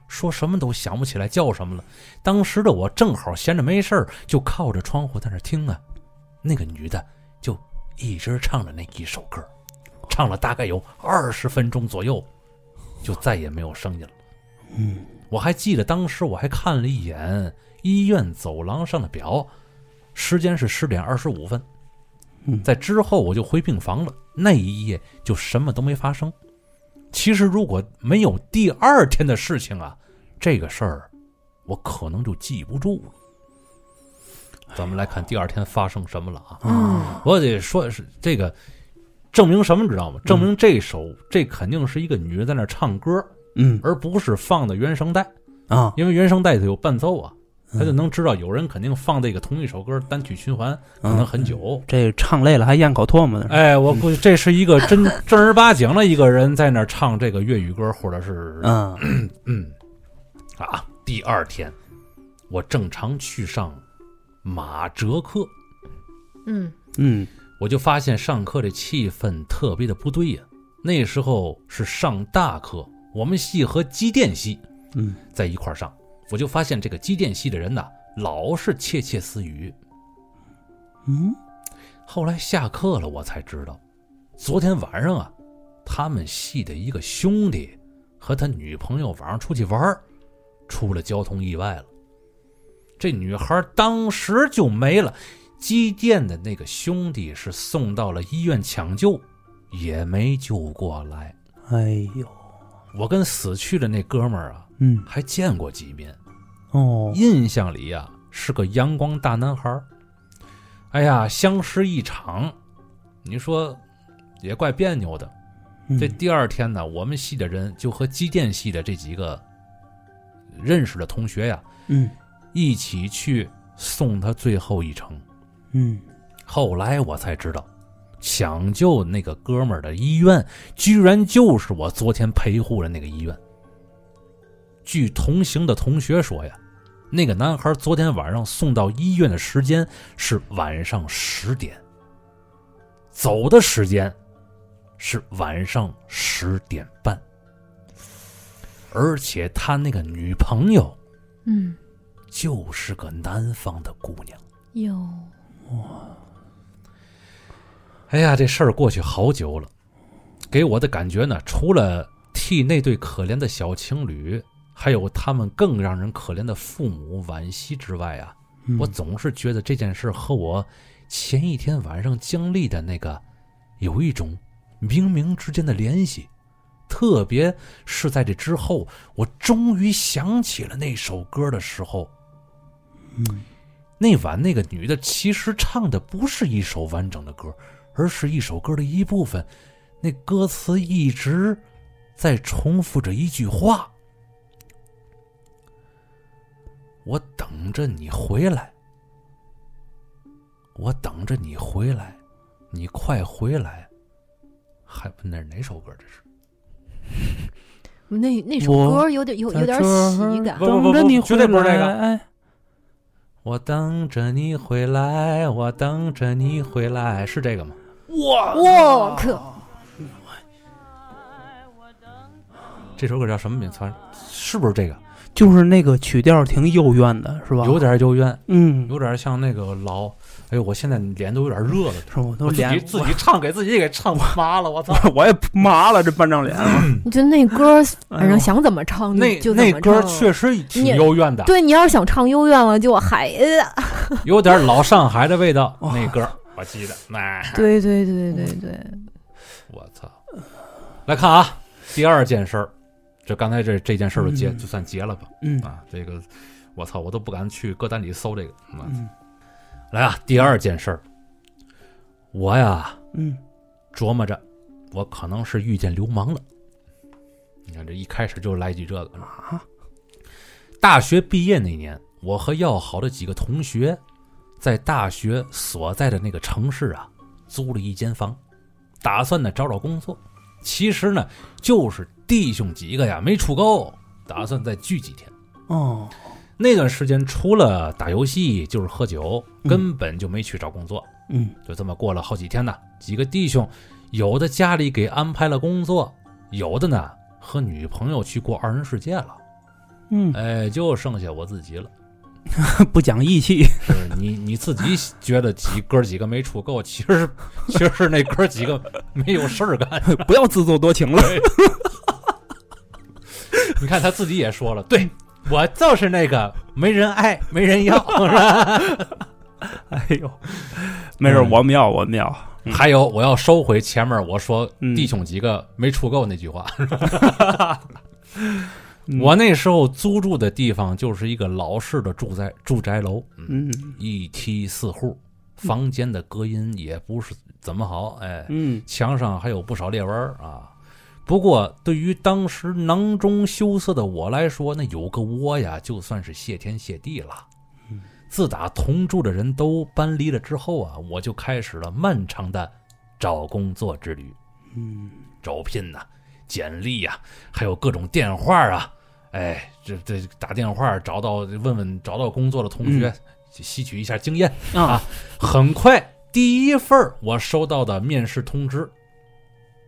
[SPEAKER 1] 说什么都想不起来叫什么了。当时的我正好闲着没事儿，就靠着窗户在那儿听啊。那个女的就一直唱着那一首歌，唱了大概有二十分钟左右，就再也没有声音了。
[SPEAKER 3] 嗯，
[SPEAKER 1] 我还记得当时我还看了一眼医院走廊上的表，时间是十点二十五分。
[SPEAKER 3] 嗯
[SPEAKER 1] 在之后我就回病房了，那一夜就什么都没发生。其实如果没有第二天的事情啊，这个事儿我可能就记不住了。咱们来看第二天发生什么了啊？
[SPEAKER 2] 嗯
[SPEAKER 1] 我得说是这个证明什么，知道吗？证明这首、这肯定是一个女人在那儿唱歌，
[SPEAKER 3] 嗯
[SPEAKER 1] 而不是放的原声带。
[SPEAKER 3] 啊，
[SPEAKER 1] 因为原声带它有伴奏啊，
[SPEAKER 3] 嗯
[SPEAKER 1] 他就能知道有人肯定放这个同一首歌单曲循环可
[SPEAKER 3] 嗯
[SPEAKER 1] 能很久。
[SPEAKER 3] 这唱累了还咽口唾沫呢。
[SPEAKER 1] [LAUGHS] 哎，我估计这是一个真正儿八经的一个人在那儿唱这个粤语歌，或者是
[SPEAKER 3] 嗯
[SPEAKER 1] 嗯啊。第二天，我正常去上马哲课，
[SPEAKER 2] 嗯
[SPEAKER 3] 嗯
[SPEAKER 1] 我就发现上课的气氛特别的不对呀、那时候是上大课，我们系和机电系
[SPEAKER 3] 嗯，
[SPEAKER 1] 在一块儿上，我就发现这个机电系的人呐，老是窃窃私语。
[SPEAKER 3] 嗯，
[SPEAKER 1] 后来下课了，我才知道，昨天晚上啊，他们系的一个兄弟和他女朋友晚上出去玩儿，出了交通意外了。这女孩当时就没了，机电的那个兄弟是送到了医院抢救，也没救过来。
[SPEAKER 3] 哎呦，
[SPEAKER 1] 我跟死去的那哥们儿啊，
[SPEAKER 3] 嗯
[SPEAKER 1] 还见过几面，
[SPEAKER 3] 哦，
[SPEAKER 1] 印象里呀、是个阳光大男孩儿。哎呀，相识一场，你说也怪别扭的。
[SPEAKER 3] 嗯
[SPEAKER 1] 这第二天呢，我们系的人就和机电系的这几个认识的同学呀，
[SPEAKER 3] 嗯
[SPEAKER 1] 一起去送他最后一程。
[SPEAKER 3] 嗯，
[SPEAKER 1] 后来我才知道，抢救那个哥们儿的医院，居然就是我昨天陪护的那个医院。据同行的同学说呀，那个男孩昨天晚上送到医院的时间是晚上十点，走的时间是晚上十点半，而且他那个女朋友
[SPEAKER 2] 嗯，
[SPEAKER 1] 就是个南方的姑娘。
[SPEAKER 2] 哟，
[SPEAKER 1] 哎呀，这事儿过去好久了，给我的感觉呢，除了替那对可怜的小情侣，还有他们更让人可怜的父母惋惜之外啊，
[SPEAKER 3] 嗯
[SPEAKER 1] 我总是觉得这件事和我前一天晚上经历的那个有一种冥冥之间的联系。特别是在这之后，我终于想起了那首歌的时候，
[SPEAKER 3] 嗯
[SPEAKER 1] 那晚那个女的其实唱的不是一首完整的歌，而是一首歌的一部分。那歌词一直在重复着一句话：“我等着你回来，我等着你回来，你快回来。”还那是哪首歌？这是
[SPEAKER 2] 那那首
[SPEAKER 3] 我
[SPEAKER 2] 歌有点有有点喜感
[SPEAKER 1] 不，不不
[SPEAKER 3] 等着你
[SPEAKER 1] 绝对不是那个
[SPEAKER 3] 回来哎，
[SPEAKER 1] 我等着你回来，我等着你回来，是这个吗？
[SPEAKER 3] 哇
[SPEAKER 2] 哇可
[SPEAKER 1] 这首歌叫什么名字？是不是这个？
[SPEAKER 3] 就是那个曲调挺幽怨的，是吧？
[SPEAKER 1] 有，点幽怨，
[SPEAKER 3] 嗯，
[SPEAKER 1] 有点像那个老，哎呦，我现在脸都有点热了，
[SPEAKER 3] 是我都
[SPEAKER 1] 我自己
[SPEAKER 3] 脸
[SPEAKER 1] 自己唱给自己给唱麻了，我
[SPEAKER 2] [LAUGHS]
[SPEAKER 1] 操！
[SPEAKER 3] [LAUGHS] 我我也麻了，这半张脸，
[SPEAKER 2] 你就那歌儿，
[SPEAKER 3] 哎
[SPEAKER 2] 反
[SPEAKER 3] 呦
[SPEAKER 2] 正想怎么唱
[SPEAKER 1] 那
[SPEAKER 2] 就就怎
[SPEAKER 1] 那
[SPEAKER 2] 么
[SPEAKER 1] 歌
[SPEAKER 2] 唱。
[SPEAKER 1] 确实挺
[SPEAKER 2] 你
[SPEAKER 1] 幽怨的，
[SPEAKER 2] 对你要是想唱幽怨了，就海，
[SPEAKER 1] 有点老上海的味
[SPEAKER 2] [LAUGHS]
[SPEAKER 1] 道。
[SPEAKER 3] 哇
[SPEAKER 1] 那歌我记得，那
[SPEAKER 2] 对对对对对，
[SPEAKER 1] 我操！来看啊，第二件事儿，就刚才这这件事儿就结
[SPEAKER 3] 嗯
[SPEAKER 1] 就算结了吧
[SPEAKER 3] 嗯
[SPEAKER 1] 啊，这个我操，我都不敢去歌单里搜这个。嗯
[SPEAKER 3] 嗯
[SPEAKER 1] 来啊，第二件事儿，我呀
[SPEAKER 3] 嗯
[SPEAKER 1] 琢磨着，我可能是遇见流氓了。你看这一开始就来句这个。
[SPEAKER 3] 啊，
[SPEAKER 1] 大学毕业那年，我和要好的几个同学，在大学所在的那个城市啊，租了一间房，打算呢找找工作。其实呢，就是弟兄几个呀没处够，打算再聚几天。
[SPEAKER 3] 哦，
[SPEAKER 1] 那段时间除了打游戏就是喝酒，
[SPEAKER 3] 嗯
[SPEAKER 1] 根本就没去找工作。
[SPEAKER 3] 嗯
[SPEAKER 1] 就这么过了好几天呢，几个弟兄，有的家里给安排了工作，有的呢和女朋友去过二人世界了，
[SPEAKER 3] 嗯，
[SPEAKER 1] 哎，就剩下我自己了。
[SPEAKER 3] 不讲义气， [LAUGHS]
[SPEAKER 1] 是你你自己觉得几哥几个没处够，其实其实是那哥几个没有事儿干。
[SPEAKER 3] 不要自作多情了。
[SPEAKER 1] 你看他自己也说了，对我就是那个没人爱、没人要，是吧？
[SPEAKER 3] [LAUGHS] 哎呦，没事儿，
[SPEAKER 1] 嗯
[SPEAKER 3] 我们要，我们要，嗯
[SPEAKER 1] 还有，我要收回前面我说
[SPEAKER 3] 嗯
[SPEAKER 1] 弟兄几个没处够那句话。
[SPEAKER 3] 嗯
[SPEAKER 1] 我那时候租住的地方就是一个老式的住宅住宅楼，嗯
[SPEAKER 3] 嗯
[SPEAKER 1] 一梯四户，房间的隔音也不是怎么好，哎，
[SPEAKER 3] 嗯
[SPEAKER 1] 墙上还有不少裂纹儿啊。不过对于当时囊中羞涩的我来说，那有个窝呀，就算是谢天谢地了。自打同住的人都搬离了之后啊，我就开始了漫长的找工作之旅。
[SPEAKER 3] 嗯，
[SPEAKER 1] 招聘呐、简历呀、还有各种电话啊，哎，这这打电话找到问问找到工作的同学，吸取一下经验
[SPEAKER 3] 啊。
[SPEAKER 1] 很快，第一份儿我收到的面试通知，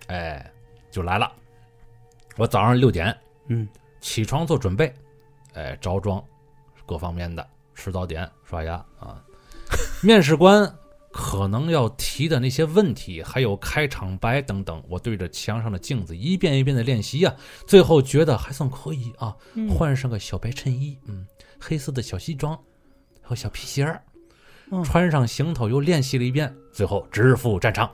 [SPEAKER 1] 哎，就来了。我早上六点
[SPEAKER 3] 嗯
[SPEAKER 1] 起床做准备，哎，着装，各方面的，吃早点，刷牙啊。 [LAUGHS] 面试官可能要提的那些问题，还有开场白等等，我对着墙上的镜子一遍一遍的练习呀、最后觉得还算可以啊，换上个小白衬衣，嗯，黑色的小西装，还有小皮鞋儿，
[SPEAKER 3] 嗯
[SPEAKER 1] 穿上行头又练习了一遍，最后直赴战场。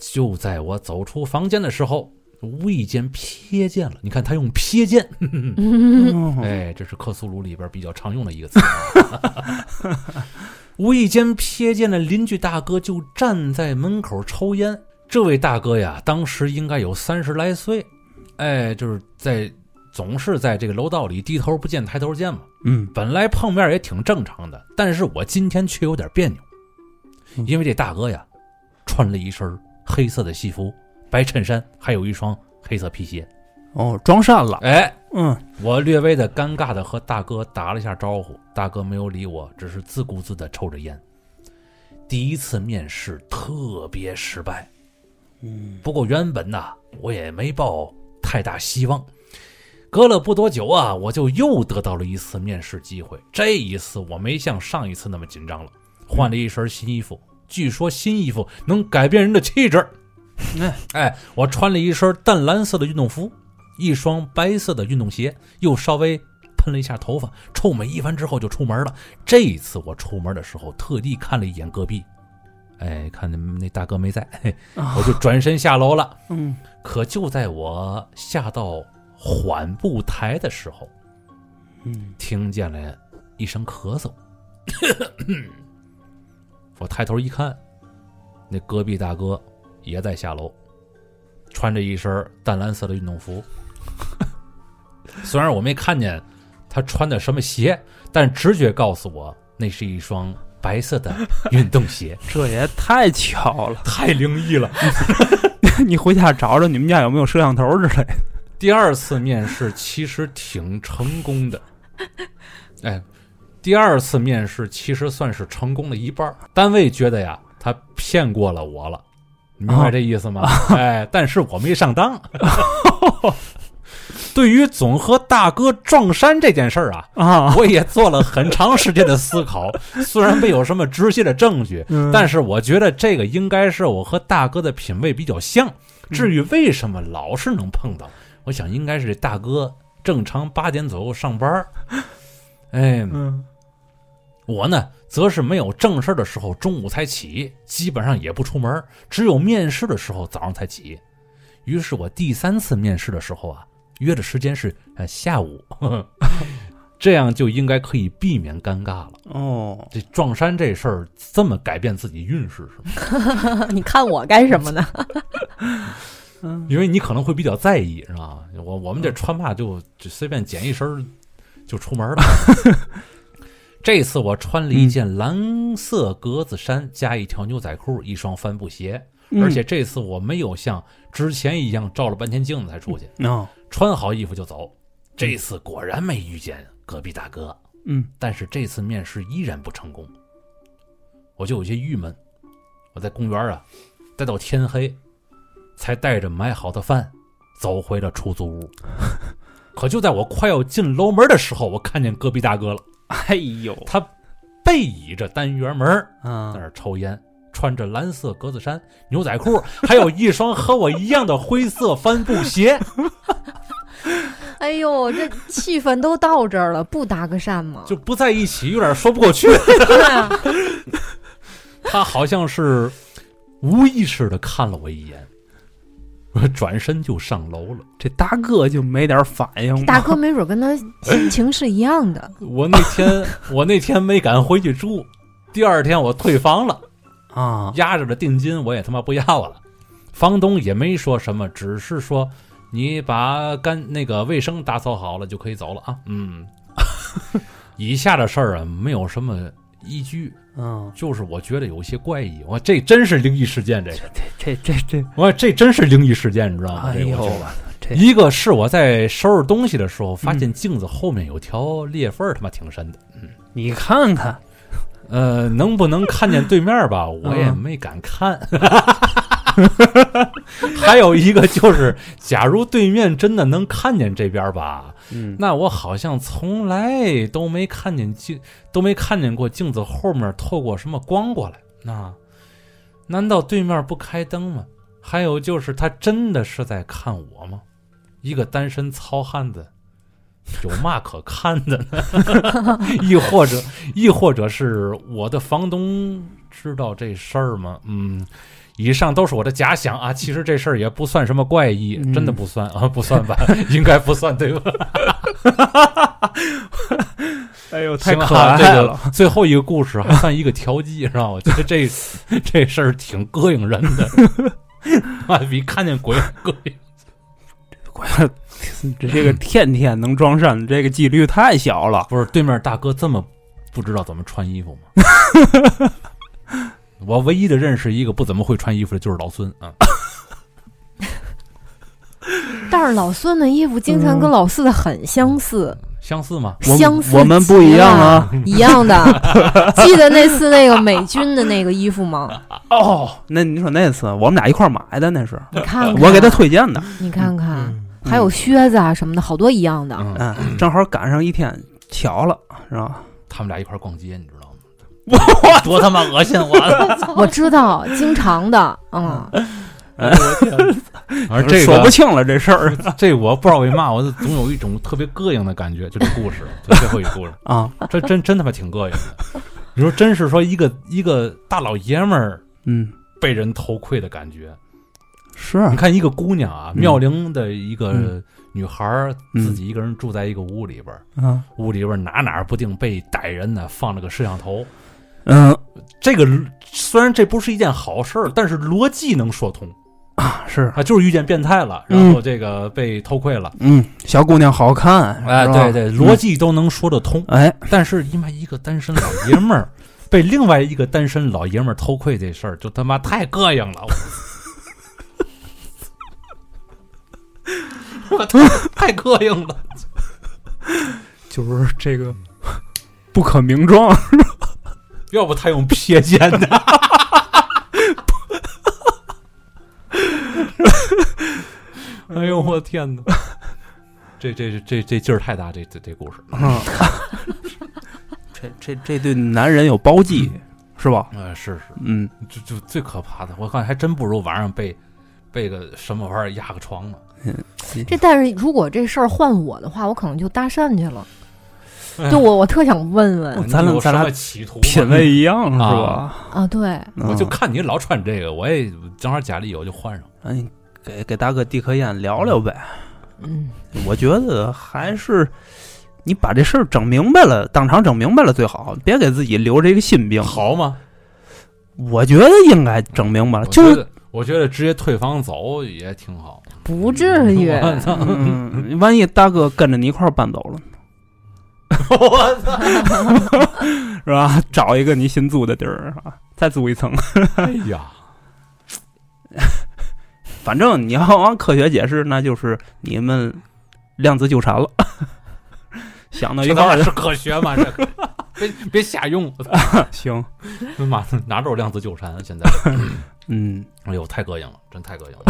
[SPEAKER 1] 就在我走出房间的时候，无意间瞥见了，你看他用瞥见，
[SPEAKER 3] 嗯
[SPEAKER 1] 哎，这是克苏鲁里边比较常用的一个词啊。无意间瞥见了邻居大哥就站在门口抽烟。这位大哥呀，当时应该有三十来岁，哎，就是在总是在这个楼道里低头不见抬头见嘛。
[SPEAKER 3] 嗯
[SPEAKER 1] 本来碰面也挺正常的，但是我今天却有点别扭，
[SPEAKER 3] 嗯
[SPEAKER 1] 因为这大哥呀，穿了一身黑色的西服、白衬衫，还有一双黑色皮鞋。
[SPEAKER 3] 哦，装善了。
[SPEAKER 1] 哎，
[SPEAKER 3] 嗯
[SPEAKER 1] 我略微的尴尬的和大哥打了一下招呼，大哥没有理我，只是自顾自的抽着烟。第一次面试特别失败，
[SPEAKER 3] 嗯
[SPEAKER 1] 不过原本呐、我也没抱太大希望。隔了不多久啊，我就又得到了一次面试机会。这一次我没像上一次那么紧张了，换了一身新衣服。据说新衣服能改变人的气质。哎，我穿了一身淡蓝色的运动服，一双白色的运动鞋，又稍微喷了一下头发，臭美一番之后就出门了。这一次我出门的时候，特地看了一眼隔壁，哎，看见那大哥没在，嘿
[SPEAKER 3] 啊
[SPEAKER 1] 我就转身下楼了。
[SPEAKER 3] 嗯
[SPEAKER 1] 可就在我下到缓步台的时候，
[SPEAKER 3] 嗯，
[SPEAKER 1] 听见了一声咳嗽。 [COUGHS] 我抬头一看，那隔壁大哥也在下楼，穿着一身淡蓝色的运动服。 [LAUGHS] 虽然我没看见他穿的什么鞋，但直觉告诉我那是一双白色的运动鞋
[SPEAKER 3] 这也太巧了。
[SPEAKER 1] [LAUGHS]
[SPEAKER 3] [LAUGHS]
[SPEAKER 1] 太灵异了。
[SPEAKER 3] 你回家找找你们家有没有摄像头之类的。
[SPEAKER 1] 第二次面试其实挺成功的，哎，第二次面试其实算是成功了一半儿。单位觉得呀，他骗过了我了，你明白这意思吗？哎，但是我没上当。 [LAUGHS] 对于总和大哥撞衫这件事儿啊，
[SPEAKER 3] [LAUGHS] 啊，
[SPEAKER 1] 我也做了很长时间的思考，虽然没有什么直接的证据，
[SPEAKER 3] 嗯
[SPEAKER 1] 但是我觉得这个应该是我和大哥的品味比较像。至于为什么老是能碰到，我想应该是这大哥正常八点左右上班儿。哎，
[SPEAKER 3] 嗯
[SPEAKER 1] 我呢，则是没有正事儿的时候中午才起，基本上也不出门儿，只有面试的时候早上才起。于是我第三次面试的时候啊，约的时间是呃下午。 [LAUGHS] 这样就应该可以避免尴尬了。
[SPEAKER 3] 哦，
[SPEAKER 1] 这撞衫这事儿这么改变自己运势是吗？
[SPEAKER 2] 你看我干什么呢？
[SPEAKER 3] 嗯，
[SPEAKER 1] 因为你可能会比较在意，是吧？我我们这穿嘛就就随便捡一身儿就出门了。这次我穿了一件蓝色格子衫，加一条牛仔裤，一双帆布鞋，
[SPEAKER 3] 嗯
[SPEAKER 1] 而且这次我没有像之前一样照了半天镜子才出去，
[SPEAKER 3] 哦，
[SPEAKER 1] 穿好衣服就走。这次果然没遇见隔壁大哥，
[SPEAKER 3] 嗯
[SPEAKER 1] 但是这次面试依然不成功，我就有些郁闷。我在公园啊，待到天黑，才带着买好的饭走回了出租屋。可就在我快要进楼门的时候，我看见隔壁大哥了，
[SPEAKER 3] 哎呦
[SPEAKER 1] 他背倚着单元门儿在
[SPEAKER 3] 啊
[SPEAKER 1] 那，儿抽烟，穿着蓝色格子衫、牛仔裤，还有一双和我一样的灰色帆布鞋。
[SPEAKER 2] 哎呦，这气氛都到这儿了，不搭个讪吗？
[SPEAKER 1] 就不在一起，有点说不过去。
[SPEAKER 2] 对啊，
[SPEAKER 1] 他好像是无意识的看了我一眼，我转身就上楼了。
[SPEAKER 3] 这大哥就没点反应吗？
[SPEAKER 2] 大哥没准跟他心情是一样的。
[SPEAKER 1] 我那 [LAUGHS] 天我那天没敢回去住，第二天我退房了，
[SPEAKER 3] 啊，
[SPEAKER 1] 压着的定金我也他妈不要了，房东也没说什么，只是说你把干那个卫生打扫好了就可以走了啊。嗯， [LAUGHS] 以下的事儿啊没有什么依据，
[SPEAKER 3] 嗯，
[SPEAKER 1] 就是我觉得有些怪异，我这真是灵异事件这个。
[SPEAKER 3] 这这这，
[SPEAKER 1] 我这真是灵异事件，你知道吗？
[SPEAKER 3] 哎
[SPEAKER 1] 这个
[SPEAKER 3] 呦
[SPEAKER 1] 啊我觉得
[SPEAKER 3] 这
[SPEAKER 1] 一个是我在收拾东西的时候，发现镜子后面有条裂缝儿，他妈挺深的。
[SPEAKER 3] 你看看，
[SPEAKER 1] 呃，能不能看见对面吧？我也没敢看。 [LAUGHS] 还有一个就是，假如对面真的能看见这边吧，
[SPEAKER 3] 嗯，
[SPEAKER 1] 那我好像从来都没看见镜，都没看见过镜子后面透过什么光过来。那难道对面不开灯吗？还有就是，他真的是在看我吗？一个单身糙汉子，有嘛可看的呢？
[SPEAKER 3] [LAUGHS]
[SPEAKER 1] 亦或者，亦或者是我的房东知道这事儿吗？嗯，以上都是我的假想啊。其实这事儿也不算什么怪异，
[SPEAKER 3] 嗯
[SPEAKER 1] 真的不算啊，不算吧？ [LAUGHS] 应该不算对吧？
[SPEAKER 3] 哎呦，太
[SPEAKER 1] 行
[SPEAKER 3] 可
[SPEAKER 1] 啊
[SPEAKER 3] 爱
[SPEAKER 1] 这
[SPEAKER 3] 了，
[SPEAKER 1] [LAUGHS] 个最后一个故事还算一个调剂，是吧？我 [LAUGHS] 觉得这这事儿挺膈应人的， [LAUGHS] 啊，比看见鬼还膈应。
[SPEAKER 3] [LAUGHS] 这这个天天能撞衫，这个几率太小了。
[SPEAKER 1] 不是对面大哥这么不知道怎么穿衣服吗？ [LAUGHS] 我唯一的认识一个不怎么会穿衣服的，就是老孙啊。
[SPEAKER 2] 但是老孙的衣服经常跟老四的很相似，
[SPEAKER 1] 相似吗？
[SPEAKER 3] 嗯我们
[SPEAKER 2] 相似
[SPEAKER 3] 我们不一样啊
[SPEAKER 2] 极了，一样的。 [LAUGHS] 记得那次那个美军的那个衣服吗？
[SPEAKER 3] 哦，那你说那次我们俩一块儿买的，那是
[SPEAKER 2] 你看看，
[SPEAKER 3] 我给他，推荐的，
[SPEAKER 2] 你看看，
[SPEAKER 3] 嗯
[SPEAKER 2] 还有靴子啊什么的，好多一样的。
[SPEAKER 3] [LAUGHS]
[SPEAKER 1] 嗯，
[SPEAKER 3] 嗯，正好赶上一天，巧了，是吧？
[SPEAKER 1] 他们俩一块儿逛街，你知
[SPEAKER 3] [LAUGHS]
[SPEAKER 1] 道吗？我多他妈恶心我！
[SPEAKER 2] 我知道，经常的，嗯，
[SPEAKER 1] 而这
[SPEAKER 3] 说
[SPEAKER 1] 个
[SPEAKER 3] 不清了这事
[SPEAKER 1] [LAUGHS]
[SPEAKER 3] 儿
[SPEAKER 1] 这我不知道为嘛，我总有一种特别膈应的感觉。就这故事，就最后一故事。
[SPEAKER 3] 啊，
[SPEAKER 1] 这真真他妈挺膈应的。你说真是说一个一个大老爷们儿
[SPEAKER 3] 嗯，
[SPEAKER 1] 被人偷窥的感觉。
[SPEAKER 3] 是
[SPEAKER 1] 你看一个姑娘啊，
[SPEAKER 3] 嗯
[SPEAKER 1] 妙龄的一个
[SPEAKER 3] 嗯
[SPEAKER 1] 女孩儿，
[SPEAKER 3] 嗯
[SPEAKER 1] 自己一个人住在一个屋里边儿，
[SPEAKER 3] 啊，
[SPEAKER 1] 屋里边儿哪哪不定被逮人呢，放了个摄像头。
[SPEAKER 3] 嗯
[SPEAKER 1] 这个虽然这不是一件好事儿，但是逻辑能说通
[SPEAKER 3] 啊，是，
[SPEAKER 1] 啊，就是遇见变态了，
[SPEAKER 3] 嗯
[SPEAKER 1] 然后这个被偷窥了，
[SPEAKER 3] 嗯，小姑娘好看，
[SPEAKER 1] 哎，
[SPEAKER 3] 是吧
[SPEAKER 1] 对对，逻，辑都能说得通。
[SPEAKER 3] 嗯哎，
[SPEAKER 1] 但是因为一个单身老爷们 [LAUGHS] 儿被另外一个单身老爷们儿偷窥这事儿，就他妈太膈应了。我 [LAUGHS] 我太太膈应了，
[SPEAKER 3] 就是这个不可名状，
[SPEAKER 1] 要不他用瞥见的。 [LAUGHS] 哎呦我天哪！这这这这劲儿太大，这这这故事
[SPEAKER 3] 嗯， [LAUGHS] 这这这对男人有
[SPEAKER 1] 嗯
[SPEAKER 3] 包庇，是吧？
[SPEAKER 1] 啊、是是，
[SPEAKER 3] 嗯，
[SPEAKER 1] 就就最可怕的，我看还真不如晚上被被个什么玩意儿压个床呢。
[SPEAKER 2] 这但是如果这事儿换我的话，我可能就搭讪去了
[SPEAKER 1] 哎。
[SPEAKER 2] 就我我特想问
[SPEAKER 3] 我
[SPEAKER 2] 问
[SPEAKER 3] 咱俩
[SPEAKER 1] 你有
[SPEAKER 3] 咱
[SPEAKER 1] 什
[SPEAKER 3] 俩
[SPEAKER 1] 么企图吗
[SPEAKER 3] 品味，一样是吧
[SPEAKER 1] 啊？
[SPEAKER 2] 啊，对，
[SPEAKER 1] [LAUGHS] 我就
[SPEAKER 3] 嗯
[SPEAKER 1] 看你老穿这个，我也正好家里有就换上。
[SPEAKER 3] 哎，给给大哥递颗烟聊聊呗。
[SPEAKER 2] 嗯，
[SPEAKER 3] 我觉得还是你把这事儿整明白了，当场整明白了最好，别给自己留着一个心病。
[SPEAKER 1] 好嘛，
[SPEAKER 3] 我觉得应该整明白了，
[SPEAKER 1] 我
[SPEAKER 3] 啊就
[SPEAKER 1] 觉
[SPEAKER 3] 是
[SPEAKER 1] 得我觉得直接退房走也挺好。
[SPEAKER 2] 不至
[SPEAKER 3] [LAUGHS]
[SPEAKER 1] [LAUGHS]
[SPEAKER 2] 于。
[SPEAKER 1] 我操！
[SPEAKER 3] 嗯，万一大哥跟着你一块儿搬走了呢，
[SPEAKER 1] [LAUGHS] 我操！
[SPEAKER 3] [LAUGHS] 是吧？找一个你新租的地儿，是吧？再租一层。
[SPEAKER 1] 哎呀，
[SPEAKER 3] 反正你要往科学解释，那就是你们量子纠缠了， [LAUGHS] 想到一
[SPEAKER 1] 这
[SPEAKER 3] 块
[SPEAKER 1] 他妈
[SPEAKER 3] 儿去
[SPEAKER 1] [LAUGHS] 是科学吗？这个别别瞎用！ [LAUGHS] 我操
[SPEAKER 3] 行，
[SPEAKER 1] 妈的，哪都是量子纠缠啊！现在，
[SPEAKER 3] 嗯，
[SPEAKER 1] 哎呦，太膈应了，真太膈应了，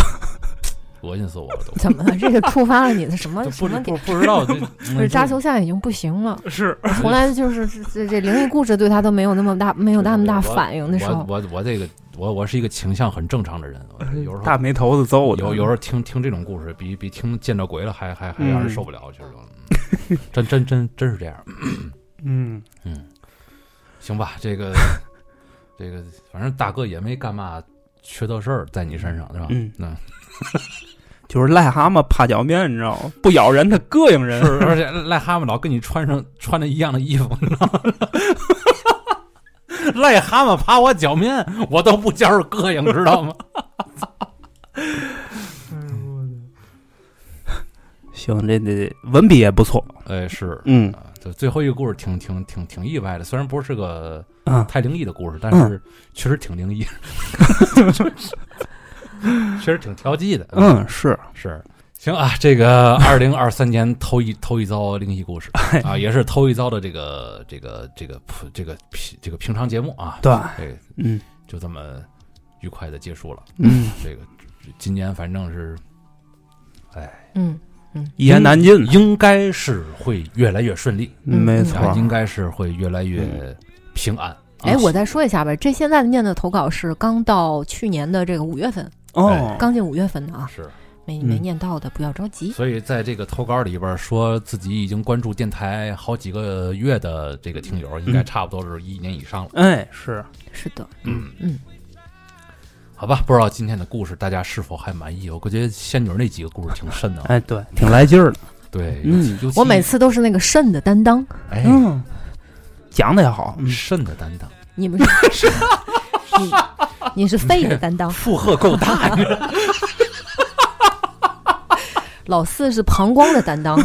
[SPEAKER 1] 恶心死我了都。
[SPEAKER 2] 怎么了？这个触发了你的什
[SPEAKER 3] [LAUGHS]
[SPEAKER 2] 么
[SPEAKER 1] 这
[SPEAKER 2] 什
[SPEAKER 1] 不
[SPEAKER 2] 么
[SPEAKER 1] 知
[SPEAKER 2] 点？
[SPEAKER 1] 不不知道
[SPEAKER 2] [LAUGHS]
[SPEAKER 1] 这
[SPEAKER 2] 不是扎球下已经不行了，
[SPEAKER 3] 是
[SPEAKER 2] 从来就是这这这灵异故事对他都没有那么大没有那么大反应的时
[SPEAKER 1] 我
[SPEAKER 2] 候，
[SPEAKER 1] 我我这个我我是一个倾向很正常的人，我有时候
[SPEAKER 3] 大眉头子揍的，
[SPEAKER 1] 有有时候听听这种故事，比比听见着鬼了还还还
[SPEAKER 3] 嗯
[SPEAKER 1] 让人受不了，就是嗯真真真真是这 [LAUGHS] 样。
[SPEAKER 3] 嗯，
[SPEAKER 1] 嗯，行吧，这个这个，反正大哥也没干嘛缺德事儿在你身上是吧？
[SPEAKER 3] 嗯
[SPEAKER 1] 那
[SPEAKER 3] 就是癞蛤蟆趴脚面，你知道吗？不咬人，它膈应
[SPEAKER 1] [LAUGHS]
[SPEAKER 3] 人。
[SPEAKER 1] 是，而且癞蛤蟆老跟你穿上穿的一样的衣服，你知道吗？ [LAUGHS] 癞蛤蟆爬我脚面，我都不觉着膈应，知道吗？
[SPEAKER 3] 行，这这文笔也不错，
[SPEAKER 1] 哎，是，
[SPEAKER 3] 嗯
[SPEAKER 1] 啊，就最后一个故事挺挺挺挺意外的，虽然不是个
[SPEAKER 3] 啊，
[SPEAKER 1] 太灵异的故事，但
[SPEAKER 3] 嗯
[SPEAKER 1] 是确实挺灵
[SPEAKER 3] [LAUGHS]
[SPEAKER 1] 异，确实挺调剂的。，
[SPEAKER 3] 嗯，是，
[SPEAKER 1] 是。行啊，这个二零二三年头一 [LAUGHS] 头一遭灵异故事
[SPEAKER 3] 哎
[SPEAKER 1] 啊，也是头一遭的这个这个这个普这个平这个平常节目啊，
[SPEAKER 3] 对，
[SPEAKER 1] 对，
[SPEAKER 3] 嗯
[SPEAKER 1] 就这么愉快的结束了。
[SPEAKER 3] 嗯，
[SPEAKER 1] 这个今年反正是
[SPEAKER 2] 嗯，
[SPEAKER 3] 一言难尽，
[SPEAKER 1] 应该是会越来越顺利，
[SPEAKER 2] 嗯
[SPEAKER 3] 没错
[SPEAKER 1] 啊，
[SPEAKER 2] 哇
[SPEAKER 1] 应该是会越来越平安。
[SPEAKER 2] 哎，
[SPEAKER 1] 啊
[SPEAKER 2] 我再说一下吧，这现在念的投稿是刚到去年的这个五月份，
[SPEAKER 3] 哦，
[SPEAKER 1] 哎
[SPEAKER 2] 刚进五月份的啊，
[SPEAKER 1] 是，
[SPEAKER 2] 没没
[SPEAKER 3] 嗯
[SPEAKER 2] 念到的不要着急，
[SPEAKER 1] 所以在这个投稿里边说自己已经关注电台好几个月的这个听友，应该
[SPEAKER 3] 嗯
[SPEAKER 1] 差不多是一年以上了。
[SPEAKER 3] 哎，是，
[SPEAKER 2] 是的，
[SPEAKER 1] 嗯
[SPEAKER 2] 嗯，
[SPEAKER 1] 好吧，不知道今天的故事大家是否还满意？我估计仙女那几个故事挺瘆的
[SPEAKER 2] [LAUGHS]
[SPEAKER 1] 啊，
[SPEAKER 3] 哎，对，挺来劲儿的，
[SPEAKER 1] 对，
[SPEAKER 3] 嗯
[SPEAKER 1] 尤其尤其
[SPEAKER 2] 我每次都是那个肾的担当，
[SPEAKER 1] 哎
[SPEAKER 3] 嗯，讲的也好，嗯
[SPEAKER 1] 肾的担当， [LAUGHS]
[SPEAKER 2] 你们是你 [LAUGHS] 你是肺的担当，
[SPEAKER 1] 负荷够大，你知道吗
[SPEAKER 2] 老四是膀胱的担当，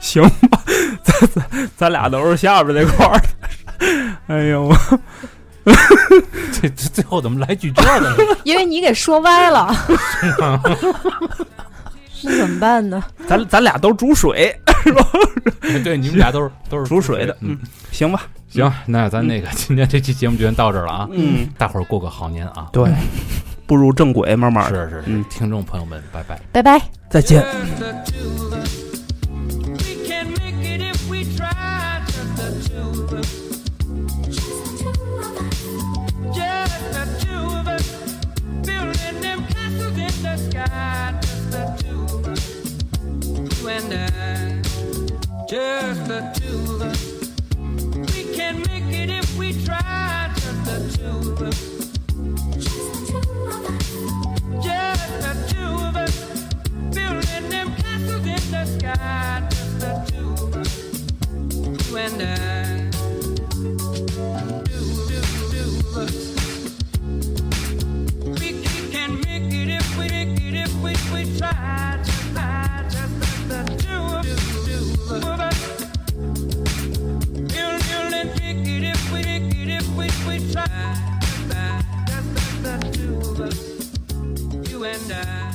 [SPEAKER 3] 行吧，咱咱咱俩都是下边这块儿的。哎呦，
[SPEAKER 1] 这这最后怎么来句这的呢？ [LAUGHS]
[SPEAKER 2] 因为你给说歪了， [LAUGHS] 那怎么办呢？
[SPEAKER 3] 咱咱俩都煮水，
[SPEAKER 1] 对，你们俩都是都是
[SPEAKER 3] 煮水的，
[SPEAKER 1] 嗯
[SPEAKER 3] 嗯，，行吧，
[SPEAKER 1] 行，那咱那个今天这期节目就先到这儿了啊，
[SPEAKER 3] 嗯，
[SPEAKER 1] 大伙儿过个好年啊！
[SPEAKER 3] 对，步入正轨，慢慢的，
[SPEAKER 1] 是是是
[SPEAKER 3] 嗯，
[SPEAKER 1] 听众朋友们，拜拜。
[SPEAKER 2] 拜拜。
[SPEAKER 3] 再见。
[SPEAKER 4] Just the two of us. We can make it if we try. Just the two of us. Just the two of us. Building them castles in the sky. Just the two of us. You and I. Just the two of us. We can make it if we try. Just the two of us. Just the two of us. Building them castles in the sky, just the two of us, you and I. Two, two, two of us. We, we can make it if we make it if we, we try, just, try, just the, the two of two, two of us. Build, build and make it if we make it if we, we try, just, try, just the, the two of us, you and I.